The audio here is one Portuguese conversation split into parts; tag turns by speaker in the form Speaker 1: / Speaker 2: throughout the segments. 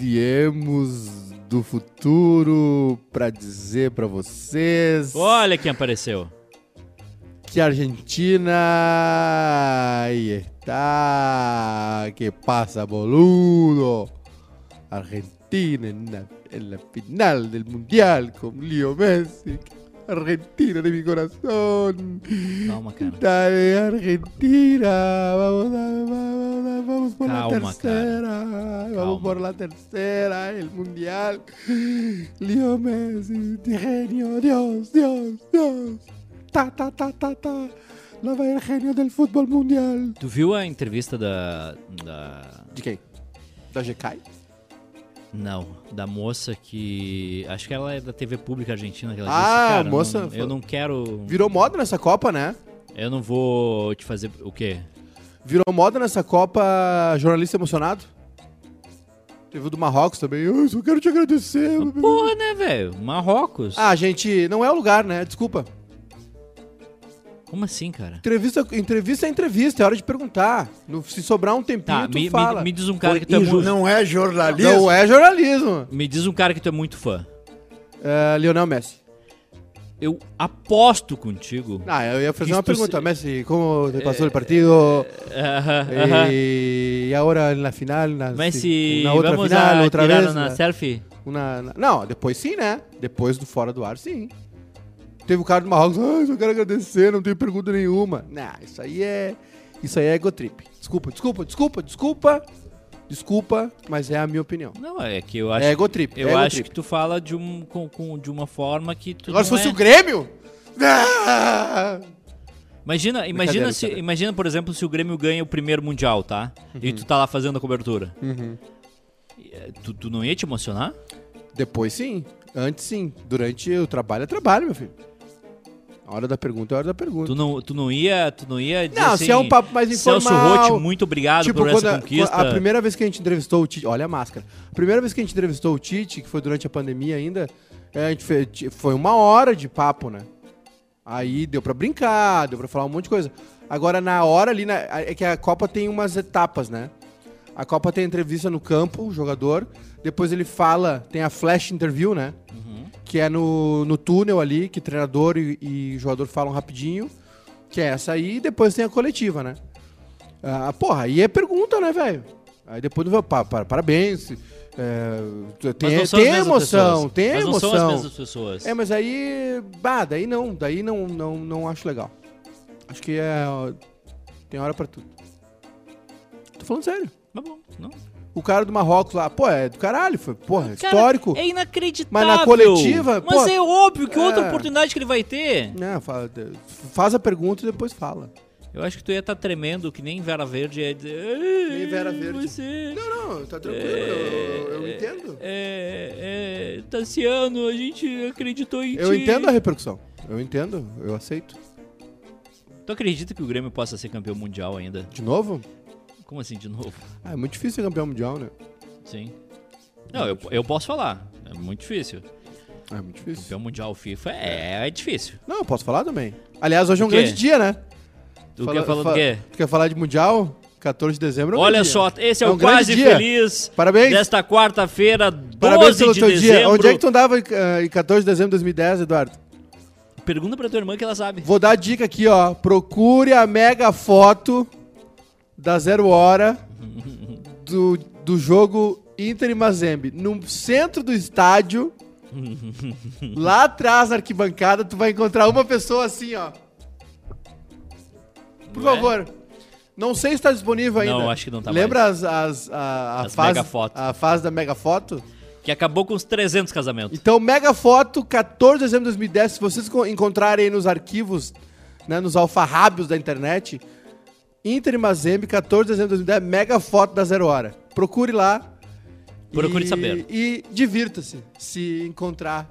Speaker 1: viemos do futuro pra dizer pra vocês
Speaker 2: Olha quem apareceu.
Speaker 1: que a Argentina aí está, que passa boludo. Argentina en la, en la final del mundial con Leo Messi. Argentina de mi corazón.
Speaker 2: Calma, cara.
Speaker 1: Dale, Argentina. Vamos, a- vamos, vamos por la
Speaker 2: Calma, cara.
Speaker 1: tercera. Vamos
Speaker 2: Calma.
Speaker 1: por la tercera. El mundial. Leo Messi, genio. Dios, Dios, Dios. Ta, ta, ta, ta, ta. La va el genio del fútbol mundial.
Speaker 2: Tu viu a entrevista da. da.
Speaker 1: ¿De qué? ¿Da Jekai?
Speaker 2: Não, da moça que. Acho que ela é da TV Pública Argentina. Que ela
Speaker 1: Ah,
Speaker 2: disse, cara,
Speaker 1: a moça
Speaker 2: não-
Speaker 1: foi-
Speaker 2: eu não quero.
Speaker 1: Virou moda nessa Copa, né?
Speaker 2: Eu não vou te fazer. O quê?
Speaker 1: Virou moda nessa Copa jornalista emocionado. Teve o do Marrocos também. Eu só quero te agradecer.
Speaker 2: Porra, né, velho? Marrocos.
Speaker 1: Ah, gente, não é o lugar, né? Desculpa.
Speaker 2: Como assim, cara?
Speaker 1: Entrevista, entrevista é entrevista, é hora de perguntar. No- se sobrar um tempinho,
Speaker 2: Tá,
Speaker 1: tu
Speaker 2: me,
Speaker 1: fala.
Speaker 2: me, me diz um cara que tu é
Speaker 3: Inju-
Speaker 2: muito.
Speaker 3: Não é jornalismo.
Speaker 1: Não é jornalismo.
Speaker 2: Me diz um cara que tu é muito fã.
Speaker 1: É, Lionel Messi.
Speaker 2: Eu aposto contigo.
Speaker 1: Ah, eu ia fazer
Speaker 2: Que
Speaker 1: uma
Speaker 2: tu
Speaker 1: pergunta.
Speaker 2: se- É,
Speaker 1: Messi, como te passou o partido? E agora na final? Na,
Speaker 2: Mas
Speaker 1: se-
Speaker 2: se
Speaker 1: na outra
Speaker 2: vamos
Speaker 1: final,
Speaker 2: a
Speaker 1: outra
Speaker 2: tirar
Speaker 1: vez?
Speaker 2: na
Speaker 1: né?
Speaker 2: selfie?
Speaker 1: Uma- na- não, depois sim, né? Depois do fora do ar, sim. Teve o cara do Marrocos, ah, só quero agradecer, não tenho pergunta nenhuma. Não, isso aí é. Isso aí é ego trip. Desculpa, desculpa, desculpa, desculpa. Desculpa, mas é a minha opinião.
Speaker 2: Não, é que eu acho.
Speaker 1: É ego trip.
Speaker 2: eu
Speaker 1: é ego
Speaker 2: acho
Speaker 1: trip.
Speaker 2: que tu fala de, um, com, com- de uma forma que tu.
Speaker 1: Agora se
Speaker 2: não
Speaker 1: fosse
Speaker 2: é.
Speaker 1: o Grêmio. Ah!
Speaker 2: Imagina,
Speaker 1: Brincadeira,
Speaker 2: imagina, se,
Speaker 1: brincadeira. Uhum.
Speaker 2: imagina, por exemplo, se o Grêmio ganha o primeiro Mundial, tá? E tu tá lá fazendo a cobertura. E, eh, Tu, tu não ia te emocionar?
Speaker 1: Depois sim. Antes sim. Durante o trabalho é trabalho, meu filho. A hora da pergunta é a hora da pergunta.
Speaker 2: Tu não, tu não ia. Tu não ia dizer
Speaker 1: Não,
Speaker 2: assim,
Speaker 1: se é um papo mais informal, tipo,
Speaker 2: Celso Rotti, muito obrigado por
Speaker 1: quando
Speaker 2: essa
Speaker 1: a,
Speaker 2: conquista.
Speaker 1: a primeira vez que a gente entrevistou o Tite, olha a máscara. A primeira vez que a gente entrevistou o Tite, que foi durante a pandemia ainda, é, a gente fe- ti- foi uma hora de papo, né? Aí deu pra brincar, deu pra falar um monte de coisa. Agora na hora ali, na- é que a Copa tem umas etapas, né? A Copa tem a entrevista no campo, o jogador. Depois ele fala, tem a flash interview, né?
Speaker 2: Uhum.
Speaker 1: Que é no, no túnel ali, que treinador e, e jogador falam rapidinho. Que é essa aí, e depois tem a coletiva, né? Ah, porra, aí é pergunta, né, velho? Aí depois do pa, pa- parabéns. é,
Speaker 2: Mas
Speaker 1: tem
Speaker 2: não são as
Speaker 1: tem
Speaker 2: mesmas
Speaker 1: emoção,
Speaker 2: pessoas.
Speaker 1: tem
Speaker 2: Mas
Speaker 1: emoção.
Speaker 2: Não são as mesmas pessoas.
Speaker 1: É, mas aí. Bah, daí não, daí não, não, não acho legal. Acho que é. ó, Tem hora pra tudo. Tô falando sério.
Speaker 2: Mas bom, não.
Speaker 1: O cara do Marrocos lá, pô, é do caralho, foi, porra, é
Speaker 2: Cara,
Speaker 1: histórico.
Speaker 2: É inacreditável.
Speaker 1: Mas na coletiva,
Speaker 2: Mas
Speaker 1: pô,
Speaker 2: é óbvio que outra
Speaker 1: é.
Speaker 2: oportunidade que ele vai ter.
Speaker 1: Não, fala- Né, faz a pergunta e depois fala.
Speaker 2: Eu acho que tu ia estar tremendo que nem Vera Verde ia dizer. "Ei,
Speaker 1: Nem Vera Verde."
Speaker 2: Você.
Speaker 1: Não, não, tá tranquilo, eu, entendo.
Speaker 2: É, é, Tassiano, a gente acreditou em
Speaker 1: Eu
Speaker 2: ti.
Speaker 1: entendo a repercussão. Eu entendo, eu aceito.
Speaker 2: Tu acredita que o Grêmio possa ser campeão mundial ainda?
Speaker 1: De novo?
Speaker 2: Como assim, de novo?
Speaker 1: Ah, é muito difícil ser campeão mundial, né?
Speaker 2: Sim. Não, eu, eu posso falar. É muito difícil.
Speaker 1: Ah, É muito difícil.
Speaker 2: Campeão mundial FIFA é, é difícil.
Speaker 1: Não, eu posso falar também. Aliás, hoje é um
Speaker 2: Do quê?
Speaker 1: grande dia, né?
Speaker 2: Tu
Speaker 1: Fala-
Speaker 2: quer falar
Speaker 1: fa-
Speaker 2: do quê?
Speaker 1: Tu quer falar de mundial? 14 de dezembro é um
Speaker 2: Olha
Speaker 1: grande
Speaker 2: só,
Speaker 1: dia.
Speaker 2: esse é,
Speaker 1: É
Speaker 2: o
Speaker 1: um grande
Speaker 2: quase
Speaker 1: dia.
Speaker 2: feliz
Speaker 1: Parabéns.
Speaker 2: desta quarta-feira, 12
Speaker 1: Parabéns pelo
Speaker 2: de
Speaker 1: teu
Speaker 2: dezembro.
Speaker 1: dia. Onde é que tu andava eh, em 14 de dezembro de 2010, Eduardo?
Speaker 2: Pergunta pra tua irmã que ela sabe.
Speaker 1: Vou dar a dica aqui, ó. Procure a mega foto da Zero Hora do, do jogo Inter e Mazembe. No centro do estádio, lá atrás na arquibancada, tu vai encontrar uma pessoa assim, ó. Por
Speaker 2: Não é?
Speaker 1: favor. Não sei se tá disponível ainda.
Speaker 2: Não, acho que não tá
Speaker 1: Lembra as, as, a, a
Speaker 2: As
Speaker 1: fase,
Speaker 2: mega foto.
Speaker 1: a fase da mega foto?
Speaker 2: Que acabou com os 300 casamentos.
Speaker 1: Então, mega foto, 14 de dezembro de 2010. Se vocês co- encontrarem aí nos arquivos, né, nos alfarrábios da internet, Inter e Mazembe, 14 de dezembro de 2010, mega foto da Zero Hora. Procure lá.
Speaker 2: Procure
Speaker 1: e,
Speaker 2: saber.
Speaker 1: E divirta-se se encontrar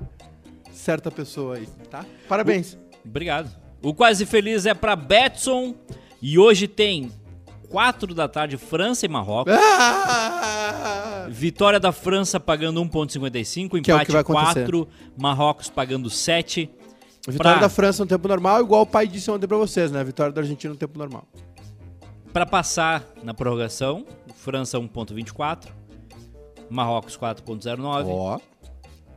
Speaker 1: certa pessoa aí, tá? Parabéns.
Speaker 2: Obrigado. O Quase Feliz é pra Betson. E hoje tem 4 da tarde, França e Marrocos.
Speaker 1: Ah!
Speaker 2: Vitória da França pagando 1,55.
Speaker 1: Que é o que
Speaker 2: Empate
Speaker 1: vai acontecer.
Speaker 2: 4. Marrocos pagando 7.
Speaker 1: Vitória
Speaker 2: Pra-
Speaker 1: da França no tempo normal, igual o pai disse ontem pra vocês, né? Vitória da Argentina no tempo normal.
Speaker 2: um Pra passar na prorrogação, França 1,24. Marrocos 4.09.
Speaker 1: Ó.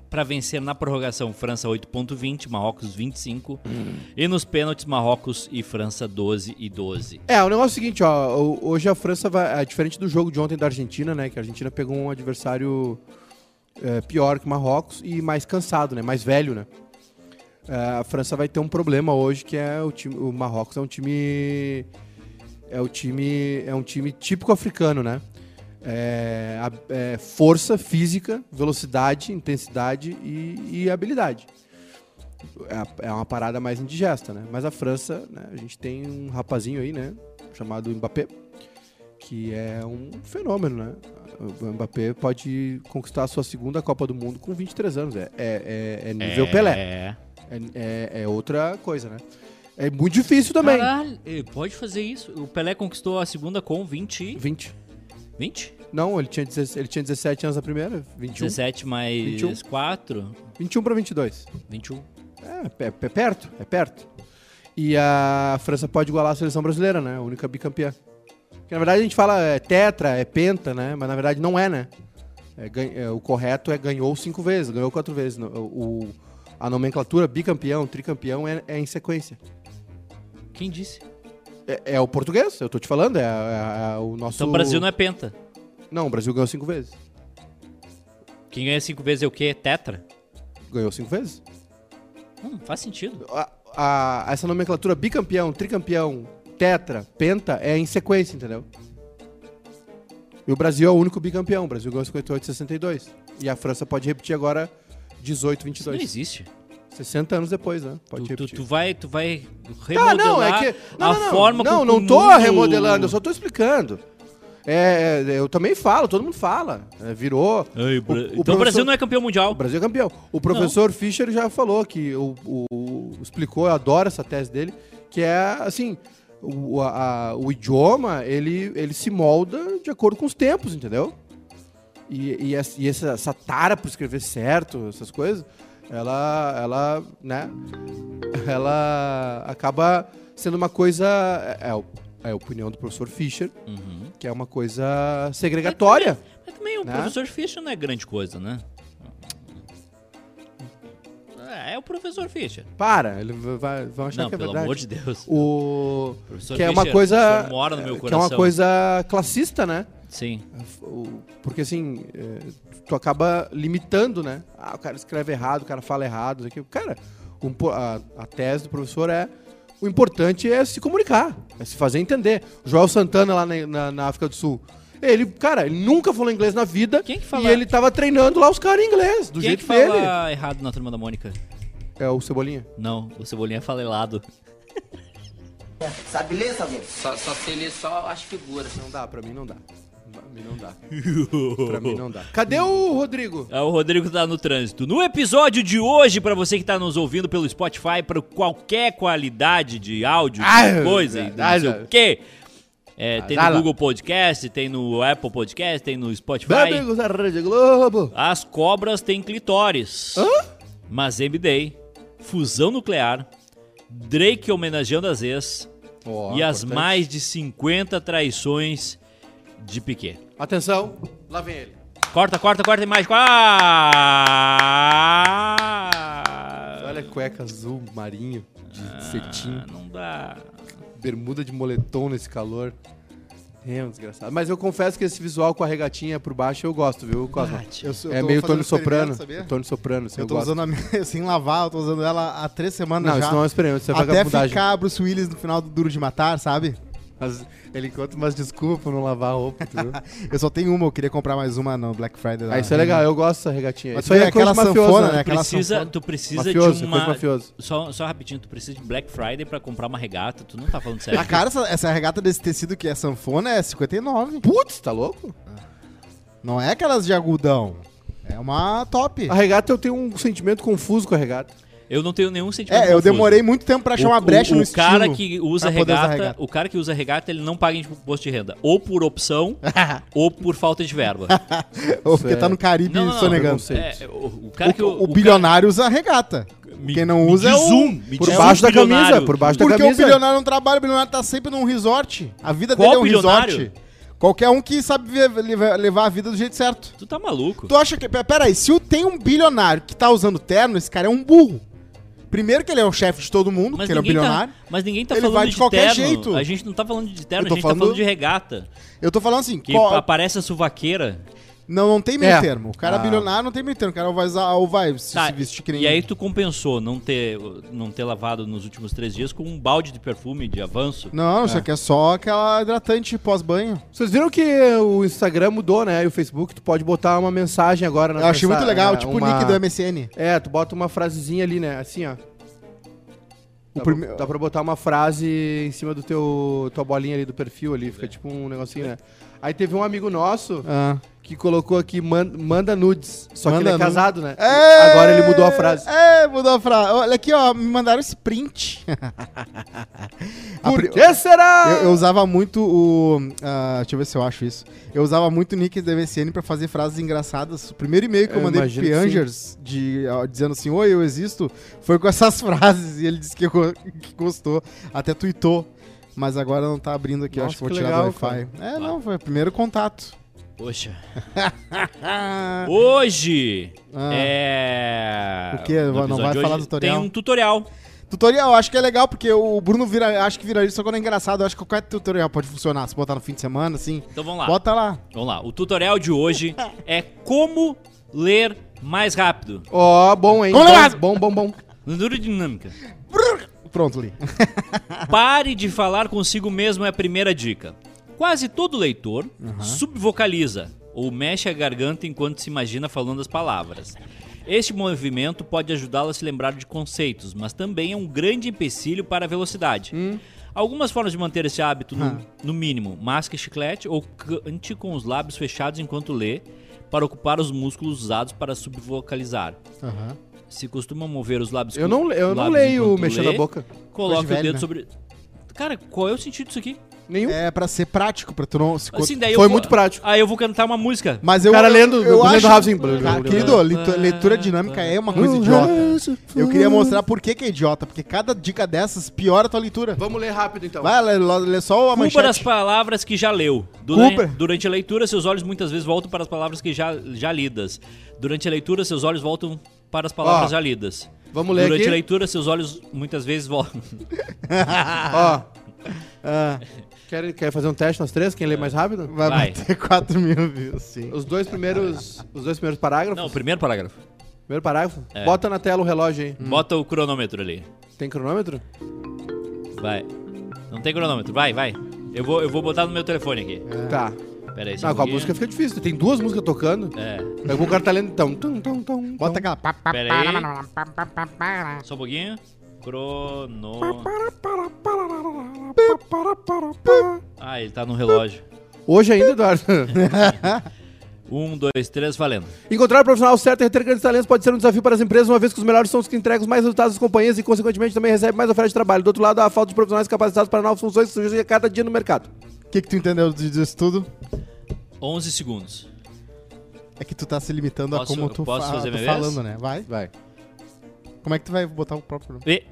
Speaker 2: Pra vencer na prorrogação, França 8.20, Marrocos 25.
Speaker 1: Hum.
Speaker 2: E nos pênaltis, Marrocos e França 12 e 12.
Speaker 1: É, o negócio é o seguinte, ó. o- Hoje a França vai. É diferente do jogo de ontem da Argentina, né? Que a Argentina pegou um adversário é, pior que o Marrocos e mais cansado, né? Mais velho, né? É, a França vai ter um problema hoje, que é o time. O Marrocos é um time. É o time. É um time típico africano, né? É, a- é força física, velocidade, intensidade e- e habilidade é a- é uma parada mais indigesta, né? Mas a França, né, a gente tem um rapazinho aí, né? Chamado Mbappé, que é um fenômeno, né? O Mbappé pode conquistar a sua segunda Copa do Mundo com 23 anos. É, é, é- é nível Pelé.
Speaker 2: É.
Speaker 1: É, é- é outra coisa, né? É muito difícil também.
Speaker 2: Caralho, ele pode fazer isso. O Pelé conquistou a segunda com 20.
Speaker 1: 20.
Speaker 2: 20?
Speaker 1: Não, ele tinha, 16 ele tinha 17 anos na primeira, 21.
Speaker 2: 17 mais
Speaker 1: 21.
Speaker 2: 4.
Speaker 1: 21 para 22.
Speaker 2: 21.
Speaker 1: É, é, é perto, é perto. E a França pode igualar a seleção brasileira, né? A única bicampeã. Porque, na verdade, a gente fala é tetra, é penta, né? Mas, na verdade, não é, né? É, gan- é, o correto é ganhou cinco vezes, ganhou quatro vezes. No- O, o- a nomenclatura bicampeão, tricampeão é, é em sequência.
Speaker 2: Quem disse? Então
Speaker 1: É, é o português, eu tô te falando, é, é- é o nosso...
Speaker 2: Então o Brasil não é penta.
Speaker 1: Não, o Brasil ganhou cinco vezes.
Speaker 2: Quem ganha cinco vezes é o quê? Tetra?
Speaker 1: Ganhou cinco vezes.
Speaker 2: Hum, faz sentido.
Speaker 1: A- a- essa nomenclatura bicampeão, tricampeão, tetra, penta é em sequência, entendeu? E o Brasil é o único bicampeão. O Brasil ganhou 58 62. E a França pode repetir agora 18,
Speaker 2: Isso não
Speaker 1: 22.
Speaker 2: existe.
Speaker 1: 60 anos depois, né? Pode
Speaker 2: Tu, tu,
Speaker 1: repetir.
Speaker 2: tu vai, tu vai
Speaker 1: Tá,
Speaker 2: remodelar
Speaker 1: não, é que. Não,
Speaker 2: a
Speaker 1: não, não.
Speaker 2: forma
Speaker 1: não,
Speaker 2: com
Speaker 1: não
Speaker 2: que o
Speaker 1: tô
Speaker 2: mundo-
Speaker 1: remodelando, eu só tô explicando. É, é, eu também falo, todo mundo fala. É, virou.
Speaker 2: Ai, Bra-
Speaker 1: o
Speaker 2: Então o Brasil
Speaker 1: professor-
Speaker 2: não é campeão mundial.
Speaker 1: O Brasil é campeão. O professor Fischer já falou que o, o- o- explicou, eu adoro essa tese dele, que é assim, o, a- a- o idioma ele, ele se molda de acordo com os tempos, entendeu? E, e essa, e essa- essa tara por escrever certo, essas coisas, ela, ela, né? Ela acaba sendo uma coisa é, é o- é a opinião do professor Fischer,
Speaker 2: Uhum.
Speaker 1: que é uma coisa segregatória.
Speaker 2: Mas também o
Speaker 1: Né?
Speaker 2: professor Fischer não é grande coisa, né? É, é o professor Fischer.
Speaker 1: Para, ele vai, vão achar
Speaker 2: não,
Speaker 1: que é
Speaker 2: pelo
Speaker 1: verdade.
Speaker 2: amor de Deus.
Speaker 1: O
Speaker 2: Professor
Speaker 1: que é uma
Speaker 2: Fischer, o
Speaker 1: coisa
Speaker 2: senhor mora no meu
Speaker 1: é, que é
Speaker 2: coração.
Speaker 1: uma coisa classista, né?
Speaker 2: Sim.
Speaker 1: O- Porque assim, é, tu acaba limitando, né? Ah, o cara escreve errado, o cara fala errado, isso aqui. Cara, o impo- a, a tese do professor é o importante é se comunicar, é se fazer entender. O Joel Santana lá na, na- na África do Sul, ele, cara, ele nunca falou inglês na vida
Speaker 2: Quem que fala-
Speaker 1: e ele tava treinando lá os caras em inglês, do
Speaker 2: Quem é
Speaker 1: jeito
Speaker 2: que
Speaker 1: dele.
Speaker 2: fala errado na turma da Mônica?
Speaker 1: É o Cebolinha.
Speaker 2: Não, o Cebolinha fala helado.
Speaker 3: Sabe ler, Sabino?
Speaker 4: Só, só sei ler só as figuras.
Speaker 1: Não dá, pra mim não dá. Pra mim não dá. pra mim não dá. Cadê o Rodrigo?
Speaker 2: É, o Rodrigo tá no trânsito. No episódio de hoje, pra você que tá nos ouvindo pelo Spotify, para qualquer qualidade de áudio, de
Speaker 1: Ah,
Speaker 2: coisa,
Speaker 1: é,
Speaker 2: de não sei
Speaker 1: é.
Speaker 2: o quê. É, tem
Speaker 1: dá
Speaker 2: no
Speaker 1: Ah, lá.
Speaker 2: Google Podcast, tem no Apple Podcast, tem no Spotify.
Speaker 1: Amigos da Rede Globo.
Speaker 2: As cobras têm clitóris.
Speaker 1: Hã?
Speaker 2: Mas MDay, fusão nuclear, Drake homenageando as ex
Speaker 1: Ó,
Speaker 2: e as
Speaker 1: importante.
Speaker 2: mais de 50 traições de Piquet.
Speaker 1: Atenção, lá vem ele.
Speaker 2: Corta, corta, corta e mais. Ah!
Speaker 1: Olha a cueca azul marinho, de cetim,
Speaker 2: Ah, não dá.
Speaker 1: bermuda de moletom nesse calor. É um desgraçado. Mas eu confesso que esse visual com a regatinha por baixo eu gosto, viu, Cosma?
Speaker 2: Verdade.
Speaker 5: Eu sou- eu
Speaker 1: É
Speaker 5: tô
Speaker 1: meio
Speaker 5: fazendo
Speaker 1: Tony Soprano.
Speaker 5: experimento, Sabia?
Speaker 1: Tony Soprano, assim,
Speaker 5: Eu
Speaker 1: eu
Speaker 5: tô
Speaker 1: gosto.
Speaker 5: usando a minha sem lavar, eu tô usando ela há três semanas
Speaker 1: Não,
Speaker 5: já.
Speaker 1: isso não é um experimento, isso é
Speaker 5: Até
Speaker 1: vagabundagem.
Speaker 5: ficar Bruce Willis no final do Duro de Matar, sabe?
Speaker 1: Mas ele encontra umas desculpas pra não lavar a roupa, tu viu?
Speaker 5: Eu só tenho uma, eu queria comprar mais uma no Black Friday.
Speaker 1: ah,
Speaker 5: da-
Speaker 1: isso é legal, eu gosto dessa regatinha.
Speaker 5: Mas
Speaker 1: Isso aí
Speaker 5: foi
Speaker 1: é coisa
Speaker 5: aquela
Speaker 1: de mafioso,
Speaker 5: sanfona,
Speaker 1: né?
Speaker 5: né? Aquela
Speaker 2: Precisa,
Speaker 5: sanfona.
Speaker 2: tu precisa
Speaker 1: Mafioso, é
Speaker 2: de
Speaker 1: coisa
Speaker 2: uma.
Speaker 1: de mafioso.
Speaker 2: Só, só rapidinho, tu precisa de Black Friday pra comprar uma regata. Tu não tá falando
Speaker 5: Tá
Speaker 2: sério.
Speaker 5: cara essa, essa regata desse tecido que é sanfona é 59.
Speaker 1: Putz, tá louco?
Speaker 5: Não é aquelas de agudão. É uma top.
Speaker 1: A regata eu tenho um sentimento confuso com a regata.
Speaker 2: Eu não tenho nenhum sentimento.
Speaker 5: É, eu
Speaker 2: confuso.
Speaker 5: demorei muito tempo pra achar uma brecha
Speaker 2: o,
Speaker 5: no
Speaker 2: o cara
Speaker 5: estilo
Speaker 2: que usa
Speaker 5: pra poder usar
Speaker 2: regata, o cara que usa regata, ele não paga imposto de renda, ou por opção, ou por falta de verba.
Speaker 5: Ou porque tá no
Speaker 1: é.
Speaker 5: Caribe
Speaker 2: Não, não, não,
Speaker 5: sonegando.
Speaker 1: preconceito.
Speaker 2: É, o, o cara
Speaker 5: o,
Speaker 2: que o,
Speaker 5: o bilionário usa regata.
Speaker 2: Me-
Speaker 5: Quem não
Speaker 2: me
Speaker 5: usa é
Speaker 2: diz
Speaker 5: o...
Speaker 2: um, me
Speaker 1: Por
Speaker 2: diz
Speaker 1: baixo
Speaker 2: um
Speaker 1: da camisa,
Speaker 2: bilionário.
Speaker 1: por baixo da
Speaker 5: Porque o
Speaker 1: camisa.
Speaker 5: bilionário não trabalha, o bilionário tá sempre num resort. A vida
Speaker 2: Qual
Speaker 5: dele é um
Speaker 2: bilionário?
Speaker 5: resort. Qualquer um que sabe ver- levar- levar a vida do jeito certo.
Speaker 2: Tu tá maluco?
Speaker 5: Tu acha que. pe- Pera aí, se o- tem um bilionário que tá usando terno, esse cara é um burro. Primeiro que ele é o chefe de todo mundo, porque ele é o bilionário.
Speaker 2: tá, mas ninguém tá
Speaker 5: Ele
Speaker 2: falando
Speaker 5: vai
Speaker 2: de,
Speaker 5: de qualquer
Speaker 2: terno.
Speaker 5: jeito.
Speaker 2: A gente não tá falando de terno,
Speaker 5: Eu
Speaker 2: a
Speaker 5: tô
Speaker 2: gente tá
Speaker 5: falando-
Speaker 2: falando de regata.
Speaker 5: Eu tô falando assim,
Speaker 2: Que
Speaker 5: qual-
Speaker 2: aparece a suvaqueira.
Speaker 5: não, não tem meio
Speaker 1: É.
Speaker 5: termo. O cara
Speaker 1: Ah.
Speaker 5: bilionário não tem meio termo. O cara vai usar ou vai se,
Speaker 2: Tá,
Speaker 5: se vestir que nem. um-
Speaker 2: e aí tu compensou não ter, não ter lavado nos últimos três dias com um balde de perfume de avanço.
Speaker 5: Não, isso aqui é só aquela hidratante pós-banho.
Speaker 1: Vocês viram que o Instagram mudou, né? E o Facebook, tu pode botar uma mensagem agora na
Speaker 5: Eu achei muito legal,
Speaker 2: é
Speaker 1: na-
Speaker 5: tipo
Speaker 1: uma-
Speaker 5: o nick do
Speaker 2: Tá
Speaker 5: MSN.
Speaker 1: É, tu bota uma frasezinha ali, né? Assim, ó.
Speaker 5: O
Speaker 1: Dá,
Speaker 5: prime-
Speaker 1: pra,
Speaker 2: Tá.
Speaker 1: dá pra botar uma frase em cima do teu tua bolinha ali do perfil ali, fica tipo um negocinho, né? Aí teve um amigo nosso
Speaker 5: Ah.
Speaker 1: que colocou aqui "Man- manda nudes, só que ele
Speaker 5: Manda
Speaker 1: é
Speaker 5: nudes.
Speaker 1: casado, né?
Speaker 5: É!
Speaker 1: Agora ele mudou a frase.
Speaker 5: É, mudou a frase. Olha aqui, ó, me mandaram esse print. A
Speaker 1: Ah, Por
Speaker 5: pri-
Speaker 1: que será?
Speaker 5: eu, eu usava muito o. ah, deixa eu ver se eu acho isso. Eu usava muito o nick do MSN pra fazer frases engraçadas. O primeiro e-mail que eu,
Speaker 1: Eu
Speaker 5: mandei pro
Speaker 1: imagino que
Speaker 5: Piangers de, ah, dizendo assim: Oi, eu existo, foi com essas frases. E ele disse que, go- que gostou, até tweetou. Mas agora não tá abrindo aqui, eu acho
Speaker 1: Nossa,
Speaker 5: que vou
Speaker 1: que
Speaker 5: tirar
Speaker 1: legal,
Speaker 5: do Wi-Fi. É, não, foi o primeiro contato.
Speaker 2: Poxa.
Speaker 5: Ah,
Speaker 2: Hoje
Speaker 5: Ah.
Speaker 2: é.
Speaker 5: O quê?
Speaker 2: no
Speaker 5: Não
Speaker 2: episódio
Speaker 5: vai
Speaker 2: de
Speaker 5: falar
Speaker 2: hoje
Speaker 5: do tutorial?
Speaker 2: Tem um tutorial.
Speaker 5: Tutorial, acho que é legal, porque o Bruno vira, acho que viraliza só quando é engraçado. Eu acho que qualquer tutorial pode funcionar. Se botar no fim de semana, assim.
Speaker 2: Então vamos lá.
Speaker 5: Bota lá.
Speaker 2: Vamos lá. O tutorial de hoje é como ler mais rápido.
Speaker 1: Ó, bom, hein?
Speaker 5: Vamos lá!
Speaker 1: Bom, bom, bom, bom.
Speaker 2: Neurodinâmica.
Speaker 5: Pronto, Li.
Speaker 2: Pare de falar consigo mesmo é a primeira dica. Quase todo leitor subvocaliza ou mexe a garganta enquanto se imagina falando as palavras. Este movimento pode ajudá-lo a se lembrar de conceitos, mas também é um grande empecilho para a velocidade.
Speaker 1: Hum.
Speaker 2: Algumas formas de manter esse hábito, no, no mínimo, masque chiclete ou cante com os lábios fechados enquanto lê, para ocupar os músculos usados para subvocalizar.
Speaker 5: Aham.
Speaker 2: Se costuma mover os lábios
Speaker 1: Eu não, eu não
Speaker 2: lábios
Speaker 1: leio
Speaker 2: enquanto
Speaker 1: mexendo a
Speaker 2: lê,
Speaker 1: boca.
Speaker 2: Coloca
Speaker 5: Coisa de
Speaker 2: o
Speaker 5: velho,
Speaker 2: dedo
Speaker 5: né?
Speaker 2: sobre. Cara, qual é o sentido disso aqui?
Speaker 1: Nenhum.
Speaker 5: É pra ser prático, pra tu não se
Speaker 2: Assim, daí eu
Speaker 1: Foi
Speaker 2: vou-
Speaker 1: muito prático.
Speaker 2: Aí eu vou cantar uma música.
Speaker 5: Mas eu.
Speaker 1: Cara,
Speaker 5: eu-
Speaker 1: lendo-
Speaker 5: eu
Speaker 1: lendo Uhum.
Speaker 5: acho...
Speaker 1: Housing.
Speaker 5: Cara, querido, leitu- leitura dinâmica é uma coisa idiota. Eu queria mostrar por que, que é idiota, porque cada dica dessas piora a tua leitura.
Speaker 1: Vamos ler rápido então.
Speaker 5: Vai, lê, lê só a
Speaker 2: Cuba das
Speaker 5: manchete.
Speaker 2: palavras que já leu. Durante,
Speaker 1: Cuba.
Speaker 2: durante a leitura, seus olhos muitas vezes voltam para as palavras que já, já lidas. Durante a leitura, seus olhos voltam para as palavras
Speaker 1: Ó,
Speaker 2: já lidas.
Speaker 1: vamos ler
Speaker 2: Durante
Speaker 1: aqui?
Speaker 2: a leitura, seus olhos muitas vezes voltam.
Speaker 1: Ó,
Speaker 5: Ah,
Speaker 1: querem, querem fazer um teste nós três? Quem lê mais rápido?
Speaker 5: vai,
Speaker 2: Vai.
Speaker 5: bater 4 mil views, sim.
Speaker 1: Os dois primeiros, os dois primeiros parágrafos?
Speaker 2: Não, É. o primeiro parágrafo.
Speaker 1: Primeiro parágrafo? Bota na tela o relógio aí.
Speaker 2: Bota o cronômetro ali.
Speaker 1: Tem cronômetro?
Speaker 2: Vai. Não tem cronômetro. Vai, vai. Eu vou, eu vou botar no meu telefone aqui.
Speaker 5: É.
Speaker 1: Tá.
Speaker 2: Pera aí. só
Speaker 1: Não,
Speaker 2: um
Speaker 1: com a
Speaker 2: pouquinho.
Speaker 1: música fica difícil. Tem duas músicas tocando.
Speaker 2: É.
Speaker 1: Aí o cara tá lendo então. Tum, tum, tum,
Speaker 5: Bota
Speaker 1: tum.
Speaker 5: aquela. pá, pá,
Speaker 2: Pera
Speaker 5: pá,
Speaker 2: aí.
Speaker 5: lá, lá, lá, pá, pá, pá, pá, lá.
Speaker 2: Só um pouquinho. Crono. Ah, ele tá no relógio.
Speaker 1: Hoje ainda, Eduardo.
Speaker 2: Um, dois, três, valendo.
Speaker 1: Encontrar o profissional certo e reter grandes talentos pode ser um desafio para as empresas, uma vez que os melhores são os que entregam os mais resultados às companhias e, consequentemente, também recebem mais oferta de trabalho. Do outro lado, há a falta de profissionais capacitados para novas funções que surgem a cada dia no mercado.
Speaker 5: O que, que tu entendeu disso tudo?
Speaker 2: 11 segundos.
Speaker 5: É que tu tá se limitando
Speaker 2: Posso-
Speaker 5: a como tu
Speaker 2: posso
Speaker 5: fa-
Speaker 2: fazer
Speaker 5: tá
Speaker 2: minha vez?
Speaker 5: falando, né? Vai.
Speaker 1: Vai.
Speaker 5: Como é que tu vai botar o próprio nome?
Speaker 2: E...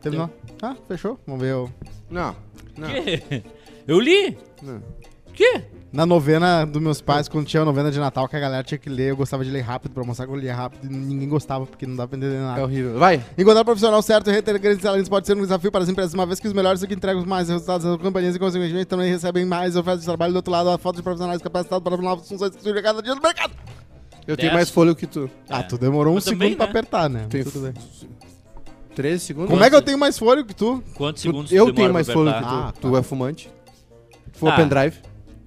Speaker 5: Terminou? Ah, fechou? Vamos ver. o-
Speaker 1: Não. Não.
Speaker 2: Quê? Eu li?
Speaker 1: Não.
Speaker 2: Quê?
Speaker 5: Na novena dos meus pais, quando tinha a novena de Natal, que a galera tinha que ler, eu gostava de ler rápido pra mostrar que eu lia rápido e ninguém gostava, porque não dava pra entender
Speaker 1: É
Speaker 5: nada.
Speaker 1: horrível. Vai.
Speaker 5: Encontrar o profissional certo e reter grandes talentos pode ser um desafio para as empresas, uma vez que os melhores são que entregam mais resultados às companhias e, consequentemente, também recebem mais ofertas de trabalho. Do outro lado, a falta de profissionais capacitados para novas funções que surgem a cada dia no mercado.
Speaker 1: Eu
Speaker 2: Dez.
Speaker 1: tenho mais fôlego que tu.
Speaker 5: Ah, tu demorou um
Speaker 2: Mas
Speaker 5: segundo
Speaker 2: É. também,
Speaker 5: pra
Speaker 2: né?
Speaker 5: apertar, né?
Speaker 1: Tem
Speaker 5: Tudo bem.
Speaker 1: 13 segundos?
Speaker 5: Como é que eu tenho mais fôlego que tu?
Speaker 2: Quantos
Speaker 1: Tu-
Speaker 2: segundos tu
Speaker 1: eu
Speaker 2: demora
Speaker 1: tenho
Speaker 2: pra
Speaker 1: mais fôlego que tu.
Speaker 2: apertar?
Speaker 5: Ah,
Speaker 1: tu é fumante. Tu fuma
Speaker 2: Tá.
Speaker 1: pendrive.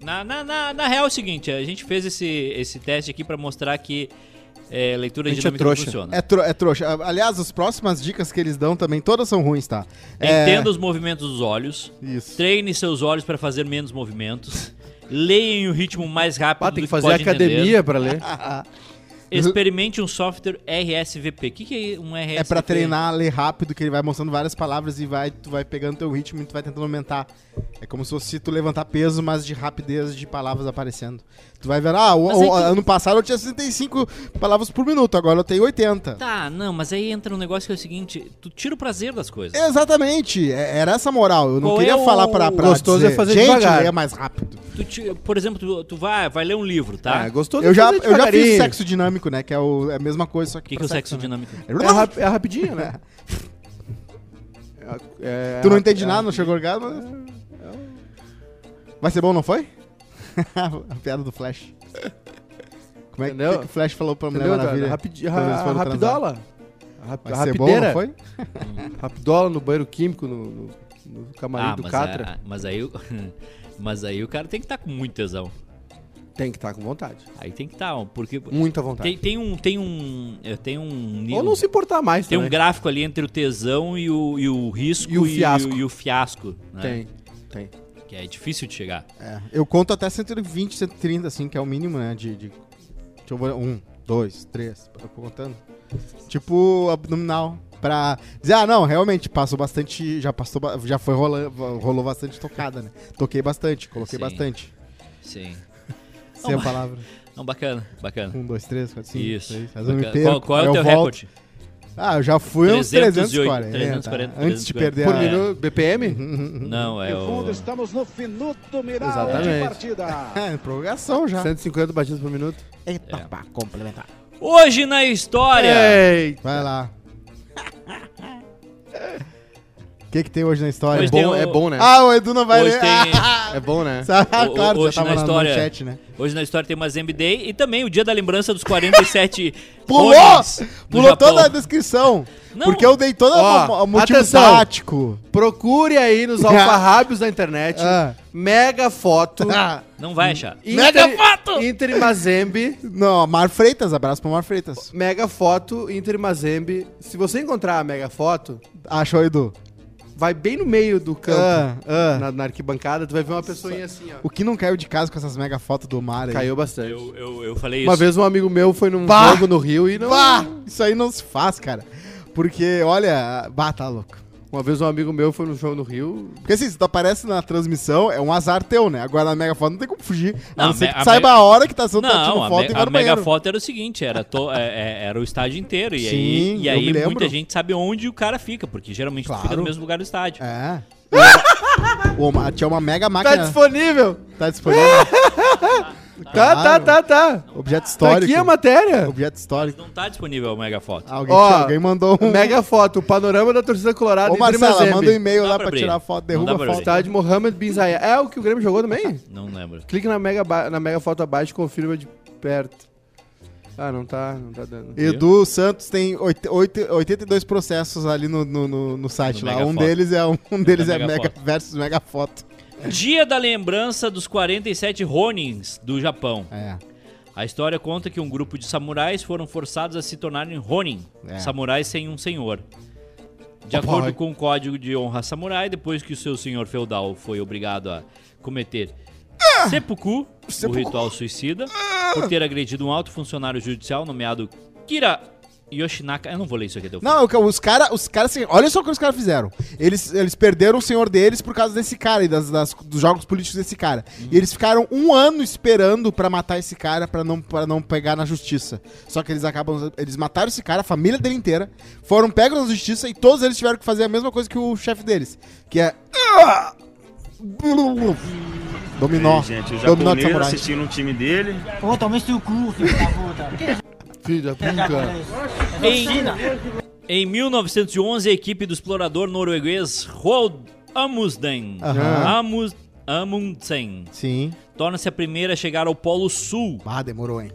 Speaker 2: Na, na, na, na real é o seguinte, a gente fez esse, esse teste aqui pra mostrar que é, leitura
Speaker 1: A gente é
Speaker 2: dinâmica
Speaker 1: trouxa.
Speaker 2: funciona.
Speaker 5: É, tro é trouxa. Ah, Aliás, as próximas dicas que eles dão também, todas são ruins, tá?
Speaker 1: É,
Speaker 2: Entenda os movimentos dos olhos.
Speaker 5: Isso.
Speaker 2: Treine seus olhos pra fazer menos movimentos. Leia em um ritmo mais rápido
Speaker 1: Ah, tem
Speaker 2: do
Speaker 1: que fazer
Speaker 2: pode entender.
Speaker 1: academia pra ler.
Speaker 2: Experimente um software RSVP. O que, que é um RSVP?
Speaker 5: É pra treinar a ler rápido, que ele vai mostrando várias palavras e vai, tu vai pegando teu ritmo e tu vai tentando aumentar. É como se fosse tu levantar peso, mas de rapidez de palavras aparecendo. Tu vai ver, ah, o,
Speaker 2: Mas é
Speaker 5: o-
Speaker 2: que-
Speaker 5: ano passado eu tinha 65 palavras por minuto, agora eu tenho 80.
Speaker 2: Tá, não, mas aí entra um negócio que é o seguinte: tu tira o prazer das coisas.
Speaker 5: Exatamente, é- era essa a moral. Eu não
Speaker 2: Qual
Speaker 5: queria
Speaker 2: é o-
Speaker 5: falar pra, pra
Speaker 1: Gostoso
Speaker 5: dizer,
Speaker 1: é fazer
Speaker 5: gente,
Speaker 1: devagar."
Speaker 5: leia mais rápido.
Speaker 2: Tu ti- por exemplo, tu, tu vai, vai ler um livro, tá?
Speaker 1: Ah,
Speaker 2: O
Speaker 1: gostou
Speaker 5: Eu
Speaker 1: de
Speaker 5: já,
Speaker 1: fazer
Speaker 5: eu já fiz
Speaker 1: devagarinho.
Speaker 5: sexo dinâmico, né? Que é, o- é a mesma coisa, só que.
Speaker 2: que, que
Speaker 5: pra
Speaker 2: é o sexo
Speaker 5: né?
Speaker 2: dinâmico?
Speaker 1: É, rap, é rapidinho, né? É- é-
Speaker 5: Tu não
Speaker 1: é-
Speaker 5: entende
Speaker 1: é-
Speaker 5: nada, não chegou orgasmo? Vai ser bom, não foi? a piada do Flash. Como é que,
Speaker 1: Entendeu?
Speaker 5: que que o Flash falou pra Mulher
Speaker 1: Entendeu?
Speaker 5: Maravilha?
Speaker 1: Rapidi, ah,
Speaker 5: quando eles
Speaker 1: ra,
Speaker 5: foram
Speaker 1: rapidola. Rap-
Speaker 5: Vai ser bom,
Speaker 1: rapideira.
Speaker 5: não foi?
Speaker 1: Rapidola no banheiro químico, no, no, no camarim do
Speaker 2: Ah, mas,
Speaker 1: Catra.
Speaker 2: a- mas aí, o- mas aí o cara tem que estar com muito tesão. é.
Speaker 1: Tem que estar com vontade.
Speaker 2: Aí tem que estar, porque
Speaker 1: Muita vontade.
Speaker 2: tem, tem um tem um eh, tem um
Speaker 1: Hum, tá. Ou
Speaker 2: nível-
Speaker 1: não se importar mais
Speaker 2: tem um
Speaker 1: também.
Speaker 2: gráfico ali entre o tesão e o, e o risco
Speaker 1: E o fiasco.
Speaker 2: e o fiasco, né?
Speaker 1: Tem, tem.
Speaker 2: Que é difícil de chegar.
Speaker 5: É, eu conto até 120, 130, assim, que é o mínimo, né? De, de... Deixa eu ver. Um, dois, três. Eu vou contando. Tipo, abdominal. Pra dizer, ah, não, realmente, passou bastante. Já passou, ba- já foi rolando, rolou bastante tocada, né? Toquei bastante, coloquei
Speaker 2: Sim.
Speaker 5: bastante.
Speaker 2: Sim.
Speaker 5: Sem a palavra.
Speaker 2: Não, bacana, bacana.
Speaker 5: Um, dois, três, quatro, cinco,
Speaker 2: Isso.
Speaker 5: seis. Às vezes eu me
Speaker 2: Bacana.
Speaker 5: perco,
Speaker 2: Qual, qual é
Speaker 5: aí
Speaker 2: o
Speaker 5: eu
Speaker 2: teu
Speaker 5: volto.
Speaker 2: recorde?
Speaker 5: Ah, eu já fui uns 340.
Speaker 2: 308, 340,
Speaker 5: tá. Antes de
Speaker 2: 340.
Speaker 5: perder
Speaker 1: Por
Speaker 5: a...
Speaker 1: minuto, BPM?
Speaker 2: Não, é o
Speaker 3: Segundo, estamos no finuto miral
Speaker 1: Exatamente.
Speaker 3: de partida.
Speaker 5: É, prorrogação já.
Speaker 1: 150 batidas por minuto.
Speaker 5: Eita, pá, complementar.
Speaker 2: Hoje na história.
Speaker 5: É,
Speaker 1: Ei!
Speaker 5: Vai lá. O que que tem hoje na
Speaker 1: É
Speaker 5: história?
Speaker 2: Hoje tem
Speaker 1: bom,
Speaker 2: o-
Speaker 1: é bom, né?
Speaker 5: Ah, o Edu não vai
Speaker 2: Hoje
Speaker 5: ler.
Speaker 2: tem-
Speaker 5: Ah,
Speaker 1: É bom, né?
Speaker 5: sabe,
Speaker 2: O- o-
Speaker 5: claro,
Speaker 2: hoje
Speaker 5: já tava
Speaker 2: na
Speaker 5: na
Speaker 2: história-
Speaker 5: manchete, né?
Speaker 2: Hoje na história tem uma Zambi Day e também o dia da lembrança dos 47
Speaker 5: Pulou!
Speaker 2: homens do
Speaker 5: Pulou
Speaker 2: Japão.
Speaker 5: toda a descrição.
Speaker 2: Não.
Speaker 5: Porque eu dei todo
Speaker 1: Ó,
Speaker 5: o motivo
Speaker 1: atenção.
Speaker 5: tático.
Speaker 1: Procure aí nos alfarrábios da internet.
Speaker 5: Ah.
Speaker 1: Mega foto.
Speaker 5: Ah,
Speaker 2: Não vai achar.
Speaker 1: Mega foto! Inter Mazembe.
Speaker 5: Não, Mar Freitas, abraço pro Mar Freitas.
Speaker 1: Mega foto, Inter Mazembe. Se você encontrar a mega foto,
Speaker 5: Achou, Edu?
Speaker 1: vai bem no meio do campo,
Speaker 5: Ah, ah.
Speaker 1: na, na arquibancada, tu vai ver uma pessoinha assim, ó.
Speaker 5: O que não caiu de casa com essas mega fotos do mar aí?
Speaker 1: Caiu bastante.
Speaker 2: Eu, eu, eu falei isso.
Speaker 1: Uma vez um amigo meu foi num
Speaker 5: Bah!
Speaker 1: jogo no Rio e não.
Speaker 5: Pá! Isso aí não se faz, cara. Porque, olha, bah, tá louco.
Speaker 1: Uma vez um amigo meu foi num jogo no Rio.
Speaker 5: Porque assim, se tu aparece na transmissão, é um azar teu, né? Agora na megafone não tem como fugir.
Speaker 2: Não,
Speaker 5: a não ser
Speaker 2: a
Speaker 5: que
Speaker 2: me-
Speaker 5: tu saiba a hora que tá sendo tá
Speaker 2: Não,
Speaker 5: tirando
Speaker 2: a,
Speaker 5: foto
Speaker 2: me-
Speaker 5: e
Speaker 2: a
Speaker 5: vai no
Speaker 2: mega
Speaker 5: banheiro.
Speaker 2: foto era o seguinte, era, to- é- é- era o estádio inteiro. E
Speaker 5: Sim,
Speaker 2: aí, e
Speaker 5: eu me
Speaker 2: aí
Speaker 5: lembro.
Speaker 2: muita gente sabe onde o cara fica, porque geralmente tu fica
Speaker 5: Claro.
Speaker 2: no mesmo lugar do estádio.
Speaker 5: É. Ô, ma- tinha uma mega
Speaker 1: Tá
Speaker 5: máquina.
Speaker 1: disponível!
Speaker 5: Tá disponível.
Speaker 1: Tá, tá,
Speaker 5: Claro.
Speaker 1: tá, tá.
Speaker 5: Objeto
Speaker 1: Tá
Speaker 5: histórico.
Speaker 1: aqui a matéria.
Speaker 5: Objeto histórico.
Speaker 2: Não tá disponível o mega foto.
Speaker 5: Alguém,
Speaker 1: Ó,
Speaker 5: alguém mandou um.
Speaker 1: Mega foto, o panorama da torcida colorada
Speaker 5: Ô, Marcela, manda um e-mail
Speaker 2: Não
Speaker 5: lá
Speaker 2: dá
Speaker 5: pra
Speaker 2: pra
Speaker 5: tirar
Speaker 2: abrir.
Speaker 5: foto,
Speaker 2: Não dá pra
Speaker 5: derruba a foto.
Speaker 2: abrir.
Speaker 1: Estádio Mohamed Bin Zayed. É o que o Grêmio jogou também?
Speaker 2: Não lembro.
Speaker 1: Clique na mega, ba- na mega foto abaixo e confirma de perto. Ah, não tá, não tá dando.
Speaker 5: Edu Santos tem oit- oit- 82 processos ali no, no, no- no site
Speaker 2: No
Speaker 5: lá.
Speaker 2: Megafoto.
Speaker 5: Um deles é um, um deles é mega
Speaker 2: Megafoto.
Speaker 5: versus mega foto.
Speaker 2: Dia da lembrança dos 47 Ronins do Japão.
Speaker 5: É.
Speaker 2: A história conta que um grupo de samurais foram forçados a se tornarem Ronin,
Speaker 5: É.
Speaker 2: samurais sem um senhor. De
Speaker 1: Opa,
Speaker 2: acordo
Speaker 1: ai.
Speaker 2: com o código de honra samurai, depois que o seu senhor feudal foi obrigado a cometer
Speaker 5: Ah!
Speaker 2: seppuku, o ritual suicida, por ter agredido um alto funcionário judicial nomeado Kira Yoshinaka. Eu não vou ler isso aqui, deu.
Speaker 5: Não, eu- os caras, os cara, assim, olha só o que os caras fizeram. Eles, eles perderam o senhor deles por causa desse cara e das, das- dos jogos políticos desse cara. E eles ficaram um ano esperando pra matar esse cara, pra não, pra não pegar na justiça. Só que eles acabam, eles mataram esse cara, a família dele inteira, foram pegos na justiça e todos eles tiveram que fazer a mesma coisa que o chefe deles, que é dominó,
Speaker 6: Aí, gente, o
Speaker 5: dominó de
Speaker 6: japonês
Speaker 5: samurai.
Speaker 6: assistindo o time dele.
Speaker 7: Pô, toma esse teu cu, filho da puta.
Speaker 1: Filho da puta.
Speaker 2: Em, em 1911, a equipe do explorador norueguês Roald Amundsen,
Speaker 5: Aham.
Speaker 2: Amus- Amundsen
Speaker 5: Sim.
Speaker 2: torna-se a primeira a chegar ao Polo Sul.
Speaker 5: Ah, demorou, hein.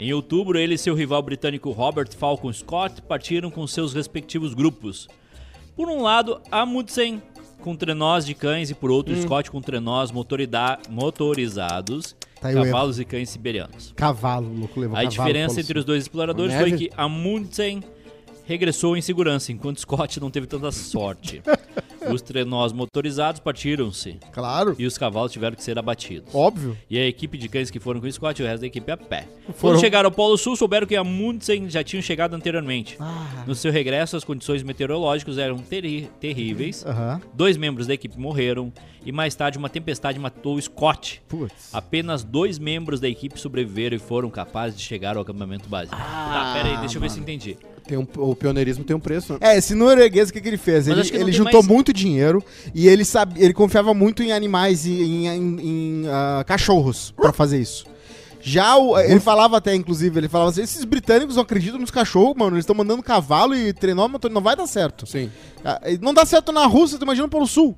Speaker 2: Em outubro, ele e seu rival britânico Robert Falcon Scott partiram com seus respectivos grupos. Por um lado, Amundsen com trenós de cães e por outro,
Speaker 5: Hum.
Speaker 2: Scott com trenós motorida- motorizados,
Speaker 5: Tá aí o erro.
Speaker 2: cavalos e cães siberianos.
Speaker 5: Cavalo, louco, levou
Speaker 2: A
Speaker 5: cavalo,
Speaker 2: diferença
Speaker 5: Paulo
Speaker 2: entre os dois exploradores
Speaker 1: Neve.
Speaker 2: foi que Amundsen regressou em segurança, enquanto Scott não teve tanta sorte. Os trenós motorizados partiram-se
Speaker 5: Claro.
Speaker 2: e os cavalos tiveram que ser abatidos.
Speaker 5: Óbvio.
Speaker 2: E a equipe de cães que foram com o Scott e o resto da equipe a pé.
Speaker 5: Foram-
Speaker 2: Quando chegaram ao Polo Sul, souberam que a Amundsen já tinham chegado anteriormente.
Speaker 5: Ah.
Speaker 2: No seu regresso, as condições meteorológicas eram terri- terríveis.
Speaker 5: Aham.
Speaker 2: Dois membros da equipe morreram e mais tarde uma tempestade matou o Scott.
Speaker 5: Putz.
Speaker 2: Apenas dois membros da equipe sobreviveram e foram capazes de chegar ao acampamento base.
Speaker 5: Ah,
Speaker 2: tá, pera aí, deixa eu ver se eu entendi.
Speaker 1: Tem um- o pioneirismo tem um preço, né?
Speaker 5: É, esse norueguês, o que, que ele fez?
Speaker 2: Mas
Speaker 5: Ele,
Speaker 2: acho que não
Speaker 5: ele
Speaker 2: tem
Speaker 5: juntou
Speaker 2: mais-
Speaker 5: muito dinheiro e ele, sabe, ele confiava muito em animais e em, em- em, ah, cachorros pra fazer isso. Já
Speaker 2: Uhum.
Speaker 5: o- ele falava até, inclusive, ele falava assim, esses britânicos não acreditam nos cachorros, mano, eles estão mandando cavalo e trenó, mas não vai dar certo.
Speaker 1: Sim.
Speaker 5: Ah, Não dá certo na Rússia, tu imagina pelo Sul.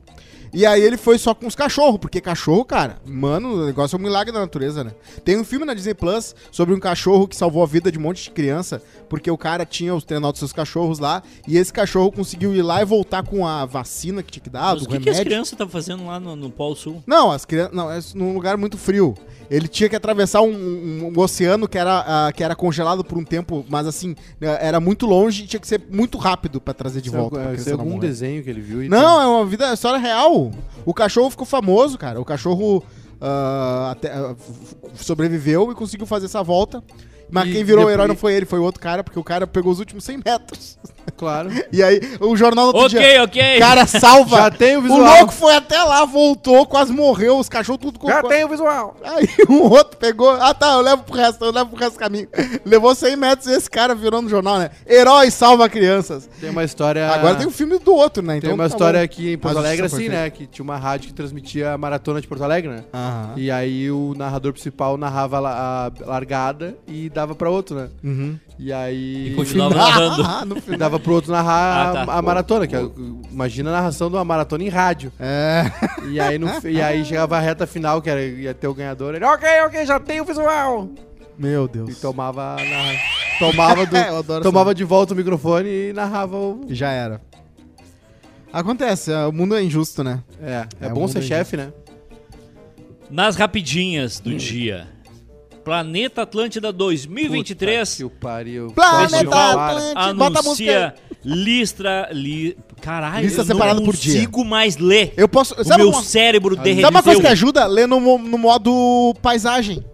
Speaker 5: E aí ele foi só com os cachorros, porque cachorro, cara, mano, o negócio é um milagre da natureza, né? Tem um filme na Disney Plus sobre um cachorro que salvou a vida de um monte de criança, porque o cara tinha os treinados dos seus cachorros lá, e esse cachorro conseguiu ir lá e voltar com a vacina que tinha que dar,
Speaker 2: Mas
Speaker 5: Ah, do
Speaker 2: o que, que
Speaker 5: remédio.
Speaker 2: as crianças estavam fazendo lá no, no Polo Sul?
Speaker 5: Não, as crianças. Não, é num lugar muito frio. Ele tinha que atravessar um, um- um oceano que era, ah, que era congelado por um tempo, mas assim, né, era muito longe e tinha que ser muito rápido pra trazer de
Speaker 1: Isso é
Speaker 5: volta.
Speaker 1: algum-
Speaker 5: pra
Speaker 1: isso
Speaker 5: criança
Speaker 1: é
Speaker 5: não
Speaker 1: algum né?
Speaker 5: morrer.
Speaker 1: desenho que ele viu. e
Speaker 5: Não, é uma vida, é uma história real. O cachorro ficou famoso, cara. O cachorro ah, até- ah, f- f- sobreviveu e conseguiu fazer essa volta. Mas
Speaker 1: E
Speaker 5: quem virou o
Speaker 1: depois-
Speaker 5: herói não foi ele, foi o outro cara, porque o cara pegou os últimos 100 metros.
Speaker 1: tem- Claro.
Speaker 5: E aí, o jornal do outro
Speaker 2: Ok,
Speaker 5: dia,
Speaker 2: ok.
Speaker 5: o cara salva.
Speaker 1: Já tem o
Speaker 5: o
Speaker 1: visual.
Speaker 5: louco foi até lá, voltou, quase morreu, os cachorros tudo... com-
Speaker 1: Já
Speaker 5: com-
Speaker 1: tem o visual.
Speaker 5: Aí um outro pegou, ah tá, eu levo pro resto, eu levo pro resto do caminho. Levou 100 metros e esse cara virou no jornal, né? Herói salva crianças.
Speaker 1: Tem uma história...
Speaker 5: Agora tem o filme do outro, né?
Speaker 1: Ah. Tem uma
Speaker 5: tá
Speaker 1: história
Speaker 5: bom.
Speaker 1: aqui em
Speaker 5: A
Speaker 1: Porto
Speaker 5: justiça
Speaker 1: Alegre,
Speaker 5: foi
Speaker 1: assim,
Speaker 5: feita.
Speaker 1: né? Que tinha uma rádio que transmitia a maratona de Porto Alegre, né?
Speaker 5: Aham.
Speaker 1: E aí o narrador principal narrava a la- a largada e dava pra outro, né? E aí.
Speaker 2: E continuava narrando.
Speaker 5: Ah, no
Speaker 1: E
Speaker 5: final.
Speaker 1: dava pro outro narrar
Speaker 2: Ah, tá.
Speaker 1: a- a maratona, que é- imagina a narração de uma maratona em rádio.
Speaker 5: É.
Speaker 1: E aí, no, e aí chegava a reta final, que era, ia ter o ganhador. Ele, ok, ok, já tem o visual.
Speaker 5: Meu Deus. É,
Speaker 1: E tomava. a narra- Tomava, do-
Speaker 5: Eu adoro
Speaker 1: tomava de volta o microfone e narrava o.
Speaker 5: E já era. Acontece, é, o mundo é injusto, né?
Speaker 1: É, é,
Speaker 5: É, o
Speaker 1: bom
Speaker 5: mundo
Speaker 1: ser
Speaker 5: é
Speaker 1: chefe, né?
Speaker 2: Nas rapidinhas
Speaker 5: Hum.
Speaker 2: do dia. Planeta Atlântida 2023
Speaker 1: Puta que o pariu.
Speaker 5: Planeta
Speaker 1: Corte, não para.
Speaker 5: Atlântico. Gente, bota a música
Speaker 2: anuncia lista li, caralho,
Speaker 5: Lista
Speaker 2: eu não
Speaker 5: separada por dia.
Speaker 2: consigo mais ler.
Speaker 5: Eu posso.
Speaker 2: o
Speaker 5: Sabe
Speaker 2: meu
Speaker 5: uma,
Speaker 2: cérebro derreteu.
Speaker 5: sabe uma coisa que ajuda? Ler no, mo- no modo paisagem.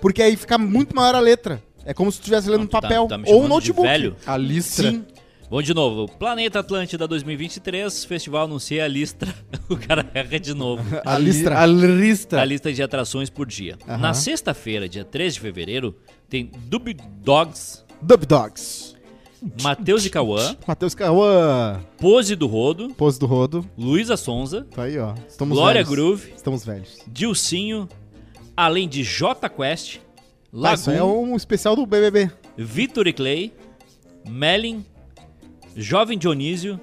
Speaker 5: Porque aí fica muito maior a letra. É como se tu estivesse lendo
Speaker 2: Não,
Speaker 5: um
Speaker 2: tu tá-
Speaker 5: papel
Speaker 2: tá me
Speaker 5: ou
Speaker 2: chamando
Speaker 5: um
Speaker 2: de
Speaker 5: notebook.
Speaker 2: velho?
Speaker 1: A listra.
Speaker 5: Sim.
Speaker 2: Bom, de novo, Planeta Atlântida 2023, festival anuncia a lista. O cara erra de novo.
Speaker 1: A
Speaker 5: listra.
Speaker 1: listra. A listra.
Speaker 2: A lista de atrações por dia. Na sexta-feira, dia 3 de fevereiro, tem Dub Dogs,
Speaker 5: Dub Dogs.
Speaker 2: Matheus de Cauã,
Speaker 5: Matheus Cauã.
Speaker 2: Pose do Rodo,
Speaker 5: Pose do Rodo.
Speaker 2: Luísa Sonza,
Speaker 5: Tá aí, ó. Estamos
Speaker 2: Glória
Speaker 5: velhos.
Speaker 2: Groove,
Speaker 5: Estamos velhos.
Speaker 2: Dilcinho, além de J Quest,
Speaker 5: Tá, isso
Speaker 2: Lagoon,
Speaker 5: aí é um especial do BBB.
Speaker 2: Vitor e Clay, Melin, Jovem Dionísio.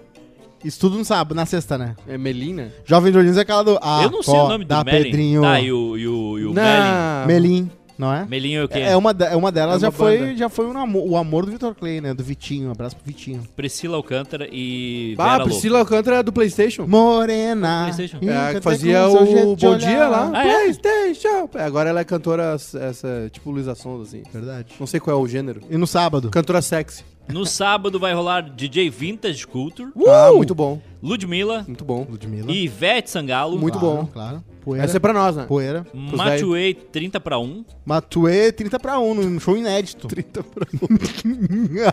Speaker 5: Isso tudo no sábado, na sexta, né?
Speaker 1: É Melina?
Speaker 5: Jovem Jolinho é aquela do. Ah,
Speaker 2: eu não sei
Speaker 5: ó,
Speaker 2: o nome
Speaker 5: da
Speaker 2: do Melin.
Speaker 5: Pedrinho.
Speaker 2: Tá, e o, e o, e o Melin.
Speaker 1: Não.
Speaker 5: Melim, não é?
Speaker 2: Melin é o quê?
Speaker 5: É uma, da- é uma delas,
Speaker 1: É uma
Speaker 5: já, foi,
Speaker 1: banda.
Speaker 5: já foi um amo- o amor do Vitor Clay, né? Do Vitinho. Um abraço pro Vitinho.
Speaker 2: Priscila Alcântara e
Speaker 1: Ah,
Speaker 2: Vera
Speaker 1: Priscila Alcântara é do PlayStation.
Speaker 5: Morena.
Speaker 2: PlayStation.
Speaker 5: Ih,
Speaker 1: É, a
Speaker 5: cantei
Speaker 1: que fazia
Speaker 5: com seu jeito
Speaker 1: o
Speaker 5: de
Speaker 1: Bom
Speaker 5: olhar.
Speaker 1: Dia lá.
Speaker 2: Ah, é?
Speaker 1: PlayStation. Agora ela é cantora, essa, tipo Luísa Sonza, assim.
Speaker 5: Verdade.
Speaker 1: Não sei qual é o gênero.
Speaker 5: E no sábado?
Speaker 1: Cantora sexy.
Speaker 2: Lobo. No sábado vai rolar DJ Vintage Culture,
Speaker 1: Ah, muito bom.
Speaker 2: Ludmilla,
Speaker 1: Muito bom.
Speaker 5: Ludmilla.
Speaker 2: Ivete Sangalo,
Speaker 1: Muito
Speaker 5: Claro,
Speaker 1: bom.
Speaker 5: Claro. Poeira.
Speaker 1: Essa é pra nós, né?
Speaker 5: Poeira.
Speaker 2: Matuei 30 pra 1,
Speaker 5: Matuê 30 pra 1, num show inédito.
Speaker 1: 30 pra um.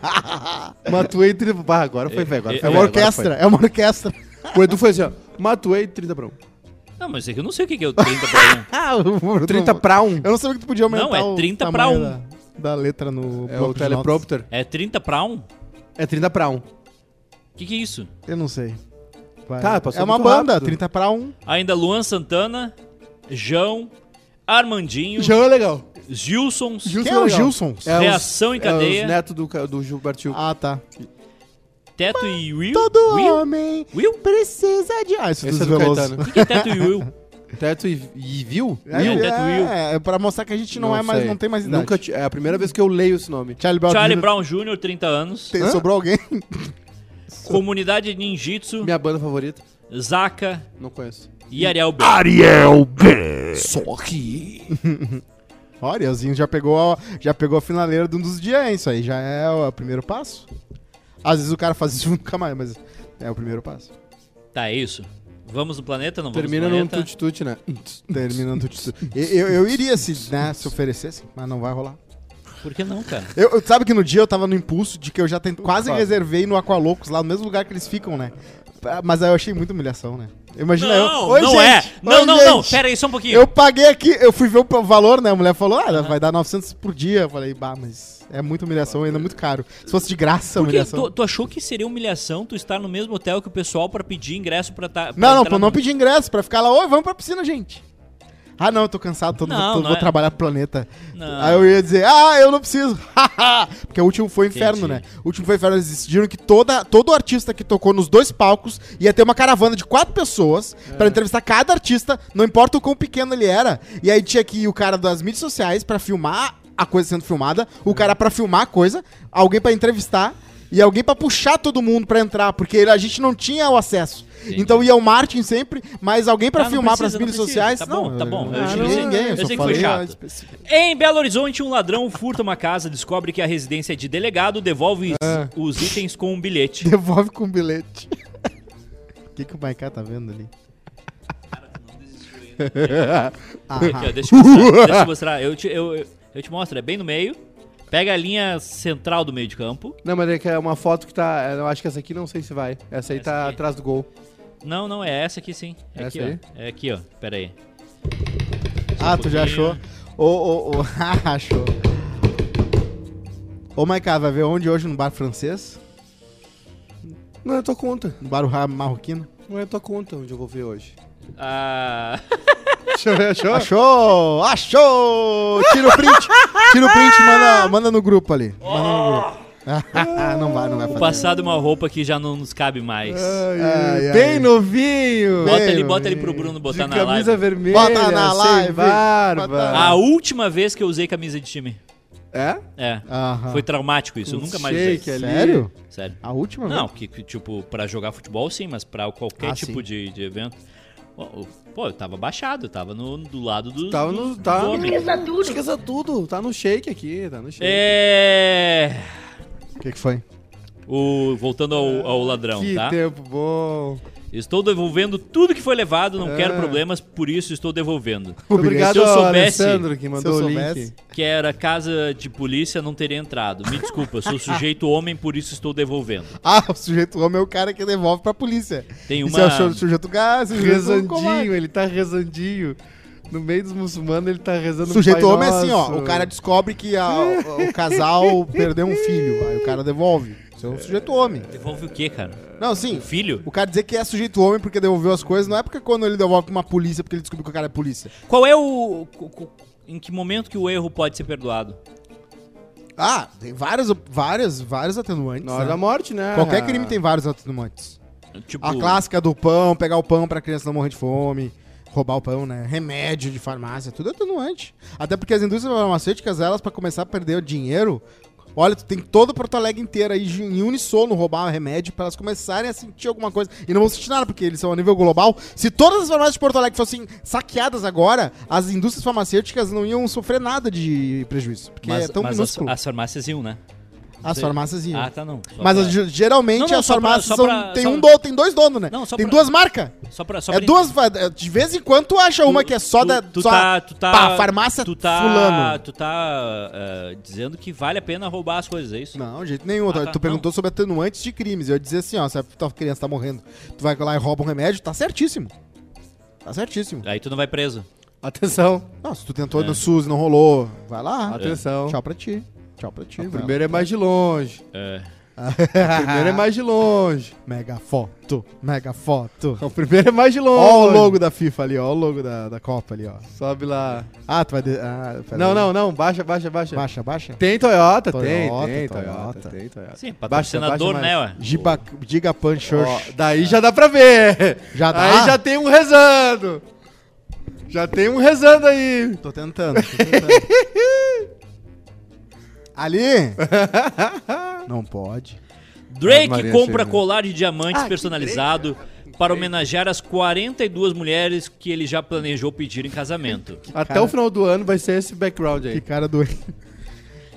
Speaker 1: Matuei 30 pra Bah, Agora foi, velho. Agora
Speaker 2: É
Speaker 5: É
Speaker 1: foi.
Speaker 5: uma
Speaker 1: agora
Speaker 5: orquestra, é uma orquestra.
Speaker 1: foi. O Edu foi assim, ó. Matuei 30 pra 1.
Speaker 2: Não, mas é que eu não sei o que que é o 30 pra
Speaker 1: 30 pra 1
Speaker 5: Eu não sabia que tu podia aumentar
Speaker 2: Ah, Não, é
Speaker 5: o
Speaker 2: 30 pra
Speaker 5: tamanho
Speaker 2: um.
Speaker 5: Da, da letra no
Speaker 1: é
Speaker 5: bloco
Speaker 1: o
Speaker 5: de notas.
Speaker 1: teleprompter.
Speaker 2: 1. É 30 pra 1?
Speaker 1: É 30 pra 1.
Speaker 2: O que que é isso?
Speaker 5: Eu não sei. Vai.
Speaker 1: Tá, passou
Speaker 5: é uma
Speaker 1: muito
Speaker 5: banda,
Speaker 1: rápido.
Speaker 5: 30 pra 1.
Speaker 2: Ainda Luan Santana, João, Armandinho,
Speaker 1: Já é legal.
Speaker 2: Gilson,
Speaker 1: Gilson
Speaker 5: Quem é o
Speaker 1: legal.
Speaker 5: Gilson?
Speaker 1: É os-
Speaker 2: Reação em
Speaker 1: É
Speaker 2: Cadeia.
Speaker 1: os neto do, ca- do Gilberto Gil.
Speaker 5: Ah, tá.
Speaker 2: Teto e Will.
Speaker 5: Todo
Speaker 2: Will?
Speaker 5: homem
Speaker 2: Will?
Speaker 5: precisa de... Ah, isso
Speaker 1: Esse é
Speaker 5: dos
Speaker 1: do
Speaker 5: Veloso.
Speaker 1: Caetano.
Speaker 2: O que que é Teto e Will?
Speaker 1: Teto e, e viu?
Speaker 5: É,
Speaker 2: Will, Teto Will.
Speaker 5: é, é pra mostrar que a gente não, é mais,
Speaker 1: sei.
Speaker 5: não tem mais idade.
Speaker 1: Nunca ti- é a primeira vez que eu leio esse nome.
Speaker 5: Charlie Brown.
Speaker 2: Charlie
Speaker 5: Jr.
Speaker 2: Brown Jr., 30 anos.
Speaker 5: Tem- Sobrou alguém?
Speaker 2: Comunidade Ninjitsu,
Speaker 1: Minha banda favorita.
Speaker 2: Zaka
Speaker 1: Não conheço.
Speaker 2: e Ariel B.
Speaker 1: Só que.
Speaker 5: Olha, Elzinho já pegou a, já pegou a finaleira de um dos dias, hein? Isso aí já é o primeiro passo. Às vezes o cara faz isso e nunca mais, mas é o primeiro passo.
Speaker 2: Tá, é isso. Vamos no planeta, não
Speaker 1: Termina
Speaker 2: vamos
Speaker 1: num
Speaker 2: no planeta?
Speaker 1: tut-tut, né?
Speaker 5: Terminando tudo. Eu, eu, eu iria se, né, se oferecesse, mas não vai rolar.
Speaker 2: Por que não, cara?
Speaker 5: Eu, eu- sabe que no dia eu tava no impulso de que eu já tent- quase
Speaker 1: Claro.
Speaker 5: reservei no Aqualocos, lá no mesmo lugar que eles ficam, né? Pra- Mas aí eu achei muita humilhação, né? Imagina eu. "Oi,
Speaker 2: não
Speaker 5: gente!
Speaker 2: é. Não,
Speaker 5: Oi,
Speaker 2: não, não.
Speaker 5: gente!
Speaker 2: Pera aí só um pouquinho.
Speaker 5: Eu paguei aqui, eu fui ver o p- valor, né? A mulher falou, ah, vai dar 900 por dia. Eu falei, bah, mas é muita humilhação, ainda é muito caro. Se fosse de graça a
Speaker 2: Por que tu,
Speaker 5: humilhação.
Speaker 2: tu achou que seria humilhação tu estar no mesmo hotel que o pessoal pra pedir ingresso pra tá, pra
Speaker 5: Não, não,
Speaker 2: entrar
Speaker 5: pra
Speaker 2: no-
Speaker 5: não pedir ingresso, pra ficar lá, oi, vamos pra piscina, gente. Ah, não, eu tô cansado, tô,
Speaker 2: Não,
Speaker 5: tô-
Speaker 2: não
Speaker 5: vou
Speaker 2: é.
Speaker 5: trabalhar pro planeta.
Speaker 2: Não.
Speaker 5: Aí eu ia dizer, ah, eu não preciso. Porque o último foi o inferno,
Speaker 2: Entendi.
Speaker 5: né? O último foi o inferno, eles decidiram que toda, todo artista que tocou nos dois palcos ia ter uma caravana de quatro pessoas
Speaker 2: É.
Speaker 5: pra entrevistar cada artista, não importa o quão pequeno ele era. E aí tinha que ir o cara das mídias sociais pra filmar a coisa sendo filmada, o cara pra filmar a coisa, alguém pra entrevistar e alguém pra puxar todo mundo pra entrar, porque ele- a gente não tinha o acesso. Então ia o Martin sempre, mas alguém pra
Speaker 2: Ah, não
Speaker 5: filmar
Speaker 2: precisa, não
Speaker 5: pras mídias
Speaker 2: precisa.
Speaker 5: sociais.
Speaker 2: Tá bom, tá bom. Eu
Speaker 5: não,
Speaker 2: achei-
Speaker 5: não,
Speaker 2: eu sei-
Speaker 5: ninguém,
Speaker 2: eu
Speaker 5: só
Speaker 2: sei que foi
Speaker 5: falei a
Speaker 2: chato.
Speaker 5: especi-
Speaker 2: Em Belo Horizonte, um ladrão furta uma casa, descobre que a residência é de delegado, devolve
Speaker 5: É.
Speaker 2: os os itens com um bilhete.
Speaker 5: "Ah, Devolve com bilhete. O que, que o Maiká tá vendo ali? Ah.
Speaker 2: Aqui, ó, deixa eu mostrar. deixa eu mostrar. Eu te, eu- eu- eu te mostro, é bem no meio. Pega a linha central do meio de campo.
Speaker 1: Não, mas é que é uma foto que tá. Eu acho que essa aqui não sei se vai. Essa aí
Speaker 2: Essa
Speaker 1: tá
Speaker 2: aqui?
Speaker 1: atrás do gol.
Speaker 2: Não, não, é essa aqui sim. É
Speaker 1: Essa
Speaker 2: aqui,
Speaker 1: aí?
Speaker 2: ó. É aqui, ó. Pera aí.
Speaker 5: ah, tu já achou?
Speaker 2: pouquinho.
Speaker 5: Ô, ô, ô, ah, achou. Ô, Maiká, vai ver onde hoje no bar francês?
Speaker 1: Não é tua conta.
Speaker 5: No bar ra- marroquino?
Speaker 1: Não é tua conta onde eu vou ver hoje.
Speaker 2: Ah,
Speaker 1: Deixa eu ver, achou?
Speaker 5: Achou! Achou! Tira o print! Tira o print e manda, manda no grupo ali. Manda no grupo. não vai, não vai
Speaker 2: o
Speaker 5: fazer.
Speaker 2: passado é uma roupa que já não nos cabe mais.
Speaker 5: Ai, ai.
Speaker 1: Bem novinho!
Speaker 2: Bota
Speaker 5: Bem,
Speaker 2: ali, bota ali
Speaker 5: É, meu
Speaker 2: pro Bruno
Speaker 1: de
Speaker 2: botar na
Speaker 1: camisa
Speaker 2: live. Ah,
Speaker 1: vermelha,
Speaker 5: Bota na
Speaker 1: sem
Speaker 5: live,
Speaker 1: barba.
Speaker 5: bota na-
Speaker 2: A última vez que eu usei camisa de time.
Speaker 1: É?
Speaker 2: É.
Speaker 5: Aham.
Speaker 2: Foi traumático isso. Eu
Speaker 1: Um
Speaker 2: nunca mais
Speaker 1: shake
Speaker 2: usei.
Speaker 1: ali. Uhum.
Speaker 5: Sério?
Speaker 2: Sério.
Speaker 5: A última?
Speaker 2: Não,
Speaker 5: vez?
Speaker 2: que, que, tipo, pra jogar futebol sim, mas pra qualquer
Speaker 5: Ah,
Speaker 2: tipo
Speaker 5: sim.
Speaker 2: de, de evento. Ó, ó, Pô, eu tava baixado, eu tava no, do lado do.
Speaker 1: Tava no. Tá no...
Speaker 2: homem.
Speaker 1: tudo. Esqueça tudo. Tá no shake aqui, tá no shake.
Speaker 2: É.
Speaker 5: O que, que foi?
Speaker 2: O, voltando ao, ao ladrão,
Speaker 1: que
Speaker 2: tá?
Speaker 1: tempo bom.
Speaker 2: Estou devolvendo tudo que foi levado,
Speaker 1: É.
Speaker 2: não quero problemas, por isso estou devolvendo.
Speaker 1: Muito obrigado
Speaker 2: Se eu
Speaker 1: ao
Speaker 2: soubesse-
Speaker 1: Alessandro que mandou
Speaker 5: eu
Speaker 1: o
Speaker 5: soubesse.
Speaker 1: link.
Speaker 2: Que era casa de polícia, não teria entrado. Me desculpa, eu sou sujeito homem, por isso estou devolvendo.
Speaker 5: Ah, o sujeito homem é o cara que devolve pra polícia.
Speaker 2: Tem
Speaker 5: Isso
Speaker 2: uma-
Speaker 5: é o su- sujeito gás, sujeito covarde.
Speaker 1: Rezandinho, ele tá rezandinho. No meio dos muçulmanos, ele tá rezando
Speaker 5: O sujeito
Speaker 1: Pai
Speaker 5: homem é assim, ó.
Speaker 1: Nosso.
Speaker 5: O cara descobre que a- o- o casal perdeu um filho. Aí o cara devolve. Isso é um sujeito homem.
Speaker 2: Devolve o quê, cara? Um
Speaker 5: Não, sim.
Speaker 2: Filho?
Speaker 5: O cara dizer que é sujeito homem porque devolveu as coisas não é porque quando ele devolve pra uma polícia porque ele descobriu que o cara é polícia.
Speaker 2: Qual é o. co- co- Em que momento que o erro pode ser perdoado?
Speaker 5: Ah, tem várias, várias, vários atenuantes.
Speaker 1: Na hora
Speaker 5: né?
Speaker 1: da morte, né?
Speaker 5: Qualquer crime tem vários atenuantes.
Speaker 2: Tipo,
Speaker 5: A clássica do pão, pegar o pão pra criança não morrer de fome, roubar o pão, né? Remédio de farmácia, tudo é atenuante. Até porque as indústrias farmacêuticas, elas, pra começar a perder o dinheiro, olha, tu tem todo Porto Alegre inteiro aí de- em unissono roubar o remédio pra elas começarem a sentir alguma coisa. E não vão sentir nada, porque eles são a nível global. Se todas as farmácias de Porto Alegre fossem saqueadas agora, as indústrias farmacêuticas não iam sofrer nada de prejuízo. Porque é
Speaker 2: mas,
Speaker 5: tão
Speaker 2: mas as,
Speaker 5: minúsculo. As,
Speaker 2: as farmácias iam, né? sei.
Speaker 5: farmácias iam.
Speaker 2: Ah, tá não. Só
Speaker 5: Mas
Speaker 2: pra-
Speaker 5: as- geralmente
Speaker 2: Não, não,
Speaker 5: as
Speaker 2: só pra-
Speaker 5: farmácias
Speaker 2: só
Speaker 5: são-
Speaker 2: pra-
Speaker 5: tem
Speaker 2: só-
Speaker 5: um dono, tem dois donos, né?
Speaker 2: Não, só
Speaker 5: tem
Speaker 2: pra-
Speaker 5: duas marcas.
Speaker 2: Só pra, só
Speaker 5: é
Speaker 2: pra-
Speaker 5: duas, fa- de vez em quando tu acha uma que é só
Speaker 2: tu-
Speaker 5: da
Speaker 2: tu
Speaker 5: só
Speaker 2: tá, tu tá,
Speaker 5: pá, farmácia
Speaker 2: tu tá,
Speaker 5: fulano.
Speaker 2: Tu tá eh, dizendo que vale a pena roubar as coisas, é isso?
Speaker 5: Não, jeito nenhum.
Speaker 2: Ah,
Speaker 5: tu-
Speaker 2: tá,
Speaker 5: tu perguntou sobre atenuantes de crimes. Eu ia dizer assim, ó, se a tua criança tá morrendo, tu vai lá e rouba um remédio, tá certíssimo. Tá certíssimo.
Speaker 2: Aí tu não vai preso.
Speaker 1: Atenção,
Speaker 5: Não, se tu tentou no SUS e não rolou, vai lá.
Speaker 1: atenção.
Speaker 5: Tchau pra ti. Tchau pra ti.
Speaker 1: O
Speaker 5: vai lá.
Speaker 1: primeiro é mais de longe.
Speaker 2: É.
Speaker 1: O primeiro é mais de longe.
Speaker 5: Mega foto, mega foto.
Speaker 1: O primeiro é mais de longe.
Speaker 5: Ó o logo da FIFA ali, ó o logo da, da Copa ali, ó.
Speaker 1: Sobe lá.
Speaker 5: Ah, tu vai... De... Ah, pera
Speaker 1: Não,
Speaker 5: aí.
Speaker 1: não, não. Baixa, baixa, baixa.
Speaker 5: Baixa, baixa.
Speaker 1: Tem Toyota, tem,
Speaker 5: Toyota,
Speaker 1: tem Toyota,
Speaker 5: Toyota.
Speaker 1: tem Toyota.
Speaker 2: Sim, é patrocinador,
Speaker 1: baixa
Speaker 2: né,
Speaker 1: mais.
Speaker 2: ué?
Speaker 5: Giba, Giga Punch
Speaker 1: Ó, daí já dá pra ver.
Speaker 5: Já dá?
Speaker 1: Aí já tem um rezando. Já tem um rezando aí.
Speaker 5: Tô tentando, tô tentando. Ali! Não pode.
Speaker 2: Drake
Speaker 1: Maria
Speaker 2: compra
Speaker 1: Sheila.
Speaker 2: colar de
Speaker 5: Ah,
Speaker 2: diamantes personalizado para homenagear as 42 mulheres que ele já planejou pedir em casamento.
Speaker 1: Até
Speaker 5: cara-
Speaker 1: o final do ano vai ser esse background
Speaker 5: Que
Speaker 1: aí.
Speaker 5: cara doente.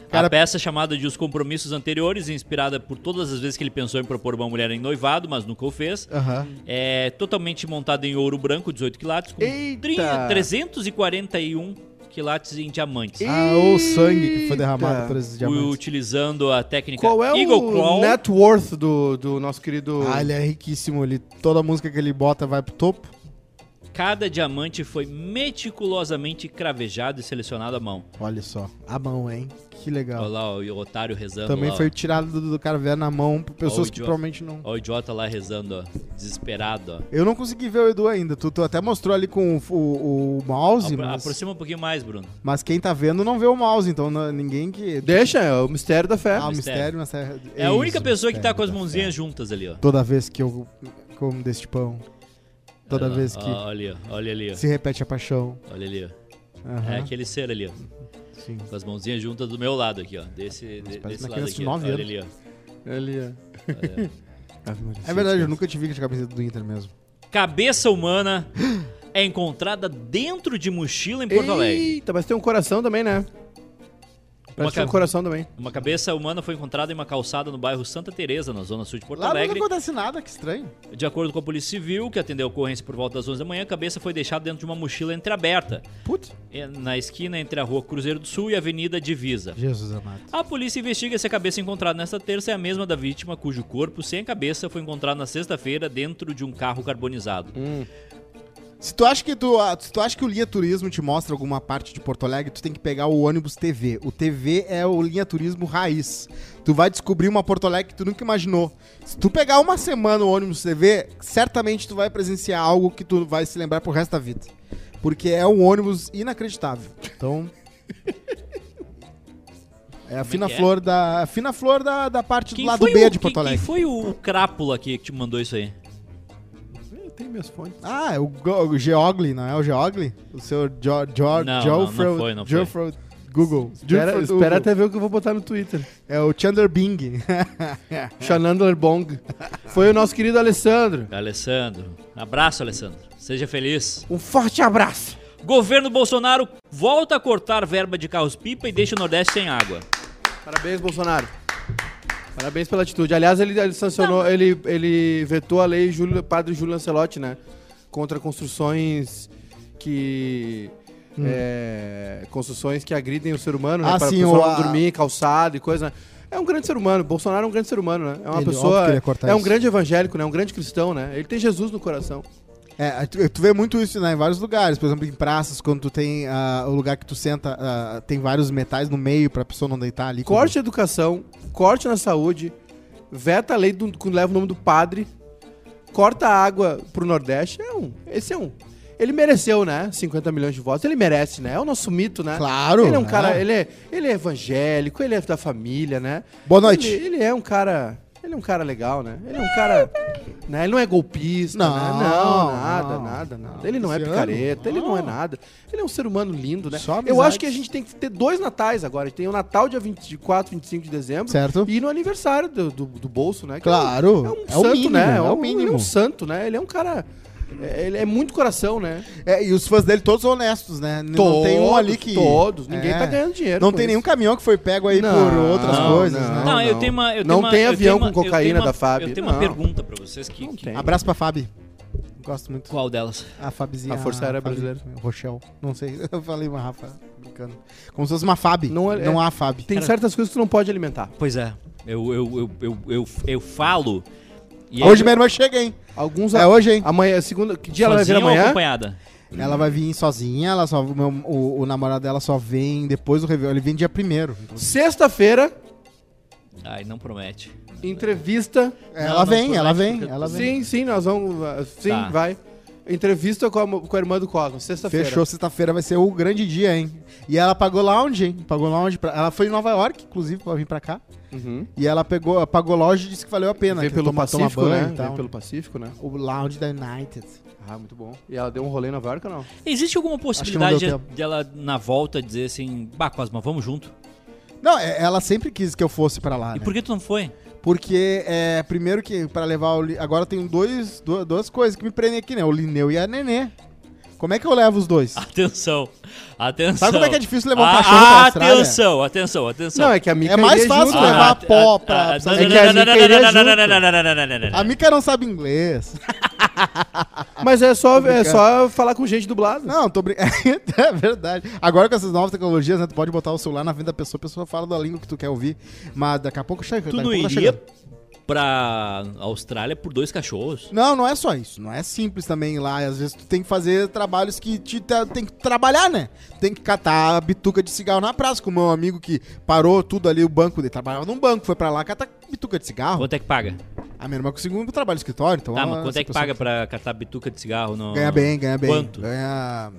Speaker 5: Cara-
Speaker 2: A peça chamada de Os Compromissos Anteriores, inspirada por todas as vezes que ele pensou em propor uma mulher em noivado, mas nunca o fez.
Speaker 5: Aham.
Speaker 2: É totalmente montada em ouro branco, 18 quilates, com
Speaker 1: Eita!
Speaker 2: 30 341 quilates em diamantes.
Speaker 5: Ah, o sangue que foi derramado
Speaker 1: Eita.
Speaker 5: por esses
Speaker 2: Fui
Speaker 5: diamantes.
Speaker 2: utilizando a técnica
Speaker 1: Qual é
Speaker 2: Eagle
Speaker 1: o
Speaker 2: Claw.
Speaker 1: net worth do, do nosso querido...
Speaker 5: Ah, ele é riquíssimo. Ele, toda música que ele bota vai pro topo.
Speaker 2: Cada diamante foi meticulosamente cravejado e selecionado à mão.
Speaker 5: Olha só. A mão, hein? Que legal.
Speaker 2: Olha lá ó, o otário rezando
Speaker 5: Tá. Também
Speaker 2: lá, ó.
Speaker 5: foi tirado do, do cara na mão por pessoas
Speaker 2: Ó, o
Speaker 5: que
Speaker 2: idiota.
Speaker 5: provavelmente não.
Speaker 2: Ó o idiota lá rezando, ó. Desesperado, ó.
Speaker 5: Eu não consegui ver o Edu ainda. Tu, tu até mostrou ali com o, o- o mouse,
Speaker 2: Apro-
Speaker 5: mas,
Speaker 2: Aproxima um pouquinho mais, Bruno.
Speaker 5: mas quem tá vendo não vê o mouse, então não- ninguém que.
Speaker 1: Deixa, é o mistério da fé.
Speaker 5: Ah, o mistério,
Speaker 2: mistério.
Speaker 5: mas é,
Speaker 2: É a
Speaker 5: isso, é,
Speaker 2: única pessoa que tá
Speaker 5: mistério
Speaker 2: com as
Speaker 5: da
Speaker 2: mãozinhas juntas ali, ó.
Speaker 5: fé. Toda vez que eu como deste pão. Toda
Speaker 2: Olha lá,
Speaker 5: vez que
Speaker 2: ó, Olha ali, ó. Olha ali, ó.
Speaker 5: se repete a paixão.
Speaker 2: Olha ali, ó.
Speaker 5: Aham,
Speaker 2: É aquele ser ali, ó.
Speaker 5: sim.
Speaker 2: Com as mãozinhas juntas do meu lado aqui, ó. Desse, de- desse
Speaker 5: parece uma
Speaker 2: lado
Speaker 5: criança
Speaker 2: aqui.
Speaker 5: de
Speaker 2: ó.
Speaker 5: nove
Speaker 2: Olha
Speaker 5: anos.
Speaker 2: ali, ó.
Speaker 1: Ele é.
Speaker 2: Olha.
Speaker 5: É verdade, eu nunca te vi com a camiseta do Inter mesmo.
Speaker 2: Cabeça humana é encontrada dentro de mochila em Porto Alegre.
Speaker 1: Eita, mas tem um coração também, né? Parece que tem
Speaker 2: ca-
Speaker 1: um coração também.
Speaker 2: Uma cabeça humana foi encontrada em uma calçada no bairro Santa Teresa, na zona sul de Porto
Speaker 5: Lá
Speaker 2: Alegre.
Speaker 5: não acontece nada, que estranho.
Speaker 2: De acordo com a Polícia Civil, que atendeu a ocorrência por volta das 11 da manhã, a cabeça foi deixada dentro de uma mochila entreaberta,
Speaker 1: Putz.
Speaker 2: eh, na esquina entre a Rua Cruzeiro do Sul e a Avenida Divisa.
Speaker 5: Jesus amado.
Speaker 2: A polícia investiga se a cabeça encontrada nesta terça é a mesma da vítima, cujo corpo sem a cabeça foi encontrado na sexta-feira dentro de um carro carbonizado.
Speaker 1: Hum.
Speaker 5: Se tu acha que tu, ah, se tu acha que o Linha Turismo te mostra alguma parte de Porto Alegre, tu tem que pegar o ônibus TV. O TV é o Linha Turismo raiz. Tu vai descobrir uma Porto Alegre que tu nunca imaginou. Se tu pegar uma semana o ônibus TV, certamente tu vai presenciar algo que tu vai se lembrar pro resto da vida. Porque é um ônibus inacreditável. Então, é a fina
Speaker 2: que é?
Speaker 5: flor da a fina flor da, da parte do lado
Speaker 2: foi o-
Speaker 5: B de
Speaker 2: quem-
Speaker 5: Porto Alegre.
Speaker 2: Quem foi o crápula aqui que te mandou isso aí?
Speaker 1: Tem minhas fontes.
Speaker 5: Ah, é o, Go- o Geogli, não é o Geogli? O seu jo, jo,
Speaker 2: Não,
Speaker 5: Geoffrey-
Speaker 2: não, não foi, não foi.
Speaker 5: Geoffrey Google.
Speaker 1: Espera,
Speaker 5: Geoffrey
Speaker 1: espera
Speaker 5: Google.
Speaker 1: até ver o que eu vou botar no Twitter.
Speaker 5: É o Chandler Bing.
Speaker 1: Xanandler Bong. Foi o nosso querido Alessandro.
Speaker 2: Alessandro. Abraço, Alessandro. Seja feliz.
Speaker 1: Um forte abraço.
Speaker 2: Governo Bolsonaro volta a cortar verba de carros-pipa e deixa o Nordeste sem água.
Speaker 1: Parabéns, Bolsonaro. Parabéns pela atitude. Aliás, ele, ele sancionou, ele, ele vetou a lei Júlio, Padre Júlio Lancelotti, né? Contra construções que. é, construções que agridem o ser humano, né?
Speaker 5: Hum. Ah,
Speaker 1: Para
Speaker 5: sim,
Speaker 1: a pessoa
Speaker 5: o-
Speaker 1: não
Speaker 5: a-
Speaker 1: dormir, calçado e coisa. né? É um grande ser humano. Bolsonaro é um grande ser humano, né? É uma
Speaker 5: Ele- óbvio
Speaker 1: pessoa.
Speaker 5: que ele ia cortar
Speaker 1: É um
Speaker 5: isso.
Speaker 1: grande evangélico, né? Um grande cristão, né? Ele tem Jesus no coração.
Speaker 5: É, tu, tu vê muito isso né, em vários lugares. Por exemplo, em praças, quando tu tem ah, o lugar que tu senta, ah, tem vários metais no meio pra pessoa não deitar ali.
Speaker 1: Corte na educação, corte na saúde, veta a lei do, que leva o nome do padre, corta a água pro Nordeste. É um. Esse é um. Ele mereceu, né? 50 milhões de votos. Ele merece, né? É o nosso mito, né?
Speaker 5: Claro,
Speaker 1: Ele é um
Speaker 5: né?
Speaker 1: cara. Ele é, ele é evangélico, ele é da família, né?
Speaker 5: Boa noite.
Speaker 1: Ele, ele é um cara. Ele é um cara legal, né? Ele é um cara. Né? Ele não é golpista,
Speaker 5: Não,
Speaker 1: né? Não, nada,
Speaker 5: não,
Speaker 1: nada,
Speaker 5: não.
Speaker 1: nada. Ele não é
Speaker 5: Luciano,
Speaker 1: picareta, ele não é nada. Ele é um ser humano lindo, né?
Speaker 5: Só amizades.
Speaker 1: Eu acho que a gente tem que ter dois natais agora. A gente tem o Natal dia 24, 25 de dezembro.
Speaker 5: Certo.
Speaker 1: E no aniversário do, do, do bolso, né? Que
Speaker 5: Claro,
Speaker 1: um É um,
Speaker 5: é
Speaker 1: é
Speaker 5: o
Speaker 1: um santo,
Speaker 5: mínimo,
Speaker 1: né?
Speaker 5: é o
Speaker 1: um- Ele é
Speaker 5: mínimo.
Speaker 1: um santo, né? Ele é um cara... é- Ele é muito coração, né?
Speaker 5: É, e os fãs dele todos honestos, né? não tem um
Speaker 1: Todos,
Speaker 5: ali que.
Speaker 1: Todos. Ninguém
Speaker 5: É.
Speaker 1: tá ganhando dinheiro
Speaker 5: Não
Speaker 1: com
Speaker 5: tem
Speaker 1: isso.
Speaker 5: nenhum caminhão que foi pego aí
Speaker 1: Não,
Speaker 5: por outras
Speaker 1: não,
Speaker 5: coisas,
Speaker 1: não.
Speaker 5: né?
Speaker 2: Não, eu tenho uma. eu tenho
Speaker 1: Não
Speaker 2: uma-
Speaker 1: tem
Speaker 2: eu tenho
Speaker 1: avião
Speaker 2: uma-
Speaker 1: com
Speaker 2: eu tenho
Speaker 1: cocaína
Speaker 2: uma-
Speaker 1: da FAB,
Speaker 2: Eu tenho uma
Speaker 1: não.
Speaker 2: pergunta pra vocês que.
Speaker 1: Não
Speaker 2: que-
Speaker 1: tem.
Speaker 5: Abraço pra Fábio. Gosto muito.
Speaker 2: Qual delas?
Speaker 5: A Fabizinha.
Speaker 1: A Força Aérea
Speaker 5: Fabi-
Speaker 1: Brasileira.
Speaker 5: Rochelle. Não sei. Eu falei uma Rafa. Brincando. Como se fosse uma Fab. Não,
Speaker 1: Não
Speaker 5: é,
Speaker 1: é-
Speaker 5: não há Fab.
Speaker 1: Tem certas coisas que tu não pode alimentar.
Speaker 2: Pois é. Eu, eu, eu, eu, eu, eu falo. e
Speaker 5: Hoje
Speaker 2: aí-
Speaker 5: minha irmã chega, hein?
Speaker 1: Alguns...
Speaker 5: É hoje, hein?
Speaker 1: Amanhã, segunda... Que dia ela vai vir
Speaker 2: sozinha ou
Speaker 1: amanhã?
Speaker 2: acompanhada?
Speaker 5: Ela vai vir sozinha, ela só, o, meu- o- o namorado dela só vem depois do Réveillon. Ele vem dia primeiro.
Speaker 1: Sexta-feira,
Speaker 2: Ai, não promete.
Speaker 1: entrevista...
Speaker 5: ela
Speaker 2: não,
Speaker 5: vem,
Speaker 2: por
Speaker 5: ela
Speaker 2: mais que
Speaker 5: vem,
Speaker 2: fica-
Speaker 5: ela vem.
Speaker 1: Sim, sim, nós vamos... ah, Sim,
Speaker 2: Tá.
Speaker 1: vai. Entrevista com a, com a irmã do Cosmo, sexta-feira.
Speaker 5: Fechou, sexta-feira vai ser o grande dia, hein? E ela pagou lounge, hein? Pagou lounge pra... Ela foi em Nova York, inclusive, pra vir pra cá.
Speaker 1: Uhum.
Speaker 5: E ela pegou, pagou lounge e disse que valeu a pena.
Speaker 1: Vem
Speaker 5: que
Speaker 1: pelo
Speaker 5: toma- toma
Speaker 1: Pacífico,
Speaker 5: banho
Speaker 1: né?
Speaker 5: e tal.
Speaker 1: Vem pelo Pacífico, né?
Speaker 5: O lounge da United.
Speaker 1: Ah, muito bom. E ela deu um rolê na Varca, não?
Speaker 2: Existe alguma
Speaker 5: que não deu
Speaker 2: possibilidade de- dela, na volta, dizer assim: Bah, Cosma, vamos junto?
Speaker 5: Não, é- ela sempre quis que eu fosse pra lá,
Speaker 2: E
Speaker 5: né?
Speaker 2: por que tu não foi?
Speaker 5: Porque, é, primeiro que para levar o. Li- Agora tem dois, du- duas, coisas que me prendem aqui, né? O Lineu e a Nenê. Como é que eu levo os dois?
Speaker 2: Ah, Atenção, atenção. Ah,
Speaker 5: Sabe como é que é difícil levar um cachorro pra Austrália?
Speaker 2: Atenção, atenção, atenção.
Speaker 1: Não, é que a Mica
Speaker 5: É mais
Speaker 1: iria
Speaker 5: fácil
Speaker 1: junto,
Speaker 5: levar
Speaker 1: né?
Speaker 5: a pó pra-
Speaker 2: ah,
Speaker 5: pra-
Speaker 2: não,
Speaker 5: é
Speaker 2: não,
Speaker 1: que a
Speaker 2: não, não,
Speaker 1: Zica
Speaker 2: não,
Speaker 1: iria
Speaker 2: não, não,
Speaker 1: junto.
Speaker 2: não, não, não, não, não, não, não, não.
Speaker 5: A Mika não sabe inglês.
Speaker 1: Mas é só, é só falar com gente dublada.
Speaker 5: Não, tô brincando. é verdade. Agora com essas novas tecnologias, né? Tu pode botar o celular na frente da pessoa, a pessoa fala da língua que tu quer ouvir. Mas daqui a pouco chega.
Speaker 2: Tu
Speaker 5: daqui a
Speaker 2: não
Speaker 5: pouco tá
Speaker 2: iria
Speaker 5: chegando.
Speaker 2: pra Austrália por dois cachorros?
Speaker 5: Não, não é só isso. Não é simples também ir lá. Às vezes tu tem que fazer trabalhos que te tra- tem que trabalhar, né? Tem que catar a bituca de cigarro na praça, como meu amigo que parou tudo ali, o banco dele. Trabalhava num banco, foi pra lá catar bituca de cigarro.
Speaker 2: Quanto é que paga?
Speaker 5: A minha irmã conseguiu ir pro trabalho de escritório, então.
Speaker 2: Tá,
Speaker 5: ela-
Speaker 2: mas quanto
Speaker 5: essa
Speaker 2: é que
Speaker 5: pessoa
Speaker 2: paga pra catar bituca de cigarro? No...
Speaker 5: Ganha bem, ganha bem.
Speaker 2: Quanto?
Speaker 5: Ganha.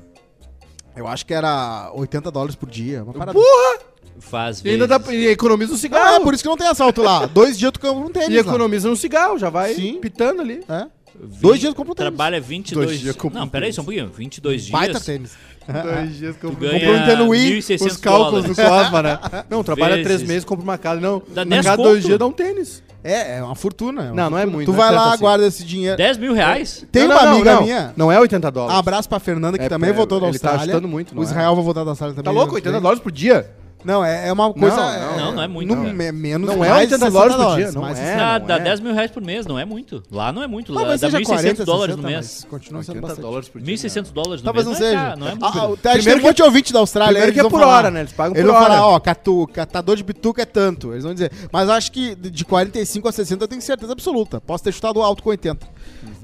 Speaker 5: Eu acho que era 80 dólares por dia. Uma parada. assim.
Speaker 2: Faz
Speaker 1: E ainda dá,
Speaker 2: vezes.
Speaker 1: e economiza um
Speaker 5: Ah, é
Speaker 1: cigarro.
Speaker 5: por isso que não tem assalto lá. Dois dias tu compra um
Speaker 1: e
Speaker 5: tênis. lá.
Speaker 1: economiza um cigarro, já vai
Speaker 5: Sim.
Speaker 1: pitando ali.
Speaker 5: É?
Speaker 2: Vinte-
Speaker 5: Dois dias compra um tênis.
Speaker 2: Trabalha 22
Speaker 1: Dois dias
Speaker 2: dias.
Speaker 1: compra
Speaker 2: Não,
Speaker 1: um
Speaker 2: peraí só um pouquinho. 22
Speaker 5: Baita
Speaker 2: dias.
Speaker 5: tênis.
Speaker 1: Dois dias que eu
Speaker 2: ganha
Speaker 1: comprou um Nintendo Wii,
Speaker 2: 1.600
Speaker 1: os cálculos do
Speaker 2: dólares.
Speaker 1: Cosma, né? Não, trabalha
Speaker 2: Vezes.
Speaker 1: três meses, compra uma casa. Não,
Speaker 2: Dá
Speaker 1: na
Speaker 2: 10
Speaker 1: cada dois
Speaker 2: conto.
Speaker 1: dias dá um tênis.
Speaker 5: É, é uma fortuna. uma
Speaker 1: Não, não é
Speaker 5: fortuna.
Speaker 1: muito,
Speaker 5: Tu
Speaker 1: não é
Speaker 5: vai
Speaker 1: tanto
Speaker 5: lá,
Speaker 1: assim.
Speaker 5: guarda esse dinheiro.
Speaker 2: 10 mil reais?
Speaker 5: Tem
Speaker 1: Não,
Speaker 5: uma
Speaker 1: não, não,
Speaker 5: amiga
Speaker 1: não.
Speaker 5: minha. Ah,
Speaker 1: Não é 80 dólares.
Speaker 5: Abraço pra Fernanda, que
Speaker 1: É,
Speaker 5: também
Speaker 1: é,
Speaker 5: voltou da
Speaker 1: ele tá
Speaker 5: Austrália.
Speaker 1: ajudando muito, não
Speaker 5: O
Speaker 1: é?
Speaker 5: Israel vai voltar da Austrália também. né?
Speaker 1: Tá louco? 80 dólares por dia?
Speaker 5: Não, é, é uma coisa.
Speaker 1: Não,
Speaker 2: não, não é muito,
Speaker 5: no
Speaker 2: cara.
Speaker 5: me- menos
Speaker 1: Não
Speaker 5: mais
Speaker 1: é 80 dólares
Speaker 5: 60
Speaker 1: por dia, não
Speaker 5: mais
Speaker 1: é.
Speaker 5: 60.
Speaker 2: dá,
Speaker 1: não
Speaker 2: dá
Speaker 1: é.
Speaker 2: 10 mil reais por mês, não é muito. Lá não é muito. Lá
Speaker 5: Talvez
Speaker 2: dá
Speaker 5: Ah, seja
Speaker 2: 1.600
Speaker 5: 40,
Speaker 2: dólares
Speaker 5: 60,
Speaker 2: no mês.
Speaker 5: mas Continua sendo é bastante.
Speaker 1: dólares por
Speaker 2: 1.600 dólares no
Speaker 5: né? Talvez não
Speaker 2: mês.
Speaker 5: seja.
Speaker 2: é, não é muito.
Speaker 5: Ah, ah,
Speaker 2: não.
Speaker 5: Acho que tem um monte de ouvinte da Austrália.
Speaker 1: Primeiro que
Speaker 5: eles
Speaker 1: é
Speaker 5: vão
Speaker 1: por
Speaker 5: falar.
Speaker 1: hora, né? Eles pagam
Speaker 5: Eles
Speaker 1: por
Speaker 5: vão
Speaker 1: hora.
Speaker 5: falar, ó, catu, catador de bituca é tanto. Eles vão dizer. Mas acho que de 45 a 60 eu tenho certeza absoluta. Posso ter chutado alto com 80.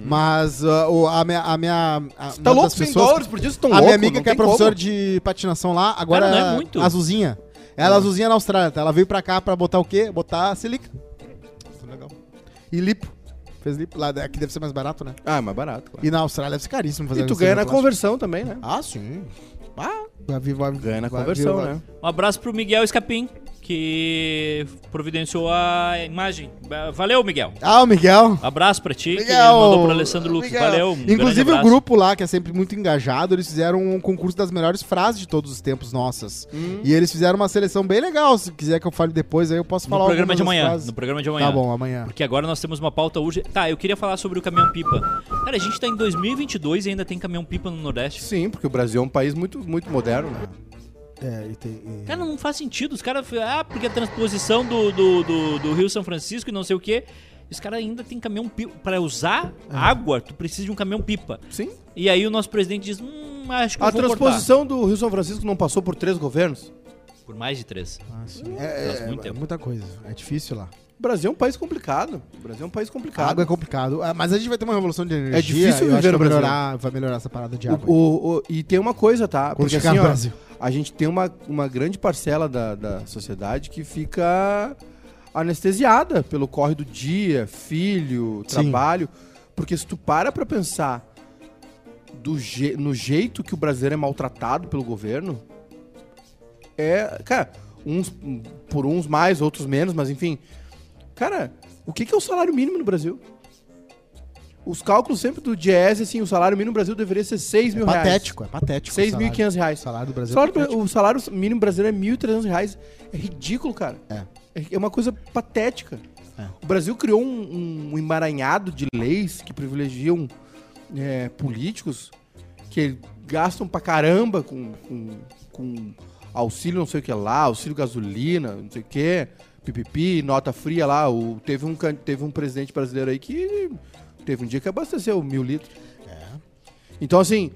Speaker 5: Mas ah, o- a minha. A minha a, uma
Speaker 1: Uhum. Tá
Speaker 5: das
Speaker 1: louco? 100
Speaker 5: pessoas-
Speaker 1: dólares por dia? Vocês estão
Speaker 5: A
Speaker 1: loucos?
Speaker 5: minha amiga
Speaker 1: não
Speaker 5: que é
Speaker 1: tem como.
Speaker 5: professora de patinação lá, agora
Speaker 2: Cara, não
Speaker 5: é
Speaker 2: é muito.
Speaker 5: azulzinha. Ela é azulzinha na Austrália, tá? Ela veio pra cá pra botar o quê? Botar silica. Legal. E lipo. Fez lipo. Lá aqui deve ser mais barato, né?
Speaker 1: Ah, é mais barato, claro.
Speaker 5: E na Austrália deve ser caríssimo fazer
Speaker 1: E tu
Speaker 5: uma
Speaker 1: ganha na
Speaker 5: cirurgia plástica.
Speaker 1: conversão também, né?
Speaker 5: Ah, sim. Ah, vai, vir- vai,
Speaker 1: Ganha na
Speaker 5: vai
Speaker 1: conversão,
Speaker 5: vir-
Speaker 1: né?
Speaker 2: Um abraço pro Miguel Escapim, que providenciou a imagem. Valeu, Miguel.
Speaker 5: Ah, o Miguel.
Speaker 2: Abraço pra ti, que ele
Speaker 5: Miguel.
Speaker 2: mandou pro Alessandro Lucas.
Speaker 5: Miguel.
Speaker 2: Valeu. um grande
Speaker 5: Inclusive o
Speaker 2: abraço.
Speaker 5: grupo lá, que é sempre muito engajado, eles fizeram um concurso das melhores frases de todos os tempos nossas.
Speaker 1: Hum.
Speaker 5: E eles fizeram uma seleção bem legal. Se quiser que eu fale depois, aí eu posso
Speaker 2: No
Speaker 5: falar
Speaker 2: programa
Speaker 5: algumas
Speaker 2: de
Speaker 5: das
Speaker 2: amanhã.
Speaker 5: frases.
Speaker 2: No programa de amanhã.
Speaker 5: Tá bom, amanhã.
Speaker 2: Porque agora nós temos uma pauta hoje. Tá, eu queria falar sobre o caminhão-pipa. Cara, a gente tá em 2022 e ainda tem caminhão-pipa no Nordeste.
Speaker 1: Sim, porque o Brasil é um país muito, muito moderno, né?
Speaker 5: É, e tem. e-
Speaker 2: Cara, não faz sentido. Os caras. Ah, porque a transposição do, do, do, do Rio São Francisco e não sei o quê. Os caras ainda tem caminhão-pipa. Pra usar
Speaker 1: É.
Speaker 2: água, tu precisa de um caminhão-pipa.
Speaker 1: Sim.
Speaker 2: E aí o nosso presidente diz: hum, acho que eu
Speaker 1: A
Speaker 2: vou cortar."
Speaker 1: transposição do Rio São Francisco não passou por três governos?
Speaker 2: Por mais de três.
Speaker 5: Ah, sim. É,
Speaker 2: Faz
Speaker 5: é,
Speaker 2: muito
Speaker 5: é
Speaker 2: tempo.
Speaker 5: muita coisa. É difícil lá.
Speaker 1: O Brasil é um país complicado. O Brasil é um país
Speaker 5: A
Speaker 1: complicado.
Speaker 5: água é complicado. Ah, Mas a gente vai ter uma revolução de energia.
Speaker 1: É difícil
Speaker 5: eu acho
Speaker 1: viver
Speaker 5: que
Speaker 1: no Brasil.
Speaker 5: vai melhorar, vai melhorar essa parada de
Speaker 1: O-
Speaker 5: água.
Speaker 1: o- o- e tem uma coisa, tá?
Speaker 5: Quando
Speaker 1: Porque
Speaker 5: chegar
Speaker 1: assim,
Speaker 5: no
Speaker 1: ó,
Speaker 5: Brasil.
Speaker 1: a gente tem uma, uma grande parcela da, da sociedade que fica anestesiada pelo corre do dia, filho,
Speaker 5: Sim.
Speaker 1: trabalho. Porque se tu para pra pensar do je- no jeito que o brasileiro é maltratado pelo governo, é. Cara, uns por uns mais, outros menos, mas enfim. Cara, o que, que é o salário mínimo no Brasil? Os cálculos sempre do Diese, assim, o salário mínimo no Brasil deveria ser 6 mil reais.
Speaker 5: patético, é patético. o salário.
Speaker 1: 6.500 reais.
Speaker 5: O salário do Brasil.
Speaker 1: Salário-
Speaker 5: é patético.
Speaker 1: o salário mínimo brasileiro é 1.300 reais. É ridículo, cara.
Speaker 5: É.
Speaker 1: É uma coisa patética.
Speaker 5: É.
Speaker 1: O Brasil criou um, um emaranhado de leis que privilegiam é, políticos que gastam pra caramba com, com, com auxílio não sei o que lá, auxílio gasolina, não sei o que, pipipi, nota fria lá. O, teve, um, can- teve um presidente brasileiro aí que teve um dia que abasteceu mil litros.
Speaker 5: É.
Speaker 1: Então, assim,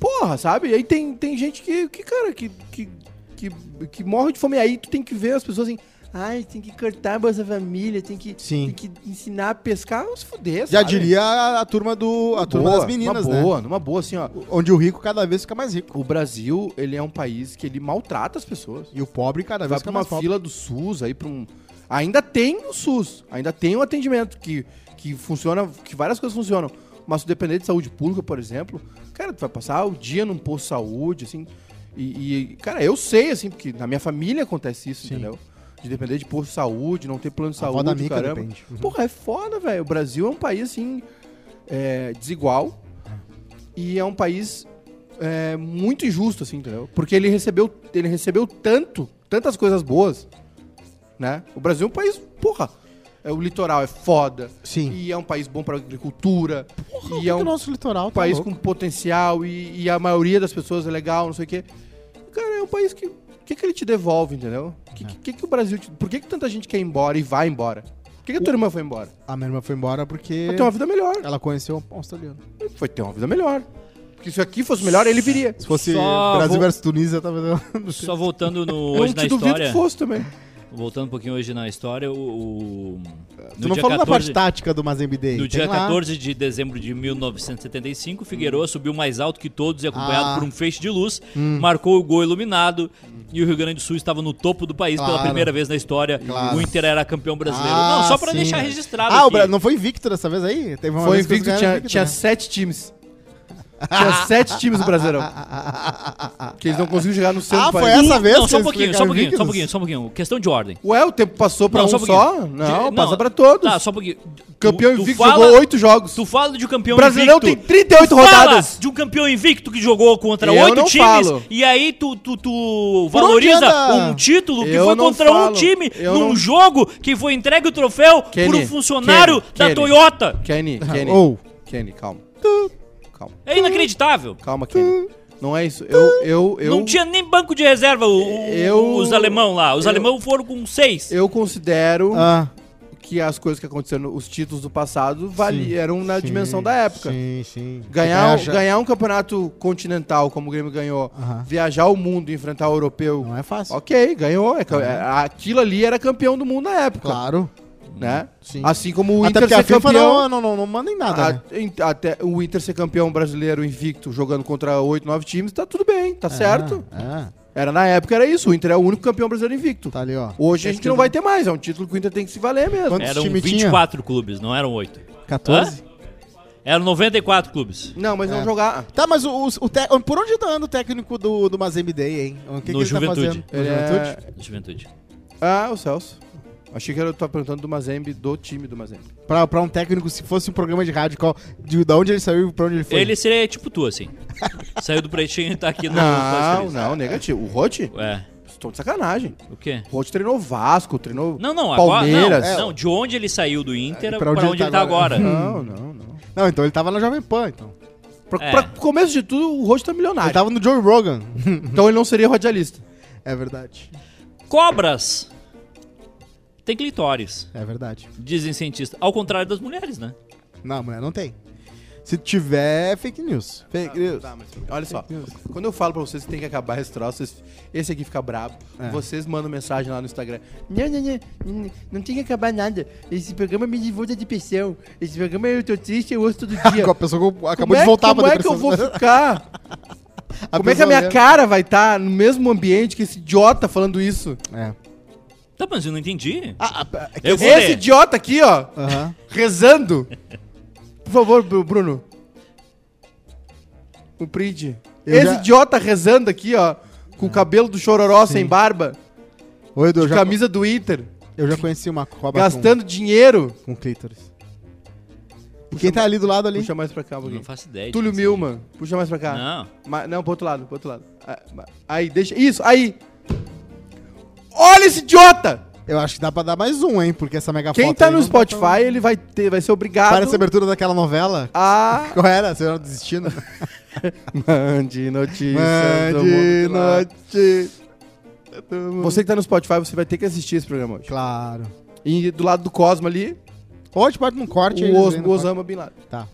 Speaker 1: porra, sabe? E aí tem, tem gente que, que cara, que, que, que, que morre de fome. Aí tu tem que ver as pessoas assim, ai, tem que cortar a Bolsa Família, tem que,
Speaker 5: Sim.
Speaker 1: tem que ensinar a pescar, se fuder,
Speaker 5: Já
Speaker 1: sabe?
Speaker 5: diria a, a turma do. A
Speaker 1: Numa
Speaker 5: turma
Speaker 1: é. boa,
Speaker 5: das meninas,
Speaker 1: numa
Speaker 5: né?
Speaker 1: boa, numa boa, assim, ó.
Speaker 5: Onde o rico cada vez fica mais rico.
Speaker 1: O Brasil, ele é um país que ele maltrata as pessoas.
Speaker 5: E o pobre cada
Speaker 1: Vai
Speaker 5: vez
Speaker 1: pra
Speaker 5: fica
Speaker 1: uma
Speaker 5: mais pobre.
Speaker 1: fila do SUS, aí pra um... Ainda tem o SUS, ainda tem o atendimento que, que funciona, que várias coisas funcionam. Mas se depender de saúde pública, por exemplo, cara, tu vai passar o dia num posto de saúde, assim. E, e, cara, eu sei, assim, porque na minha família acontece isso, entendeu? De depender de posto de saúde, não ter plano de
Speaker 5: A avó
Speaker 1: saúde,
Speaker 5: da Mica
Speaker 1: caramba.
Speaker 5: depende. Uhum.
Speaker 1: Porra, é foda, velho. O Brasil é um país, assim, é, desigual. E é um país é, muito injusto, assim, entendeu? Porque ele recebeu, ele recebeu tanto, tantas coisas boas, né? O Brasil é um país, porra, é, o litoral é foda.
Speaker 5: Sim.
Speaker 1: E é um país bom pra agricultura. e é
Speaker 5: o
Speaker 1: um
Speaker 5: nosso litoral tá
Speaker 1: país
Speaker 5: louco.
Speaker 1: com potencial e, e a maioria das pessoas é legal, não sei o quê. Cara, é um país que. O que, que ele te devolve, entendeu? O
Speaker 5: É.
Speaker 1: que, que, que o Brasil. te- por que, que tanta gente quer ir embora e vai embora? Por que, que a tua irmã foi embora?
Speaker 5: A minha irmã foi embora porque
Speaker 1: Pra ter uma vida melhor.
Speaker 5: ela conheceu um australiano.
Speaker 1: Foi ter uma vida melhor. Porque se aqui fosse melhor,
Speaker 5: É.
Speaker 1: ele viria.
Speaker 5: Se fosse
Speaker 2: Só
Speaker 5: Brasil
Speaker 2: vou-
Speaker 5: versus Tunísia, talvez eu-
Speaker 2: Só voltando no
Speaker 1: Eu não
Speaker 2: hoje na
Speaker 1: te duvido que
Speaker 2: história.
Speaker 1: fosse também.
Speaker 2: Voltando um pouquinho hoje na história, o. o
Speaker 5: Tu não falou da parte tática do Mazembe Day.
Speaker 2: No
Speaker 5: Tem
Speaker 2: dia
Speaker 5: lá.
Speaker 2: 14 de dezembro de 1975, Figueiredo subiu mais alto que todos e acompanhado
Speaker 5: Ah. Hum.
Speaker 2: por um feixe de luz, marcou o gol iluminado e o Rio Grande do Sul estava no topo do país pela
Speaker 5: Claro.
Speaker 2: primeira vez na história.
Speaker 5: Claro.
Speaker 2: O Inter era campeão brasileiro.
Speaker 5: Ah,
Speaker 2: Não, só para
Speaker 5: sim.
Speaker 2: deixar registrado
Speaker 5: Ah, o
Speaker 2: aqui.
Speaker 5: Bra- não foi invicto dessa vez aí? Teve uma
Speaker 1: Foi
Speaker 5: vez que os
Speaker 1: invicto,
Speaker 5: caras
Speaker 1: tinha,
Speaker 5: invicto,
Speaker 1: tinha
Speaker 5: né?
Speaker 1: sete times. Tinha sete times no Brasileirão. que eles não conseguiram chegar no centro
Speaker 5: Ah,
Speaker 1: do
Speaker 5: foi
Speaker 1: país.
Speaker 5: essa vez
Speaker 2: Não,
Speaker 5: que
Speaker 2: só um pouquinho, só
Speaker 5: eles
Speaker 2: um
Speaker 5: ficaram
Speaker 2: pouquinho, só um
Speaker 5: invictos?
Speaker 2: pouquinho, só um pouquinho. Questão de ordem.
Speaker 1: Ué, o tempo passou pra
Speaker 2: Não,
Speaker 1: um
Speaker 2: só
Speaker 1: só?
Speaker 2: um pouquinho.
Speaker 1: Não,
Speaker 2: De-
Speaker 1: passa
Speaker 2: não,
Speaker 1: pra todos.
Speaker 2: Tá, só um pouquinho.
Speaker 1: Campeão
Speaker 2: Tu- tu
Speaker 1: invicto
Speaker 2: fala-
Speaker 1: jogou oito jogos.
Speaker 2: Tu fala de um campeão
Speaker 1: Brasileirão
Speaker 2: invicto.
Speaker 1: tem 38
Speaker 2: Tu fala
Speaker 1: rodadas.
Speaker 2: de um campeão invicto que jogou contra
Speaker 1: Eu
Speaker 2: oito
Speaker 1: não
Speaker 2: times.
Speaker 1: falo.
Speaker 2: E aí tu, tu, tu valoriza
Speaker 5: anda?
Speaker 2: um título que
Speaker 1: Eu
Speaker 2: foi
Speaker 1: não
Speaker 2: contra um
Speaker 1: falo.
Speaker 2: time
Speaker 1: Eu
Speaker 2: num
Speaker 1: não-
Speaker 2: jogo que foi entregue o troféu por um
Speaker 1: Kenny,
Speaker 2: funcionário
Speaker 1: Kenny,
Speaker 2: da
Speaker 1: Kenny.
Speaker 2: Toyota.
Speaker 1: Kenny, Kenny.
Speaker 5: Ou.
Speaker 1: Kenny, calma. Calma,
Speaker 2: É inacreditável.
Speaker 1: calma, Kenny. Não é isso. Eu, eu, eu,
Speaker 2: Não tinha nem banco de reserva o- o-
Speaker 1: Eu-
Speaker 2: os alemão lá. Os
Speaker 1: eu-
Speaker 2: alemão foram com seis.
Speaker 1: eu
Speaker 2: um
Speaker 1: considero
Speaker 5: Ah,
Speaker 1: que as coisas que aconteceram, os títulos do passado, vali, eram na
Speaker 5: sim,
Speaker 1: dimensão da época.
Speaker 5: Sim, É, sim.
Speaker 1: Ganhar,
Speaker 5: Viaja-
Speaker 1: ganhar um campeonato continental, como o Grêmio ganhou,
Speaker 5: Aham.
Speaker 1: viajar o mundo e enfrentar o europeu,
Speaker 5: Não é fácil.
Speaker 1: ok, ganhou. É ca- é- Aquilo ali era campeão do mundo na época,
Speaker 5: Claro.
Speaker 1: né?
Speaker 5: Sim.
Speaker 1: Assim como o
Speaker 5: Até
Speaker 1: Inter
Speaker 5: porque a
Speaker 1: ser
Speaker 5: FIFA
Speaker 1: campeão...
Speaker 5: não, não, não, não manda em nada, né?
Speaker 1: a- em- até o Inter ser campeão brasileiro invicto, jogando contra oito, nove times, tá tudo bem, tá certo.
Speaker 5: É, é.
Speaker 1: Era na época, era isso. O Inter é o único campeão brasileiro invicto.
Speaker 5: Tá ali, ó.
Speaker 1: Hoje a gente não vai ter mais, é um título que o Inter tem que se valer mesmo.
Speaker 5: Quantos
Speaker 2: Eram
Speaker 5: time tinha?
Speaker 2: 24 clubes, não eram oito.
Speaker 5: 14?
Speaker 2: Eram 94 clubes.
Speaker 1: Não, mas não jogar.
Speaker 5: Tá, mas o, o, o te- por onde tá andando o técnico do, do Mazembe Day, hein? O que,
Speaker 2: No
Speaker 5: que ele tá
Speaker 2: Juventude.
Speaker 5: fazendo? No
Speaker 1: Ele é-
Speaker 5: Juventude?
Speaker 2: Juventude.
Speaker 1: Ah, o Celso. Achei que eu tava perguntando do Mazembe, do time do Mazembe.
Speaker 5: Pra, pra um técnico, se fosse um programa de rádio, qual, de, da onde ele saiu e pra onde ele foi?
Speaker 2: Ele seria tipo tu, assim. Saiu do pretinho e tá aqui no...
Speaker 1: Não, não, negativo. O Rotti?
Speaker 2: É.
Speaker 1: Estou de sacanagem.
Speaker 2: O quê?
Speaker 1: O Rotti treinou Vasco, treinou
Speaker 2: Não, não, agora.
Speaker 1: Palmeiras.
Speaker 2: Não, não, de onde ele saiu do Inter
Speaker 5: É,
Speaker 2: pra onde, ele tá agora.
Speaker 1: não, não, não.
Speaker 5: Não, então ele tava na Jovem Pan, então.
Speaker 1: Pra,
Speaker 2: É.
Speaker 1: pra começo de tudo, o Rotti tá milionário.
Speaker 5: Ele tava no Joe Rogan.
Speaker 1: Então ele não seria radialista.
Speaker 5: é verdade.
Speaker 2: Cobras têm clitóris,
Speaker 5: É verdade.
Speaker 2: dizem cientistas. Ao contrário das mulheres, né?
Speaker 5: Não, mulher, não tem. Se tiver, é fake news. Fake news.
Speaker 1: mas olha só. Quando eu falo pra vocês que tem que acabar esse troço, esse- esse aqui fica brabo.
Speaker 5: É.
Speaker 1: Vocês mandam mensagem lá no Instagram. Não, não, não, não, não tem que acabar nada. Esse programa me divulga de pressão. Esse programa eu tô triste, eu ouço todo dia.
Speaker 5: Ah, A pessoa que acabou
Speaker 1: Como é-
Speaker 5: de voltar
Speaker 1: Como
Speaker 5: pra
Speaker 1: é que eu vou
Speaker 5: depressão.
Speaker 1: ficar? Como é que a
Speaker 5: pessoa
Speaker 1: minha
Speaker 5: lembra.
Speaker 1: cara vai estar no mesmo ambiente que esse idiota falando isso?
Speaker 5: É.
Speaker 2: Tá, mas eu não entendi.
Speaker 5: Ah, ah, ah,
Speaker 2: eu vou
Speaker 1: Esse
Speaker 2: ler.
Speaker 1: idiota aqui, ó,
Speaker 5: Aham.
Speaker 1: rezando. Por favor, Bru- Bruno. O print.
Speaker 5: Eu
Speaker 1: Esse
Speaker 5: já-
Speaker 1: idiota rezando aqui, ó, com o cabelo do chororó sem barba,
Speaker 5: Ô, Edu, eu
Speaker 1: de
Speaker 5: já,
Speaker 1: camisa do Inter,
Speaker 5: eu já conheci uma cobra
Speaker 1: gastando dinheiro.
Speaker 5: com, com clítoris. E quem tá ali do lado ali?
Speaker 1: Puxa mais pra cá, um
Speaker 2: Eu
Speaker 1: pouquinho.
Speaker 2: Não faço ideia. de
Speaker 1: Túlio
Speaker 2: quem
Speaker 1: Milman, puxa mais pra cá.
Speaker 2: seja. Não.
Speaker 1: Ma- não, pro outro lado, pro outro lado. Ah, ma- Aí, deixa. Isso, aí! Olha esse idiota!
Speaker 5: Eu acho que dá pra dar mais um, hein? Porque essa mega
Speaker 1: Quem
Speaker 5: foto
Speaker 1: tá
Speaker 5: aí
Speaker 1: no
Speaker 5: não dá
Speaker 1: Spotify,
Speaker 5: pra-
Speaker 1: ele vai ter, vai ser obrigado
Speaker 5: Parece a abertura daquela novela.
Speaker 1: a.
Speaker 5: Qual era? Senhora do Destino?
Speaker 1: Mande notícias. do
Speaker 5: Mande
Speaker 1: mundo lá.
Speaker 5: noite.
Speaker 1: Você que tá no Spotify, você vai ter que assistir esse programa hoje.
Speaker 5: Claro.
Speaker 1: E do lado do Cosmo ali,
Speaker 5: Ou a gente pode num corte aí,
Speaker 1: o, Os,
Speaker 5: né,
Speaker 1: o
Speaker 5: no
Speaker 1: Osama Bin Laden.
Speaker 5: corte. Tá,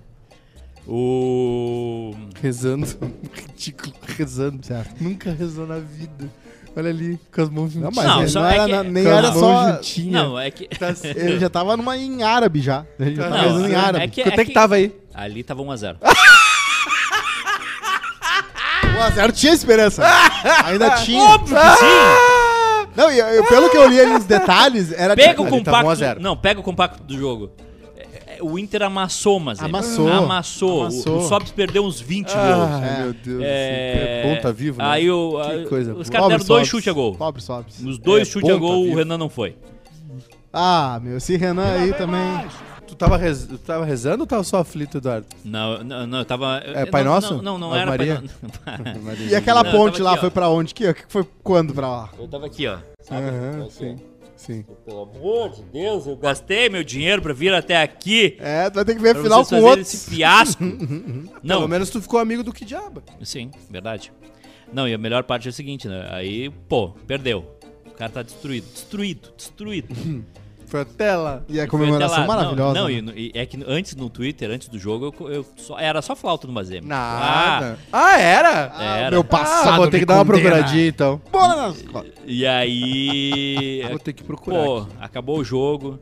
Speaker 2: O.
Speaker 1: Rezando. Ridículo, rezando.
Speaker 5: certo.
Speaker 1: Nunca rezou na vida. Olha ali, com as mãos
Speaker 5: Não,
Speaker 1: juntinhas.
Speaker 5: mas
Speaker 2: Não,
Speaker 5: ele
Speaker 2: só
Speaker 5: não
Speaker 2: é
Speaker 5: era
Speaker 2: que-
Speaker 5: na- nem
Speaker 1: Com
Speaker 5: era
Speaker 1: as mãos
Speaker 5: só.
Speaker 1: juntinhas.
Speaker 2: Não, é que.
Speaker 5: Ele já tava numa em árabe já. Ele já tava
Speaker 2: Não,
Speaker 5: rezando em
Speaker 2: é
Speaker 5: árabe.
Speaker 2: que-
Speaker 1: Quanto é que tava aí?
Speaker 2: Ali tava 1x0.
Speaker 5: 1x0 tinha esperança. Ainda tinha.
Speaker 2: Óbvio que sim!
Speaker 5: Não, e eu- eu- pelo que eu li ali nos detalhes, era
Speaker 2: Pega o
Speaker 5: tipo,
Speaker 1: tava 1 a
Speaker 2: compacto.
Speaker 1: 0.
Speaker 2: Não, pega o compacto do jogo. É, é, O Inter amassou, mas
Speaker 5: Amassou.
Speaker 2: amassou.
Speaker 5: Amassou.
Speaker 2: O, o Sobs perdeu uns 20 gols.
Speaker 1: Ai, meu Deus. É
Speaker 2: É,
Speaker 1: Ah! bom tá vivo, né?
Speaker 2: Aí o,
Speaker 1: Que
Speaker 2: a-
Speaker 1: coisa
Speaker 2: os
Speaker 1: boa.
Speaker 2: caras deram dois
Speaker 5: Sobs.
Speaker 2: chutes a gol.
Speaker 5: Pobre Sobs.
Speaker 2: Nos dois
Speaker 1: É,
Speaker 2: chutes a
Speaker 1: ponta,
Speaker 2: gol, o
Speaker 1: viu?
Speaker 2: Renan não foi.
Speaker 5: Ah, meu, esse Renan aí também.
Speaker 1: Tu tava, rez- tu tava rezando ou tava só aflito, Eduardo?
Speaker 2: Não, não, não eu tava.
Speaker 1: É
Speaker 2: eu-
Speaker 1: Pai
Speaker 2: não,
Speaker 1: Nosso?
Speaker 2: Não, não, não
Speaker 1: Ave
Speaker 2: era
Speaker 1: Maria?
Speaker 2: Pai Nosso.
Speaker 5: E aquela
Speaker 2: Não, eu
Speaker 5: ponte
Speaker 2: né, tava
Speaker 5: lá
Speaker 2: aqui, ó.
Speaker 5: foi pra onde? Que, que foi quando pra lá?
Speaker 2: eu tava aqui, ó.
Speaker 1: Aham, sim. Sim.
Speaker 2: Pelo amor de Deus, eu gastei meu dinheiro pra vir até aqui.
Speaker 5: É, tu vai ter que ver
Speaker 2: pra
Speaker 5: final
Speaker 2: vocês
Speaker 5: com
Speaker 2: fazerem
Speaker 5: outro.
Speaker 2: esse fiasco.
Speaker 1: Pelo
Speaker 2: Não,
Speaker 1: menos tu ficou amigo do Kidiaba.
Speaker 2: Sim, verdade. Não, e a melhor parte é o seguinte, né? Aí, pô, perdeu. O cara tá destruído, destruído, destruído.
Speaker 1: Foi até lá.
Speaker 5: E a
Speaker 2: Foi até
Speaker 5: comemoração
Speaker 2: lá.
Speaker 5: maravilhosa.
Speaker 2: Não, não
Speaker 5: né?
Speaker 2: e no- e, é que antes no Twitter, antes do jogo, eu, eu só- era só flauta no Mazembe.
Speaker 1: Nada. Ah, era?
Speaker 2: Ah, era.
Speaker 5: Meu passado.
Speaker 1: ah, vou ter que
Speaker 5: me
Speaker 1: dar uma
Speaker 5: condena.
Speaker 1: procuradinha então.
Speaker 5: Bola nas costas.
Speaker 2: E aí.
Speaker 1: Vou ter que procurar.
Speaker 2: É. pô, acabou o jogo.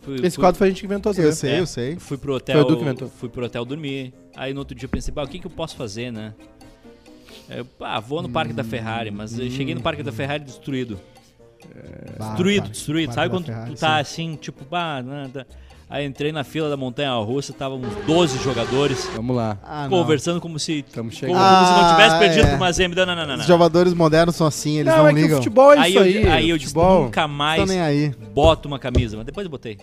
Speaker 2: Fui,
Speaker 1: Esse
Speaker 2: fui-
Speaker 1: quadro foi a gente que inventou,
Speaker 5: Eu
Speaker 1: sabe?
Speaker 5: sei,
Speaker 2: É.
Speaker 5: eu sei.
Speaker 2: Fui pro hotel.
Speaker 1: Foi o Du que inventou.
Speaker 2: Fui pro hotel dormir. Aí no outro dia eu pensei, "Bah, o que, que eu posso fazer, né? Eu, ah, vou no Parque da Ferrari, mas eu cheguei no Parque da Ferrari destruído.
Speaker 1: Ah,
Speaker 2: Destruído,
Speaker 1: tá.
Speaker 2: destruído. Sabe quando tu tá assim, tipo, bah, nada. Aí entrei na fila da montanha russa, tava uns 12 jogadores
Speaker 1: Vamos lá.
Speaker 2: conversando como se como,
Speaker 1: Estamos chegando.
Speaker 2: como se não
Speaker 5: Ah,
Speaker 2: tivesse perdido
Speaker 5: é.
Speaker 2: pro Mazembe. Não, não, não, não,
Speaker 5: Os
Speaker 2: não.
Speaker 5: jogadores modernos são assim, eles não,
Speaker 1: é que o
Speaker 5: ligam.
Speaker 1: futebol é
Speaker 2: Aí
Speaker 1: isso
Speaker 2: eu,
Speaker 1: aí.
Speaker 2: aí eu disse,
Speaker 1: futebol. é
Speaker 2: nunca mais
Speaker 5: Estão nem aí.
Speaker 2: boto uma camisa, mas depois eu botei.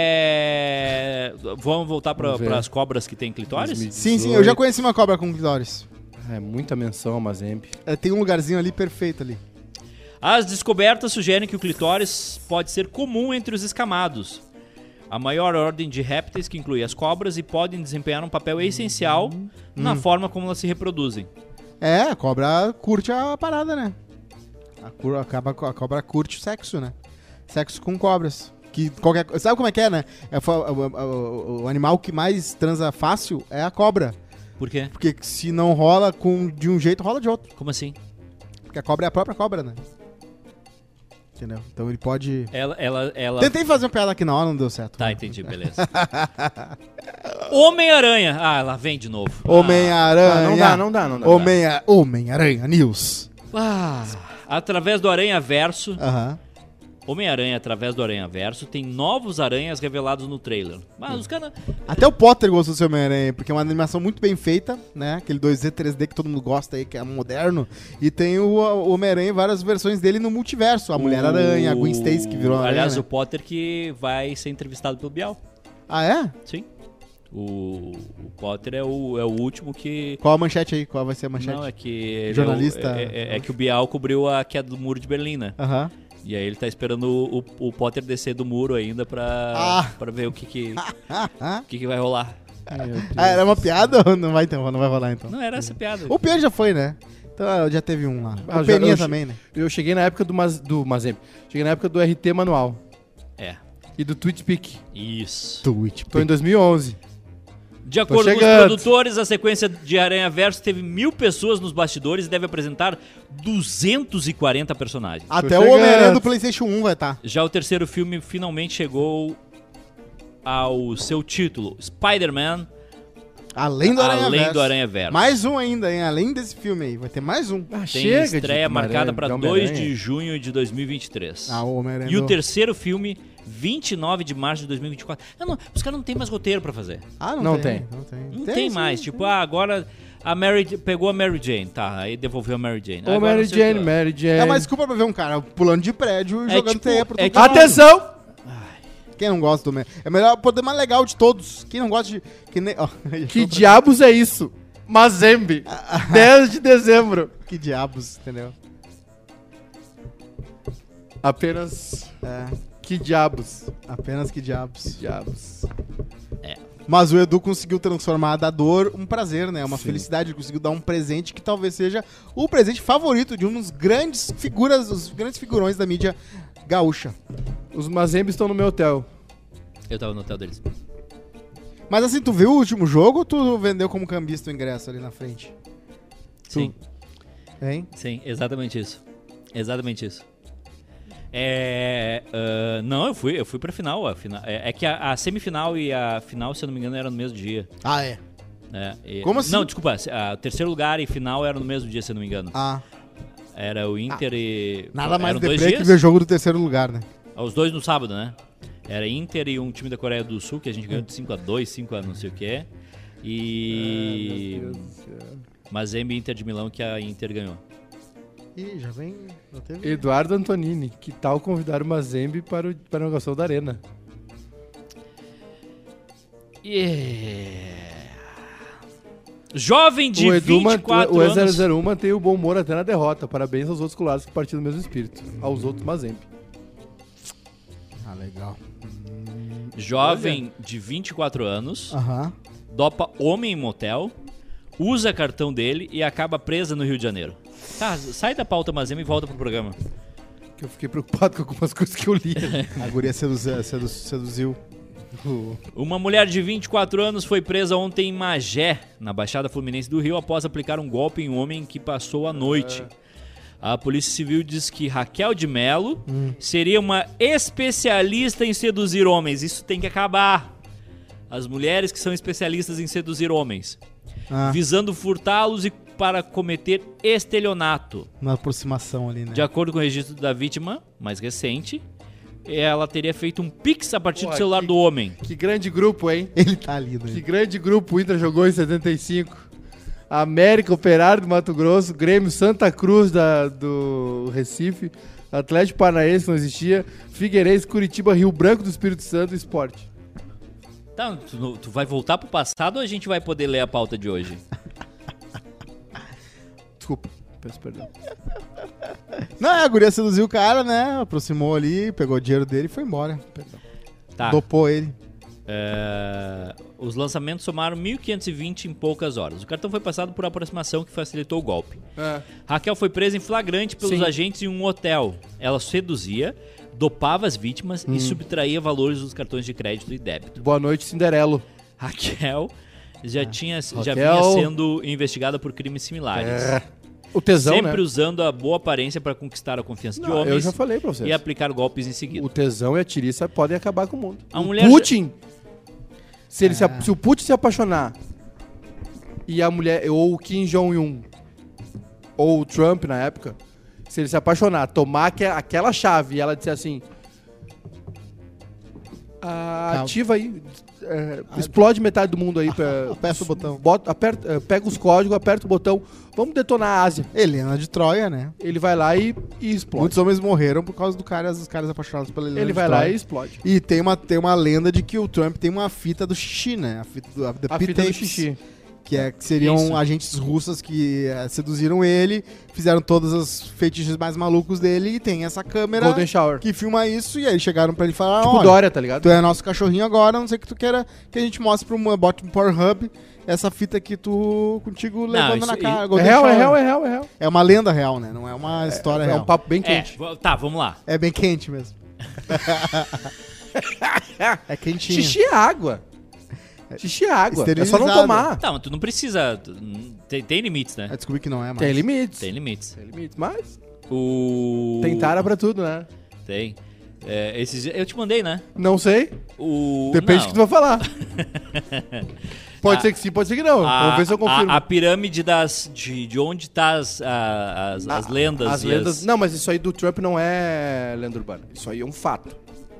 Speaker 2: É... Vamos voltar para
Speaker 1: Vamos ver.
Speaker 2: as cobras que tem clitóris?
Speaker 5: Sim, sim, eu já conheci uma cobra com clitóris.
Speaker 1: É muita menção ao Mazembe.
Speaker 5: É, tem um lugarzinho ali perfeito ali.
Speaker 2: As descobertas sugerem que o clitóris pode ser comum entre os escamados. A maior ordem de répteis que inclui as cobras e podem desempenhar um papel essencial na
Speaker 1: Hum.
Speaker 2: forma como elas se reproduzem.
Speaker 5: É, a cobra curte a parada, né? A, cur- acaba- a cobra curte o sexo, né? Sexo com cobras. Que qualquer, co- sabe como é que é, né? É fa- o, o- o- o animal que mais transa fácil é a cobra.
Speaker 2: Por quê?
Speaker 5: Porque se não rola com, de um jeito, rola de outro.
Speaker 2: Como assim?
Speaker 5: Porque a cobra é a própria cobra, né? Entendeu? Então ele pode.
Speaker 2: Ela, ela, ela...
Speaker 5: Tentei fazer uma piada aqui na hora, não deu certo.
Speaker 2: Tá, entendi, beleza. Homem-Aranha. Ah, lá vem de novo.
Speaker 5: Homem-Aranha.
Speaker 2: é.
Speaker 1: Ah, não dá, não dá, não dá.
Speaker 5: Homem-A- Homem-Aranha News.
Speaker 2: Ah, através do Aranha Verso,
Speaker 5: Aham.
Speaker 2: Homem-Aranha através do Aranha Verso tem novos aranhas revelados no trailer. Mas os caras.
Speaker 5: Até o Potter gostou do seu Homem-Aranha, porque é uma animação muito bem feita, né? Aquele 2D, 3D que todo mundo gosta aí, que é moderno. E tem o, o Homem-Aranha em várias versões dele no multiverso. A Mulher-Aranha, a Gwen Stacy que virou uma
Speaker 2: Aliás,
Speaker 5: aranha,
Speaker 2: o Potter que vai ser entrevistado pelo Bial.
Speaker 5: né? Ah, é?
Speaker 2: Sim. O, o Potter é o, é o último que.
Speaker 5: Qual a manchete aí? Qual vai ser a manchete?
Speaker 2: Não, é que. ele é o-
Speaker 5: Jornalista.
Speaker 2: É, é- é que o Bial cobriu a queda do muro de Berlim, né?
Speaker 5: Aham.
Speaker 2: E aí ele tá esperando o, o- o Potter descer do muro ainda pra,
Speaker 5: Ah.
Speaker 2: pra ver o que que,
Speaker 5: Ah, ah.
Speaker 2: o que que vai rolar.
Speaker 5: Ah, era uma piada ou não vai, ter, não vai rolar então?
Speaker 2: Não era essa piada.
Speaker 5: O Pedro já foi, né? Então ah, já teve um lá.
Speaker 1: Ah,
Speaker 5: o
Speaker 1: já-
Speaker 5: Peninha
Speaker 1: eu che-
Speaker 5: também, né?
Speaker 1: Eu cheguei na época do, Maz, do Mazembe. Cheguei na época do RT manual
Speaker 2: É.
Speaker 1: e do TweetPic.
Speaker 2: Isso.
Speaker 5: Twitch.
Speaker 1: Tô em 2011.
Speaker 2: De acordo com os
Speaker 1: Tá chegando.
Speaker 2: produtores, a sequência de Aranha Verso teve mil pessoas nos bastidores e deve apresentar 240 personagens.
Speaker 5: Até
Speaker 1: Tô
Speaker 5: o Homem-Aranha
Speaker 1: chegando.
Speaker 5: do PlayStation 1 vai tá. estar.
Speaker 2: Já o terceiro filme finalmente chegou ao seu título, Spider-Man
Speaker 5: Além do Aranha
Speaker 2: Além
Speaker 5: Verso.
Speaker 2: do Aranha Verso.
Speaker 5: Mais um ainda, hein? Além desse filme aí. Vai ter mais um.
Speaker 1: Ah,
Speaker 2: tem
Speaker 1: chega de
Speaker 2: estreia
Speaker 1: Homem-Aranha,
Speaker 2: marcada para
Speaker 1: de
Speaker 2: 2
Speaker 1: Homem-Aranha.
Speaker 2: de junho de 2023.
Speaker 5: Ah, o Homem-Aranha
Speaker 2: e o
Speaker 5: do-
Speaker 2: terceiro filme, 29 de março de 2024. Não, não, os caras não têm mais roteiro pra fazer.
Speaker 5: Ah, não,
Speaker 1: Não
Speaker 5: tem,
Speaker 1: tem.
Speaker 5: Não tem.
Speaker 2: Não tem, mais. Tipo, ah, agora a Mary J- pegou a Mary Jane, tá? Aí devolveu a Mary Jane.
Speaker 1: Ô,
Speaker 2: Agora tá-
Speaker 1: Mary
Speaker 2: não sei o que
Speaker 1: Jane,
Speaker 2: lá.
Speaker 1: Mary Jane.
Speaker 5: É uma desculpa pra ver um cara pulando de prédio e
Speaker 2: É
Speaker 5: jogando
Speaker 2: tipo-
Speaker 5: teia pro
Speaker 2: é
Speaker 5: todo lado.
Speaker 1: Atenção!
Speaker 5: Quem não gosta do Homem- É o melhor o poder mais legal de todos. Quem não gosta de. Que, nem... ó,
Speaker 1: Que diabos é isso? Mazembe. 10 de dezembro.
Speaker 5: que diabos, entendeu?
Speaker 1: Apenas
Speaker 5: É,
Speaker 1: que diabos.
Speaker 5: apenas que diabos.
Speaker 1: Diabos.
Speaker 5: Mas o Edu conseguiu transformar da dor um prazer, né? Uma
Speaker 1: Sim.
Speaker 5: felicidade. Ele conseguiu dar um presente que talvez seja o presente favorito de um dos grandes figuras, os grandes figurões da mídia gaúcha.
Speaker 1: Os Mazembes estão no meu hotel.
Speaker 2: Eu tava no hotel deles.
Speaker 5: Mas assim, tu viu o último jogo ou tu vendeu como cambista o ingresso ali na frente?
Speaker 2: Sim,
Speaker 5: Hein?
Speaker 2: sim, exatamente isso. Exatamente isso. É. ah, não, eu fui, eu fui pra final. A final é, é que a, a semifinal e a final, se eu não me engano, eram no mesmo dia.
Speaker 5: Ah, é.
Speaker 2: né? E-
Speaker 5: Como assim?
Speaker 2: Não, desculpa. se- ah, O terceiro lugar e final eram no mesmo dia, se eu não me engano.
Speaker 5: Ah,
Speaker 2: Era o Inter e.
Speaker 5: nada mais
Speaker 2: eram dois
Speaker 5: deprê que
Speaker 2: dias?
Speaker 5: ver jogo do terceiro lugar, né?
Speaker 2: Ah, Os dois no sábado, né? Era Inter e um time da Coreia do Sul, que a gente ganhou de 5x2, 5x não sei o quê.
Speaker 1: Ah,
Speaker 2: E. Mas é Inter de Milão que a Inter ganhou.
Speaker 5: Ih, já vem. Já teve.
Speaker 1: Eduardo Antonini, que tal convidar o Mazembe para, o, para a inauguração da arena?
Speaker 2: Yeah. Jovem de
Speaker 1: o Edu, man-
Speaker 2: 24
Speaker 1: o
Speaker 2: anos.
Speaker 1: E001 mantém o bom humor até na derrota. Parabéns aos outros colados que partiram do mesmo espírito. Aos outros, Mazembe.
Speaker 5: Ah, legal.
Speaker 2: Jovem de 24 anos.
Speaker 5: Aham.
Speaker 2: dopa homem em motel, usa cartão dele e acaba presa no Rio de Janeiro. Tá, sai da pauta Mazema e volta pro programa.
Speaker 1: Que eu fiquei preocupado com algumas coisas que eu li.
Speaker 5: A guria seduzi- sedu- seduziu. o-
Speaker 2: Uma mulher de 24 anos foi presa ontem em Magé, na Baixada Fluminense do Rio, após aplicar um golpe em um homem que passou a noite. A Polícia Civil diz que Raquel de Mello seria uma especialista em seduzir homens. Isso tem que acabar. As mulheres que são especialistas em seduzir homens,
Speaker 5: Ah,
Speaker 2: visando furtá-los e para cometer estelionato.
Speaker 5: na aproximação ali, né?
Speaker 2: De acordo com o registro da vítima, mais recente, ela teria feito um pix a partir
Speaker 1: Pô,
Speaker 2: do celular
Speaker 1: que-
Speaker 2: do homem.
Speaker 1: que grande grupo, hein?
Speaker 5: Ele tá ali,
Speaker 1: Que
Speaker 5: né?
Speaker 1: grande grupo o Inter jogou em 75. América, Operário do Mato Grosso, Grêmio, Santa Cruz da, do Recife, Atlético Paranaense, que não existia, Figueirense, Curitiba, Rio Branco do Espírito Santo e Esporte.
Speaker 2: Tá, tu, não- tu vai voltar pro passado ou a gente vai poder ler a pauta de hoje?
Speaker 1: Desculpa, peço perdão.
Speaker 5: Não, é, a guria seduziu o cara, né? Aproximou ali, pegou o dinheiro dele e foi embora.
Speaker 1: Ah.
Speaker 2: Tá.
Speaker 5: Dopou ele.
Speaker 2: é, os lançamentos somaram 1.520 em poucas horas. O cartão foi passado por aproximação que facilitou o golpe. Raquel foi presa em flagrante pelos
Speaker 1: É. Sim.
Speaker 2: agentes em um hotel. Ela seduzia, dopava as vítimas
Speaker 1: Hum.
Speaker 2: e subtraía valores dos cartões de crédito e débito.
Speaker 1: Boa noite, Cinderelo.
Speaker 2: Raquel já tinha já
Speaker 1: Ah, Raquel.
Speaker 2: vinha sendo investigada por crimes similares,
Speaker 1: O tesão,
Speaker 2: sempre
Speaker 1: né?
Speaker 2: usando a boa aparência para conquistar a confiança de
Speaker 1: Não, eu
Speaker 2: homens
Speaker 1: já falei pra vocês.
Speaker 2: e aplicar golpes em seguida.
Speaker 1: O tesão e a tiriça podem acabar com o mundo.
Speaker 2: A
Speaker 1: O
Speaker 2: mulher-
Speaker 1: Putin, se,
Speaker 5: Ah.
Speaker 1: ele se, a- se o Putin se apaixonar e a mulher, ou o Kim Jong-un, ou o Trump na época, se ele se apaixonar, tomar aque- aquela chave e ela disser assim, "Ah,
Speaker 5: Calma. Ah,
Speaker 1: ativa aí, é, explode metade do mundo aí. pra-
Speaker 5: Aperta o botão.
Speaker 1: bota- aperta- é, pega os códigos, aperta o botão, vamos detonar a Ásia.
Speaker 5: Helena de Troia, né?
Speaker 1: Ele vai lá e, e explode.
Speaker 5: Muitos homens morreram por causa do cara, os caras apaixonados pela Helena
Speaker 1: Ele
Speaker 5: de
Speaker 1: vai
Speaker 5: Troia.
Speaker 1: lá e explode.
Speaker 5: E tem uma, tem uma lenda de que o Trump tem uma fita do xixi, né? A fita do, a, the
Speaker 1: A
Speaker 5: pee
Speaker 1: fita do
Speaker 5: tapes,
Speaker 1: xixi.
Speaker 5: Que, é, que seriam
Speaker 2: Isso.
Speaker 5: agentes russas que eh, seduziram ele, fizeram todos os feitiços mais malucos dele e tem essa câmera
Speaker 1: Golden Shower.
Speaker 5: que filma isso e aí chegaram pra ele e falaram,
Speaker 1: Tipo
Speaker 5: olha,
Speaker 1: Dória, tá ligado?
Speaker 5: tu é nosso cachorrinho agora, a não sei que tu queira que a gente mostre pra uma bote um Pornhub essa fita que tu contigo levando
Speaker 2: isso-
Speaker 5: na cara.
Speaker 1: É
Speaker 5: Golden
Speaker 1: real, é
Speaker 5: Shower.
Speaker 1: real, é real, é real.
Speaker 5: É uma lenda real, né? Não é uma história
Speaker 1: É
Speaker 5: real.
Speaker 1: um papo bem
Speaker 2: É,
Speaker 1: quente.
Speaker 2: v- tá, vamos lá.
Speaker 5: É bem quente mesmo. é quentinho.
Speaker 1: Xixi é água. Xixi é água. É só
Speaker 5: Esterilizado.
Speaker 1: não tomar.
Speaker 2: Tá, mas tu não precisa, tu- hum, tem, tem limites, né?
Speaker 5: Eu descobri que não é mais.
Speaker 1: Tem limites.
Speaker 2: Tem limites.
Speaker 1: Tem limites, mas
Speaker 2: O
Speaker 1: tem tara pra tudo, né?
Speaker 2: tem. É, esses eu te mandei, né?
Speaker 1: Não sei.
Speaker 2: O
Speaker 1: Depende
Speaker 2: não.
Speaker 1: do que tu vai falar.
Speaker 5: Ah.
Speaker 1: pode ser que sim, pode ser que não.
Speaker 2: A,
Speaker 1: Vamos ver se eu confirmo.
Speaker 2: A, a pirâmide das de, de onde tá as, a- as, as
Speaker 5: ah,
Speaker 2: lendas
Speaker 1: As
Speaker 2: e
Speaker 1: lendas.
Speaker 2: as-
Speaker 1: Não, mas isso aí do Trump não é lenda urbana. Isso aí é um fato.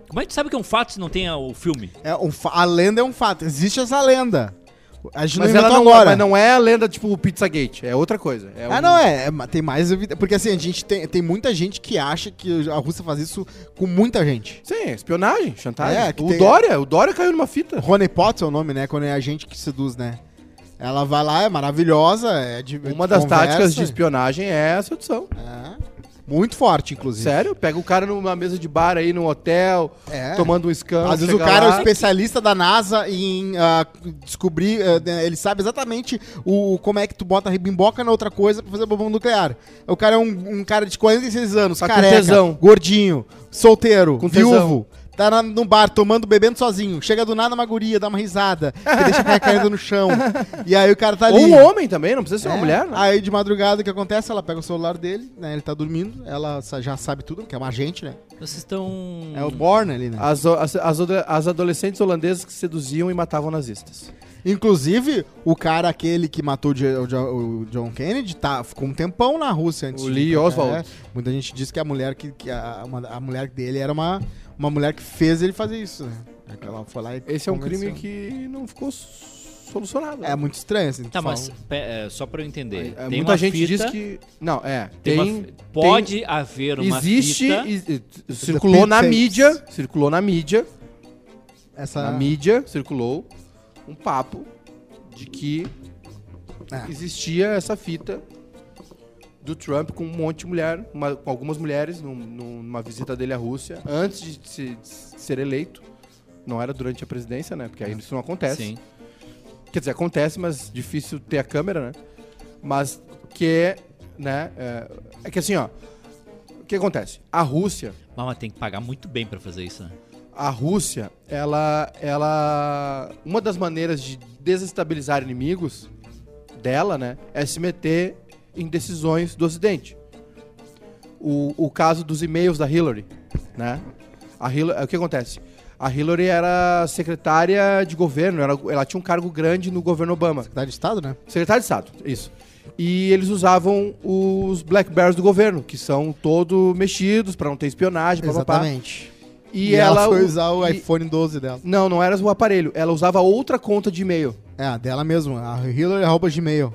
Speaker 2: Como é que tu sabe que é um fato se não tem ah, o filme?
Speaker 5: É um fa- a lenda é um fato. Existe essa lenda. A gente
Speaker 1: Mas
Speaker 5: não
Speaker 1: ela
Speaker 5: inventou
Speaker 1: não,
Speaker 5: agora.
Speaker 1: mas não é a lenda tipo Pizzagate. É outra coisa. É
Speaker 5: Ah,
Speaker 1: um-
Speaker 5: não, é, é, ma- Tem mais evidência. Porque assim, a gente tem, tem muita gente que acha que a Rússia faz isso com muita gente.
Speaker 1: Sim, é espionagem, chantagem.
Speaker 5: É, que
Speaker 1: o
Speaker 5: tem-
Speaker 1: Dória, o Dória caiu numa fita.
Speaker 5: Rony Potts é o nome, né? Quando é a gente que seduz, né? Ela vai lá, é maravilhosa, é de
Speaker 1: Uma das
Speaker 5: conversa,
Speaker 1: táticas de espionagem é a sedução.
Speaker 5: é. Muito forte, inclusive.
Speaker 1: Sério? Pega o cara numa mesa de bar aí, num hotel,
Speaker 5: É.
Speaker 1: tomando um escambo.
Speaker 5: Às vezes o
Speaker 1: chega
Speaker 5: cara é o
Speaker 1: lá- um
Speaker 5: especialista da NASA em ah, descobrir, ah, né, ele sabe exatamente o, como é que tu bota a ribimboca na outra coisa pra fazer bomba nuclear. O cara é um, um cara de 46 anos,
Speaker 1: Tá com
Speaker 5: careca,
Speaker 1: tesão.
Speaker 5: gordinho, solteiro,
Speaker 1: Com tesão.
Speaker 5: viúvo. Tá na- no bar, tomando, bebendo sozinho. Chega do nada uma guria, dá uma risada. Que deixa a cara caindo no chão. E aí o cara tá ali.
Speaker 1: Ou um homem também, não precisa ser
Speaker 5: É.
Speaker 1: uma mulher. Né?
Speaker 5: Aí de madrugada o que acontece? Ela pega o celular dele, né? Ele tá dormindo. Ela sa- já sabe tudo, porque é uma agente, né?
Speaker 2: Vocês estão
Speaker 1: Hum.
Speaker 5: É o Born ali, né?
Speaker 1: As, o- as, as ode- as adolescentes holandesas que seduziam e matavam nazistas.
Speaker 5: Inclusive, o cara aquele que matou o Je- o Jo- o John Kennedy tá, ficou um tempão na Rússia antes.
Speaker 1: O
Speaker 5: de-
Speaker 1: Lee Oswald.
Speaker 5: É, muita gente diz que a mulher que, que a, uma- a mulher dele era uma, uma mulher que fez ele fazer isso, né? Ela foi lá e
Speaker 1: Esse é um
Speaker 5: convenceu.
Speaker 1: crime que não ficou s- solucionado.
Speaker 5: é muito estranho assim.
Speaker 2: Tá,
Speaker 5: tu fala.
Speaker 2: mas pe- é, só pra eu entender.
Speaker 1: um- É,
Speaker 2: tem
Speaker 1: muita
Speaker 2: uma
Speaker 1: gente
Speaker 2: fita,
Speaker 1: diz que. Não, é.
Speaker 2: tem
Speaker 1: Tem.
Speaker 2: uma fi- pode haver
Speaker 1: tem-
Speaker 2: uma
Speaker 1: existe.
Speaker 2: fita.
Speaker 1: e- e- circulou na
Speaker 5: Tapes.
Speaker 1: mídia. Circulou na mídia.
Speaker 5: essa Tá.
Speaker 1: Na mídia circulou um papo de que existia essa fita do Trump com um monte de mulher, uma- com algumas mulheres, num- num- numa visita dele à Rússia, antes de, se- de ser eleito. Não era durante a presidência, né? Porque aí isso não acontece.
Speaker 2: Sim.
Speaker 1: Quer dizer, acontece, mas difícil ter a câmera, né? Mas que é, né? É, é que assim, ó. O que acontece? A Rússia,
Speaker 2: Mas, mas tem que pagar muito bem pra fazer isso, né?
Speaker 1: a Rússia, ela, ela, uma das maneiras de desestabilizar inimigos dela, né, é se meter em decisões do Ocidente. O, o caso dos e-mails da Hillary, né? A Hillary, o que acontece? A Hillary era secretária de governo, era- ela tinha um cargo grande no governo Obama.
Speaker 5: Secretário de Estado, né?
Speaker 1: Secretário de Estado, isso. E eles usavam os Black Bears do governo, que são todo mexidos para não ter espionagem, blá, blá, blá.
Speaker 5: Exatamente.
Speaker 1: E, ela,
Speaker 5: foi usar o
Speaker 1: e-
Speaker 5: iPhone 12 dela.
Speaker 1: Não, não era o aparelho. Ela usava outra conta de e-mail.
Speaker 5: É, a dela mesmo. A Hillary arroba Gmail.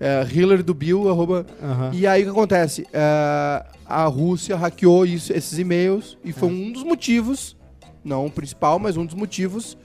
Speaker 1: é, Hillary do Bill, arroba.
Speaker 5: Aham.
Speaker 1: E aí o que acontece? É, a Rússia hackeou isso- esses e-mails e
Speaker 5: É.
Speaker 1: foi um dos motivos, não o principal, mas um dos motivos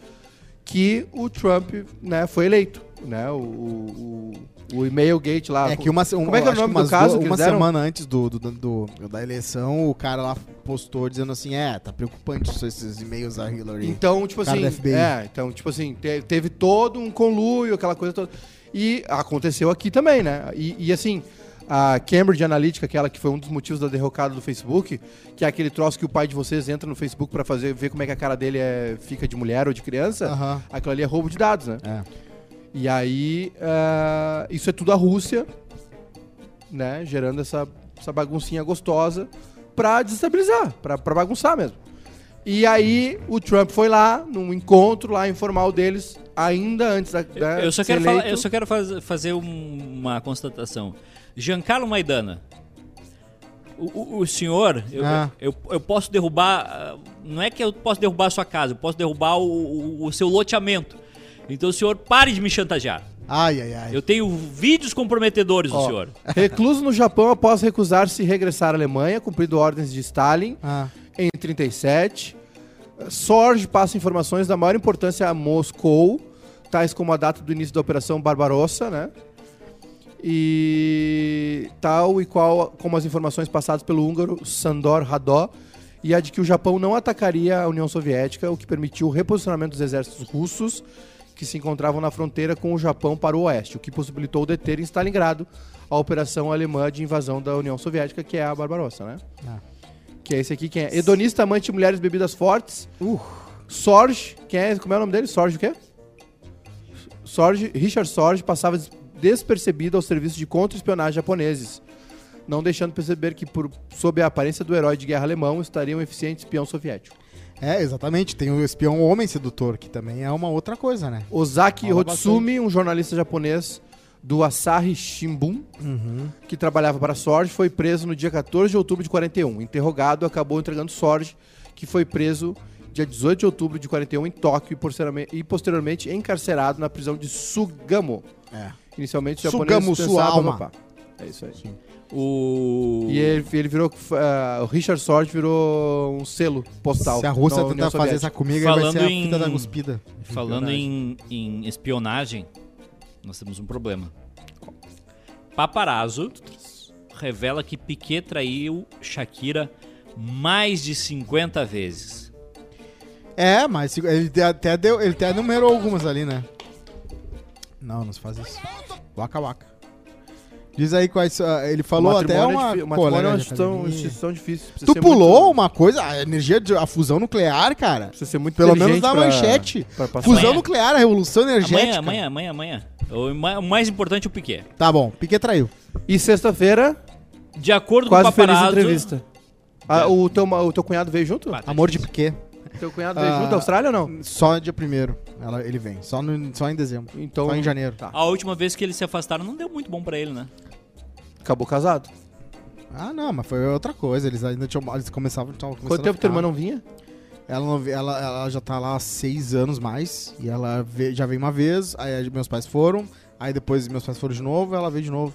Speaker 1: que o Trump né, foi eleito. Né? O, o, o- o e-mail gate lá.
Speaker 5: É que uma, um,
Speaker 1: Como é que é o
Speaker 5: acho
Speaker 1: nome
Speaker 5: umas
Speaker 1: do caso
Speaker 5: duas-
Speaker 1: que
Speaker 5: uma
Speaker 1: eles deram?
Speaker 5: semana antes do, do- do- da eleição, o cara lá postou dizendo assim, é, tá preocupante isso, esses e-mails da Hillary.
Speaker 1: Então, tipo
Speaker 5: Cara
Speaker 1: assim.
Speaker 5: do FBI.
Speaker 1: É, então, tipo assim, te- teve todo um conluio, aquela coisa toda. E aconteceu aqui também, né? E, e, assim, a Cambridge Analytica, aquela que foi um dos motivos da derrocada do Facebook, que é aquele troço que o pai de vocês entra no Facebook pra fazer ver como é que a cara dele é, fica de mulher ou de criança,
Speaker 5: Aham.
Speaker 1: aquilo ali é roubo de dados, né?
Speaker 5: É.
Speaker 1: E aí, ah, isso é tudo a Rússia, né? Gerando essa, essa baguncinha gostosa pra desestabilizar, pra, pra bagunçar mesmo. E aí, o Trump foi lá, num encontro lá informal deles, ainda antes da. né,
Speaker 2: Eu, eu só quero, falar- eu só quero faz- fazer um- uma constatação. Giancarlo Maidana. O, o- o senhor, eu,
Speaker 5: Ah.
Speaker 2: eu, eu posso derrubar. ah, Não é que eu posso derrubar a sua casa, eu posso derrubar o, o- o seu loteamento. Então o senhor pare de me chantagear.
Speaker 5: Ai, ai,
Speaker 1: É.
Speaker 5: ai.
Speaker 2: Eu tenho vídeos comprometedores do senhor.
Speaker 1: Recluso no Japão após recusar-se regressar à Alemanha, cumprindo ordens de Stalin.
Speaker 5: Ah,
Speaker 1: em 37. Sorge passa informações da maior importância a Moscou, tais como a data do início da Operação Barbarossa, né? E tal e qual como as informações passadas pelo húngaro Sandor Radó e a de que o Japão não atacaria a União Soviética, o que permitiu o reposicionamento dos exércitos russos que se encontravam na fronteira com o Japão para o oeste, o que possibilitou deter em Stalingrado a operação alemã de invasão da União Soviética, que é a Barbarossa, né? Que é esse aqui, quem é? Hedonista, amante de mulheres e bebidas fortes.
Speaker 5: Uh.
Speaker 1: Sorge, quem é? Como é o nome dele? Sorge o quê? Sorge, Richard Sorge passava des- despercebido aos serviços de contra-espionagem japoneses, não deixando perceber que, por, sob a aparência do herói de guerra alemão, estaria um eficiente espião soviético.
Speaker 5: é, exatamente. Tem o espião homem sedutor, que também é uma outra coisa, né?
Speaker 1: Ozaki
Speaker 5: Fala
Speaker 1: Hotsumi, um jornalista japonês do Asahi Shimbun,
Speaker 5: Uhum.
Speaker 1: que trabalhava para Sorge, foi preso no dia 14 de outubro de 41. Interrogado, acabou entregando Sorge, que foi preso dia 18 de outubro de 41 em Tóquio e posterame- e posteriormente encarcerado na prisão de Sugamo.
Speaker 5: É.
Speaker 1: Inicialmente, o japonês
Speaker 5: Sugamo, sua
Speaker 1: pensava-
Speaker 5: alma.
Speaker 1: Opa. É isso aí.
Speaker 2: O.
Speaker 1: E ele, ele virou. ah, o Richard Sorge virou um selo postal.
Speaker 5: Se a Rússia
Speaker 1: na União
Speaker 5: tentar fazer
Speaker 1: Soviética.
Speaker 5: essa comigo, vai
Speaker 2: Falando
Speaker 5: ser a
Speaker 2: em-
Speaker 5: fita da cuspida.
Speaker 2: Falando em, em espionagem, nós temos um problema. Paparazzo revela que Piquet traiu Shakira mais de 50 vezes.
Speaker 5: É, mas se- ele te- até, deu, ele até numerou algumas ali, né? Não, não se faz isso. Waka waka. Diz aí quais. ah, Ele falou até
Speaker 1: Matrimônio é
Speaker 5: uma.
Speaker 1: difí- matrimônio é
Speaker 5: colega
Speaker 1: uma
Speaker 5: de
Speaker 1: instituição,
Speaker 5: academia.
Speaker 1: instituição difícil. precisa
Speaker 5: Tu
Speaker 1: ser
Speaker 5: pulou
Speaker 1: muito-
Speaker 5: uma coisa, a energia, de, a fusão nuclear, cara.
Speaker 1: Precisa ser muito
Speaker 5: Pelo menos
Speaker 1: inteligente
Speaker 5: na
Speaker 1: pra-
Speaker 5: manchete.
Speaker 1: pra passar. É.
Speaker 5: Fusão
Speaker 2: Amanhã.
Speaker 5: nuclear, a revolução energética.
Speaker 2: Amanhã, amanhã, amanhã, amanhã. O ma- o mais importante é o Piquet.
Speaker 5: Tá bom, Piquet traiu.
Speaker 1: E sexta-feira,
Speaker 2: De acordo
Speaker 1: quase
Speaker 2: com o paparazzo...
Speaker 1: feliz entrevista. Ah, o, teu, ma- o teu cunhado veio junto?
Speaker 2: Ah, tá
Speaker 5: Amor de
Speaker 2: difícil.
Speaker 5: Piquet.
Speaker 1: Teu cunhado veio
Speaker 5: Ah.
Speaker 1: junto da Austrália ou não?
Speaker 5: Só dia primeiro ela, ele vem. Só, no- só em dezembro.
Speaker 1: Então-
Speaker 5: só em janeiro.
Speaker 1: Tá.
Speaker 2: A última vez que eles se afastaram não deu muito bom pra ele, né?
Speaker 1: Acabou casado.
Speaker 5: Ah, não, mas foi outra coisa. Eles ainda tinham. Eles começavam. tavam começando
Speaker 1: Quanto
Speaker 5: a
Speaker 1: tempo um tua
Speaker 5: ficar.
Speaker 1: irmã não vinha?
Speaker 5: Ela, não vê- ela, ela já tá lá há seis anos mais. E ela vê- já veio uma vez, aí meus pais foram. Aí depois meus pais foram de novo, ela veio de novo.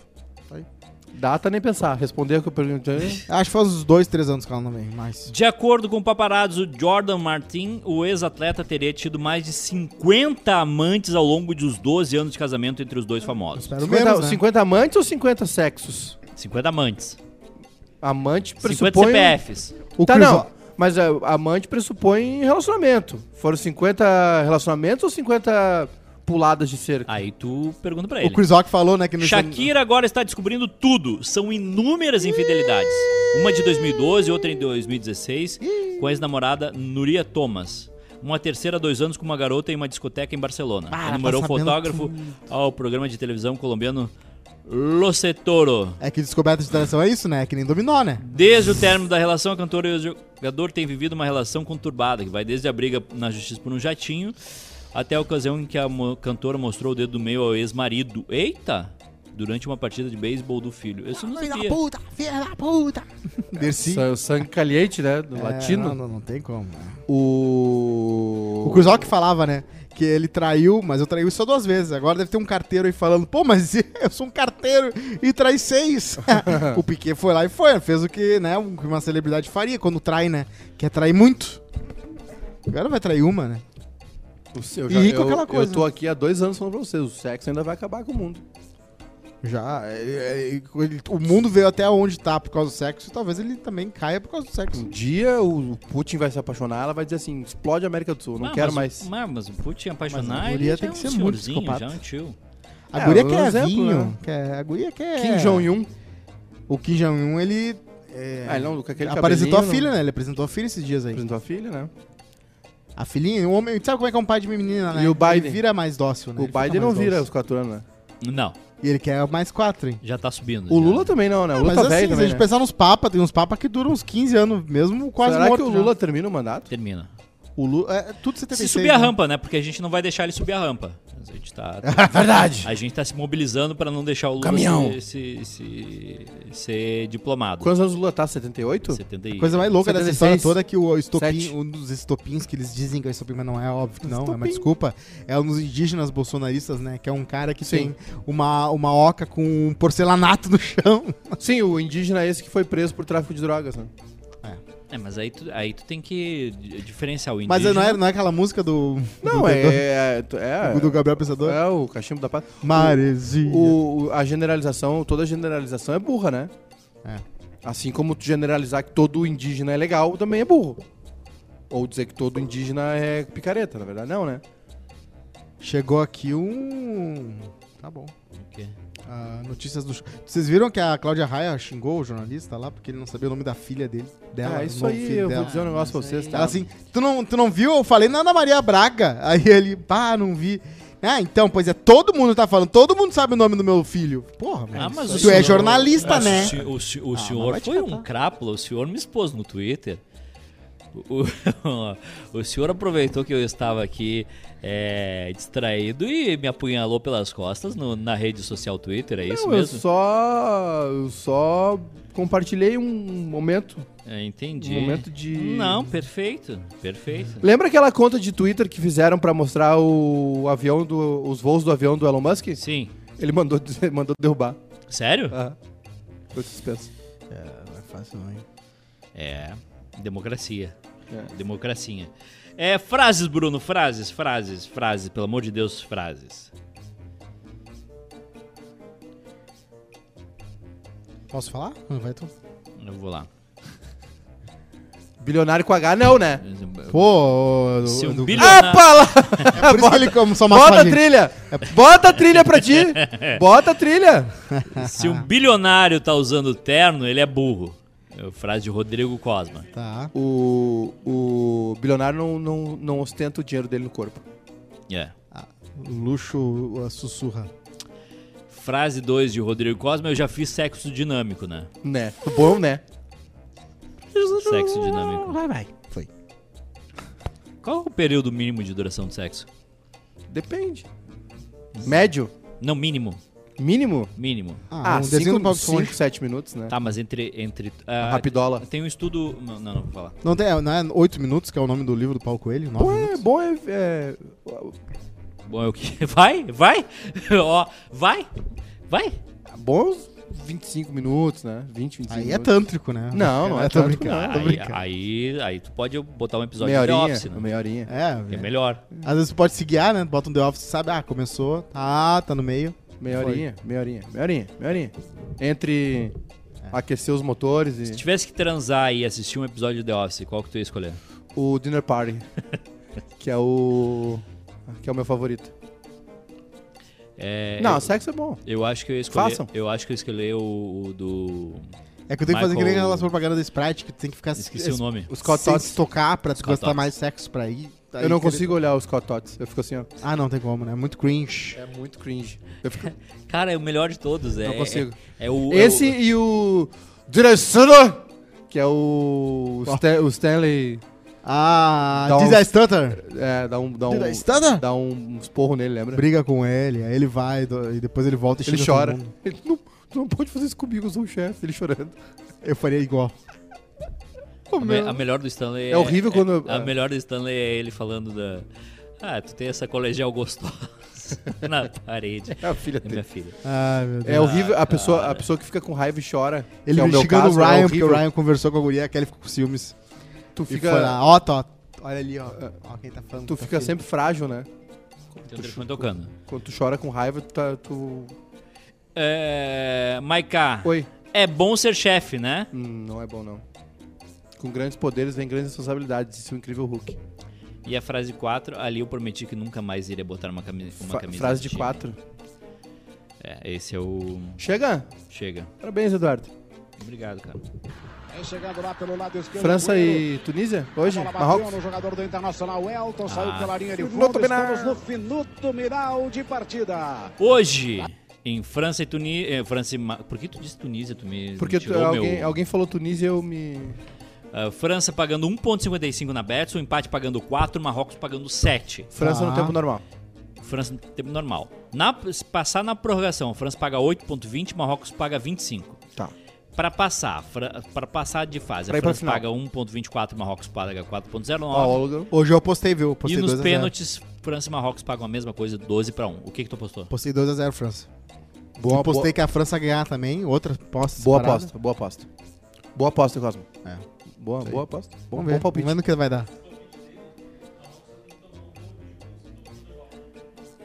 Speaker 1: Data nem pensar. Responder o que eu perguntei.
Speaker 5: Acho que faz uns dois, três anos que ela não vem mais.
Speaker 2: De acordo com o paparazzo Jordan Martin, o ex-atleta teria tido mais de 50 amantes ao longo dos 12 anos de casamento entre os dois famosos.
Speaker 5: Espero
Speaker 1: 50,
Speaker 5: menos, né?
Speaker 1: 50 amantes ou 50 sexos?
Speaker 2: 50 amantes.
Speaker 1: Amante
Speaker 2: 50
Speaker 5: um
Speaker 1: pressupõe. um-
Speaker 2: CPFs.
Speaker 5: O
Speaker 1: tá,
Speaker 5: Chris-
Speaker 1: não. Mas é, amante pressupõe relacionamento. Foram 50 relacionamentos ou 50 puladas de cerca?
Speaker 2: Aí tu pergunta pra
Speaker 5: O
Speaker 2: ele.
Speaker 5: Chris Rock falou, né, que no
Speaker 2: Shakira agora está descobrindo tudo. São inúmeras infidelidades. Uma de 2012, outra em 2016, com a ex-namorada Nuria Thomas. Uma terceira há dois anos com uma garota em uma discoteca em Barcelona.
Speaker 5: Ah,
Speaker 2: Ah,
Speaker 5: ela tá
Speaker 2: Namorou um
Speaker 5: sabendo
Speaker 2: fotógrafo ao programa de televisão colombiano Lo Setoro.
Speaker 5: É que descoberta de traição é isso, né? É que nem dominó, né?
Speaker 2: Desde o término da relação, a cantora e o jogador têm vivido uma relação conturbada, que vai desde a briga na justiça por um jatinho até a ocasião em que a mo- cantora mostrou o dedo do meio ao ex-marido. Eita! Durante uma partida de beisebol do filho. Isso eu não sabia.
Speaker 5: puta, Ah, filha da puta. Dercy.
Speaker 1: Sa- é Sangue caliente, né? Do
Speaker 5: É,
Speaker 1: latino.
Speaker 5: Não, não, não tem como. né?
Speaker 1: O.
Speaker 5: O Chris Rock falava, né? Que ele traiu, mas eu traí só duas vezes. Agora deve ter um carteiro aí falando, pô, mas eu sou um carteiro e trai seis. o Piquet foi lá e foi, fez o que, né, o que uma celebridade faria quando trai, né? Que é trair muito. Agora vai trair uma, né?
Speaker 1: O seu,
Speaker 5: E
Speaker 1: já-
Speaker 5: rico é
Speaker 1: eu,
Speaker 5: aquela coisa.
Speaker 1: Eu tô aqui há dois anos falando pra vocês, o sexo ainda vai acabar com o mundo.
Speaker 5: Já. é, é, ele- o mundo veio até onde tá por causa do sexo e talvez ele também caia por causa do sexo.
Speaker 1: Um dia o Putin vai se apaixonar, ela vai dizer assim, explode a América do Sul, não
Speaker 2: Ah,
Speaker 1: quero
Speaker 2: mas,
Speaker 1: mais.
Speaker 2: Mas, mas o Putin apaixonar,
Speaker 5: Mas a
Speaker 2: ele
Speaker 5: guria
Speaker 2: já
Speaker 5: tem
Speaker 2: é um
Speaker 5: que ser muito
Speaker 2: senhorzinho,
Speaker 5: psicopata.
Speaker 2: já é um tio.
Speaker 5: A
Speaker 1: É,
Speaker 5: guria
Speaker 1: um
Speaker 5: quer
Speaker 1: exemplo,
Speaker 5: vinho.
Speaker 1: né?
Speaker 5: Quer, a guria quer.
Speaker 1: Kim Jong-un.
Speaker 5: O Kim Jong-un, ele. é,
Speaker 1: Ah, ele não, com aquele
Speaker 5: apresentou
Speaker 1: cabelinho,
Speaker 5: a filha,
Speaker 1: não-
Speaker 5: né? Ele apresentou a filha esses dias aí.
Speaker 1: Apresentou a filha, né?
Speaker 5: A filhinha, o homem. Sabe como é que é um pai de menina, né?
Speaker 1: E o Biden?
Speaker 5: Ele vira mais dócil, né?
Speaker 1: O
Speaker 5: Ele fica
Speaker 1: Biden não
Speaker 5: mais
Speaker 1: vira
Speaker 5: dócil.
Speaker 1: os quatro anos, né?
Speaker 2: Não,
Speaker 5: E ele quer mais quatro, hein?
Speaker 2: já tá subindo.
Speaker 1: O
Speaker 2: já.
Speaker 1: Lula também não, né? O Lula
Speaker 5: É. Mas
Speaker 1: tá
Speaker 5: assim,
Speaker 1: velho
Speaker 5: se a
Speaker 1: também, né?
Speaker 5: gente pensar nos papas, tem uns papas que duram uns 15 anos, mesmo quase
Speaker 1: Será
Speaker 5: morto
Speaker 1: que o
Speaker 5: já.
Speaker 1: Lula termina o mandato?
Speaker 2: Termina.
Speaker 5: O Lula. É, tudo 76.
Speaker 2: Se subir a
Speaker 5: né?
Speaker 2: rampa, né? Porque a gente não vai deixar ele subir a rampa. Mas A gente tá,
Speaker 1: Verdade!
Speaker 2: a gente tá se mobilizando pra não deixar o Lula
Speaker 1: Caminhão.
Speaker 2: se- se- se- ser diplomado.
Speaker 1: Quantos anos o Lula tá? 78?
Speaker 2: 70 e...
Speaker 5: A coisa mais louca dessa
Speaker 1: 76,
Speaker 5: história toda é que o estopim,
Speaker 1: sete.
Speaker 5: um dos estopins que eles dizem que é estopim, mas não é óbvio que não, é uma
Speaker 1: Estopim.
Speaker 5: desculpa, é um dos indígenas bolsonaristas, né? Que é um cara que
Speaker 1: Sim.
Speaker 5: tem uma, uma oca com um porcelanato no chão.
Speaker 1: Sim, o indígena é esse que foi preso por tráfico de drogas, né?
Speaker 2: É, mas aí tu, aí tu tem que di- diferenciar o
Speaker 5: Mas
Speaker 2: indígena.
Speaker 5: não é, não é aquela música do.
Speaker 1: Não,
Speaker 5: do
Speaker 1: é,
Speaker 5: Dedó-
Speaker 1: é, é,
Speaker 5: Do Gabriel Pensador?
Speaker 1: é o cachimbo da paz.
Speaker 5: Maresia.
Speaker 1: O, o- a generalização, toda generalização é burra, né?
Speaker 5: É.
Speaker 1: Assim como tu generalizar que todo indígena é legal também é burro. Ou dizer que todo indígena é picareta, na verdade, não, né?
Speaker 5: Chegou aqui um. Tá bom.
Speaker 2: O quê?
Speaker 5: Ah, notícias do. Vocês viram que a Cláudia Raia xingou o jornalista lá porque ele não sabia o nome da filha dele? Dela,
Speaker 1: ah,
Speaker 5: do
Speaker 1: isso
Speaker 5: novo
Speaker 1: aí,
Speaker 5: filho
Speaker 1: eu
Speaker 5: dela.
Speaker 1: vou dizer um negócio pra vocês, tá?
Speaker 5: Ela assim, tu não, tu não viu? Eu falei na Ana Maria Braga. Aí ele, pá, não vi. Ah, então, pois é, todo mundo tá falando, todo mundo sabe o nome do meu filho. Porra,
Speaker 2: Ah,
Speaker 5: mano.
Speaker 2: mas
Speaker 5: tu
Speaker 2: o
Speaker 5: é
Speaker 2: senhor-
Speaker 5: jornalista,
Speaker 2: Ah,
Speaker 5: né?
Speaker 2: O, se- o se- o
Speaker 5: Ah, mas
Speaker 2: senhor
Speaker 5: vai te
Speaker 2: foi um
Speaker 5: catar.
Speaker 2: crápula, o senhor me expôs no Twitter. O, o- o senhor aproveitou que eu estava aqui é, distraído e me apunhalou pelas costas no- na rede social Twitter, é isso
Speaker 1: não, eu
Speaker 2: mesmo?
Speaker 1: só, eu só compartilhei um momento,
Speaker 2: É, entendi.
Speaker 1: um momento de...
Speaker 2: Não, perfeito, perfeito.
Speaker 1: Lembra aquela conta de Twitter que fizeram pra mostrar o avião do, os voos do avião do Elon Musk?
Speaker 2: Sim.
Speaker 1: Ele mandou, dizer- mandou derrubar.
Speaker 2: Sério?
Speaker 1: Ah, foi suspenso.
Speaker 2: É, democracia. Democracinha. É, frases, Bruno, frases, frases, frases, pelo amor de Deus, frases.
Speaker 5: Posso falar? Não, Vai então. tu.
Speaker 2: Eu vou lá.
Speaker 1: Bilionário com H não, né?
Speaker 5: Pô, do,
Speaker 2: Se um
Speaker 5: do-
Speaker 2: bilhão-
Speaker 1: Ah,
Speaker 2: Bilionário.
Speaker 1: pá lá!
Speaker 5: é por isso que ele como só
Speaker 1: Bota
Speaker 5: matou
Speaker 1: a É trilha! Bota a trilha pra ti! Bota a trilha!
Speaker 2: Se um bilionário tá usando terno, ele é burro. É a frase de Rodrigo Cosma.
Speaker 5: Tá.
Speaker 1: O, o bilionário não, não, não ostenta o dinheiro dele no corpo.
Speaker 2: É.
Speaker 5: Ah, o luxo a sussurra.
Speaker 2: Frase 2 de Rodrigo Cosma, eu já fiz sexo dinâmico, né?
Speaker 1: Né? Bom, né?
Speaker 2: Sexo dinâmico. Vai, vai.
Speaker 5: Foi.
Speaker 2: Qual é o período mínimo de duração do sexo?
Speaker 1: Depende. Médio?
Speaker 2: Não, mínimo.
Speaker 1: Mínimo?
Speaker 2: Mínimo.
Speaker 1: Ah,
Speaker 5: um desenho do
Speaker 1: cinco
Speaker 5: Bob
Speaker 1: 5,
Speaker 5: Esponja.
Speaker 1: 7 minutos, né?
Speaker 2: Tá, mas entre. entre ah,
Speaker 1: Rapidola.
Speaker 2: Tem um estudo. Não, não, não vou falar.
Speaker 5: Não, tem, não é oito minutos, que é o nome do livro do Paulo Coelho? Nove
Speaker 1: Bom é,
Speaker 5: minutos?
Speaker 1: bom é, é-
Speaker 2: Bom, é o que? Vai, vai, ó, vai, vai.
Speaker 1: Bom 25 minutos, né? 20, 25
Speaker 5: Aí é
Speaker 1: minutos.
Speaker 5: tântrico, né?
Speaker 1: Não, não é
Speaker 5: tô
Speaker 1: tântrico,
Speaker 5: brincando, tô
Speaker 2: Aí,
Speaker 5: brincando.
Speaker 2: aí, aí tu pode botar um episódio
Speaker 1: Meia
Speaker 2: de The
Speaker 1: horinha,
Speaker 2: Office, né?
Speaker 1: meia horinha.
Speaker 5: É,
Speaker 2: Que é
Speaker 5: velho.
Speaker 2: melhor.
Speaker 5: Às vezes tu pode se guiar, né? Bota um The Office, sabe? Ah, começou. Ah, tá no meio.
Speaker 1: Meia
Speaker 5: Foi.
Speaker 1: horinha, meia horinha, meia horinha, meia horinha.
Speaker 2: É.
Speaker 1: Entre aquecer os motores
Speaker 2: Se
Speaker 1: e
Speaker 2: tivesse que transar e assistir um episódio de The Office, qual que tu ia escolher?
Speaker 1: o dinner party, que é o que é o meu favorito.
Speaker 2: É,
Speaker 1: Não, sexo é bom.
Speaker 2: Eu acho que eu ia escolher.
Speaker 1: Façam.
Speaker 2: Eu acho que eu escolhi o, o do.
Speaker 5: É que eu tenho que fazer que nem
Speaker 2: Michael-
Speaker 5: aquelas propagandas da Sprite, que tu tem que ficar...
Speaker 2: Esqueci o nome.
Speaker 1: O Scott
Speaker 5: sem
Speaker 1: Tots.
Speaker 5: se tocar pra tu
Speaker 2: Scott
Speaker 5: gostar
Speaker 2: Tots.
Speaker 5: mais de sexo pra ir.
Speaker 1: Eu não consigo olhar o Scott Tots. Eu fico assim, ó.
Speaker 5: Ah, não tem como, né? É muito cringe.
Speaker 1: É muito cringe. Eu fico...
Speaker 2: Cara, é o melhor de todos. É,
Speaker 1: Não consigo.
Speaker 2: É, é o. é
Speaker 1: Esse
Speaker 2: o-
Speaker 1: e o Dressura, que é o, Stan- o Stanley
Speaker 5: Ah,
Speaker 1: Dá
Speaker 5: diz
Speaker 1: um-
Speaker 5: a Stutter.
Speaker 1: é, dá um dá
Speaker 5: Did I
Speaker 1: um
Speaker 5: stutter?
Speaker 1: dá um esporro nele, lembra?
Speaker 5: Briga com ele, aí ele vai do- e depois ele volta e
Speaker 1: Ele
Speaker 5: xinga todo
Speaker 1: chora.
Speaker 5: mundo.
Speaker 1: Ele não, tu não pode fazer isso comigo, eu sou o chefe. Ele chorando.
Speaker 5: Eu faria igual.
Speaker 2: a, me- a melhor do Stanley é.
Speaker 1: É horrível quando-
Speaker 2: a
Speaker 1: é.
Speaker 2: melhor do Stanley é ele falando da. Ah, tu tem essa colegial gostosa na parede.
Speaker 1: É a filha
Speaker 2: É minha filha.
Speaker 5: Ai, meu Deus.
Speaker 1: É horrível, a pessoa, a pessoa que fica com raiva e chora.
Speaker 5: Ele
Speaker 1: que é o meu
Speaker 5: xingando
Speaker 1: caso,
Speaker 5: o
Speaker 1: é
Speaker 5: Ryan, porque
Speaker 1: horrível.
Speaker 5: o Ryan conversou com a guria, que ele ficou com ciúmes.
Speaker 1: tu
Speaker 5: E foi
Speaker 1: fica,
Speaker 5: lá, ó, Tó, olha ali, ó. Ó quem tá falando.
Speaker 1: tu
Speaker 5: com
Speaker 1: fica
Speaker 5: tua filha.
Speaker 1: sempre frágil, né?
Speaker 2: Tem o telefone tocando.
Speaker 1: Quando tu chora com raiva, tu tá. Tu...
Speaker 2: É, Maiká,
Speaker 1: Oi.
Speaker 2: é bom ser chefe, né?
Speaker 1: Hum, não é bom, não. Com grandes poderes vem grandes responsabilidades. Isso é o incrível Hulk.
Speaker 2: E a frase 4, ali eu prometi que nunca mais iria botar uma camisa. Uma
Speaker 1: Fa-
Speaker 2: camisa
Speaker 1: frase
Speaker 2: do
Speaker 1: de
Speaker 2: time.
Speaker 1: quatro.
Speaker 2: É, esse é o.
Speaker 1: Chega!
Speaker 2: Chega.
Speaker 1: Parabéns, Eduardo.
Speaker 2: Obrigado, cara.
Speaker 3: Vem chegando lá pelo lado esquerdo.
Speaker 1: França
Speaker 3: Guerreiro.
Speaker 1: e Tunísia? Hoje?
Speaker 3: A bola bateu
Speaker 1: Marrocos?
Speaker 3: no jogador do Internacional, Elton,
Speaker 2: Ah.
Speaker 3: saiu pela linha de fundo.
Speaker 1: Finuto Miral.
Speaker 3: Estamos no finuto miral de partida.
Speaker 2: Hoje, em França e Tunísia. França e... Ma- Por que tu disse Tunísia? Tu me
Speaker 1: Porque
Speaker 2: me
Speaker 1: tu- é
Speaker 2: tirou o
Speaker 1: alguém,
Speaker 2: meu...
Speaker 1: alguém falou Tunísia e eu me.
Speaker 2: Ah, França pagando 1,55 na Betson, empate pagando 4, Marrocos pagando 7.
Speaker 1: França
Speaker 5: Tá.
Speaker 1: no tempo normal.
Speaker 2: França no tempo normal. Na... Se passar na prorrogação, França paga 8,20, Marrocos paga 25.
Speaker 1: Tá.
Speaker 2: Pra passar, Fra... pra passar de fase,
Speaker 1: Pra
Speaker 2: a
Speaker 1: ir pra
Speaker 2: França
Speaker 1: final.
Speaker 2: paga 1,24, Marrocos paga 4,09.
Speaker 1: Paólogo.
Speaker 5: Hoje eu apostei, viu? Eu
Speaker 2: e
Speaker 5: Postei
Speaker 2: nos
Speaker 5: 2 a 0.
Speaker 2: pênaltis, França e Marrocos pagam a mesma coisa, 12 pra 1. O que que tu apostou?
Speaker 5: Postei 2x0 França.
Speaker 1: Boa,
Speaker 5: eu postei
Speaker 1: boa,
Speaker 5: que a França ia ganhar também. Outra aposta.
Speaker 1: boa
Speaker 5: separada.
Speaker 1: aposta, boa aposta. Boa aposta, Cosmo.
Speaker 5: É.
Speaker 1: Boa, boa aposta. Bom,
Speaker 5: Vamos
Speaker 1: bom
Speaker 5: ver.
Speaker 1: palpite.
Speaker 5: Vamos ver no que vai dar.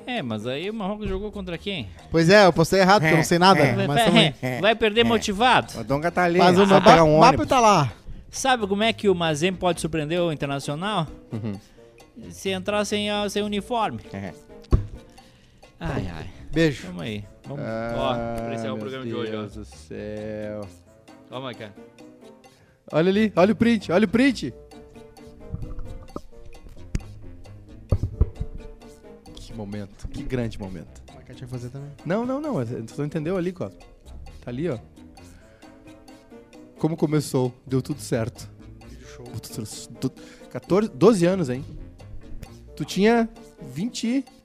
Speaker 2: É, mas aí o Marrocos jogou contra quem?
Speaker 5: Pois é, eu postei errado, porque eu não sei nada.
Speaker 1: É,
Speaker 2: Vai,
Speaker 5: mas tamo aí.
Speaker 2: vai perder motivado?
Speaker 1: O Donga tá ali.
Speaker 5: Mas o
Speaker 1: só
Speaker 5: Mbappé
Speaker 1: pegar um ônibus.
Speaker 5: Mbappé tá lá.
Speaker 2: Sabe como é que o Mazem pode surpreender o Internacional? Se entrar sem, ah, sem uniforme.
Speaker 1: Uhum. É.
Speaker 2: Ai, ai.
Speaker 5: Beijo.
Speaker 2: Vamos aí. Vamos.
Speaker 1: Ah,
Speaker 2: Ó, pra esse é o
Speaker 1: meu
Speaker 2: programa
Speaker 1: Deus
Speaker 2: de hoje,
Speaker 1: do céu.
Speaker 2: ó. Ó, Maica.
Speaker 1: Olha ali, olha o print, olha o print. Que momento, que grande momento.
Speaker 5: Tinha que fazer também.
Speaker 1: Não, não, não, você não entendeu ali, Cosmo. Tá ali, ó. Como começou, deu tudo certo. Deu tudo certo. Du- 14, 12 anos, hein? Tu tinha 20,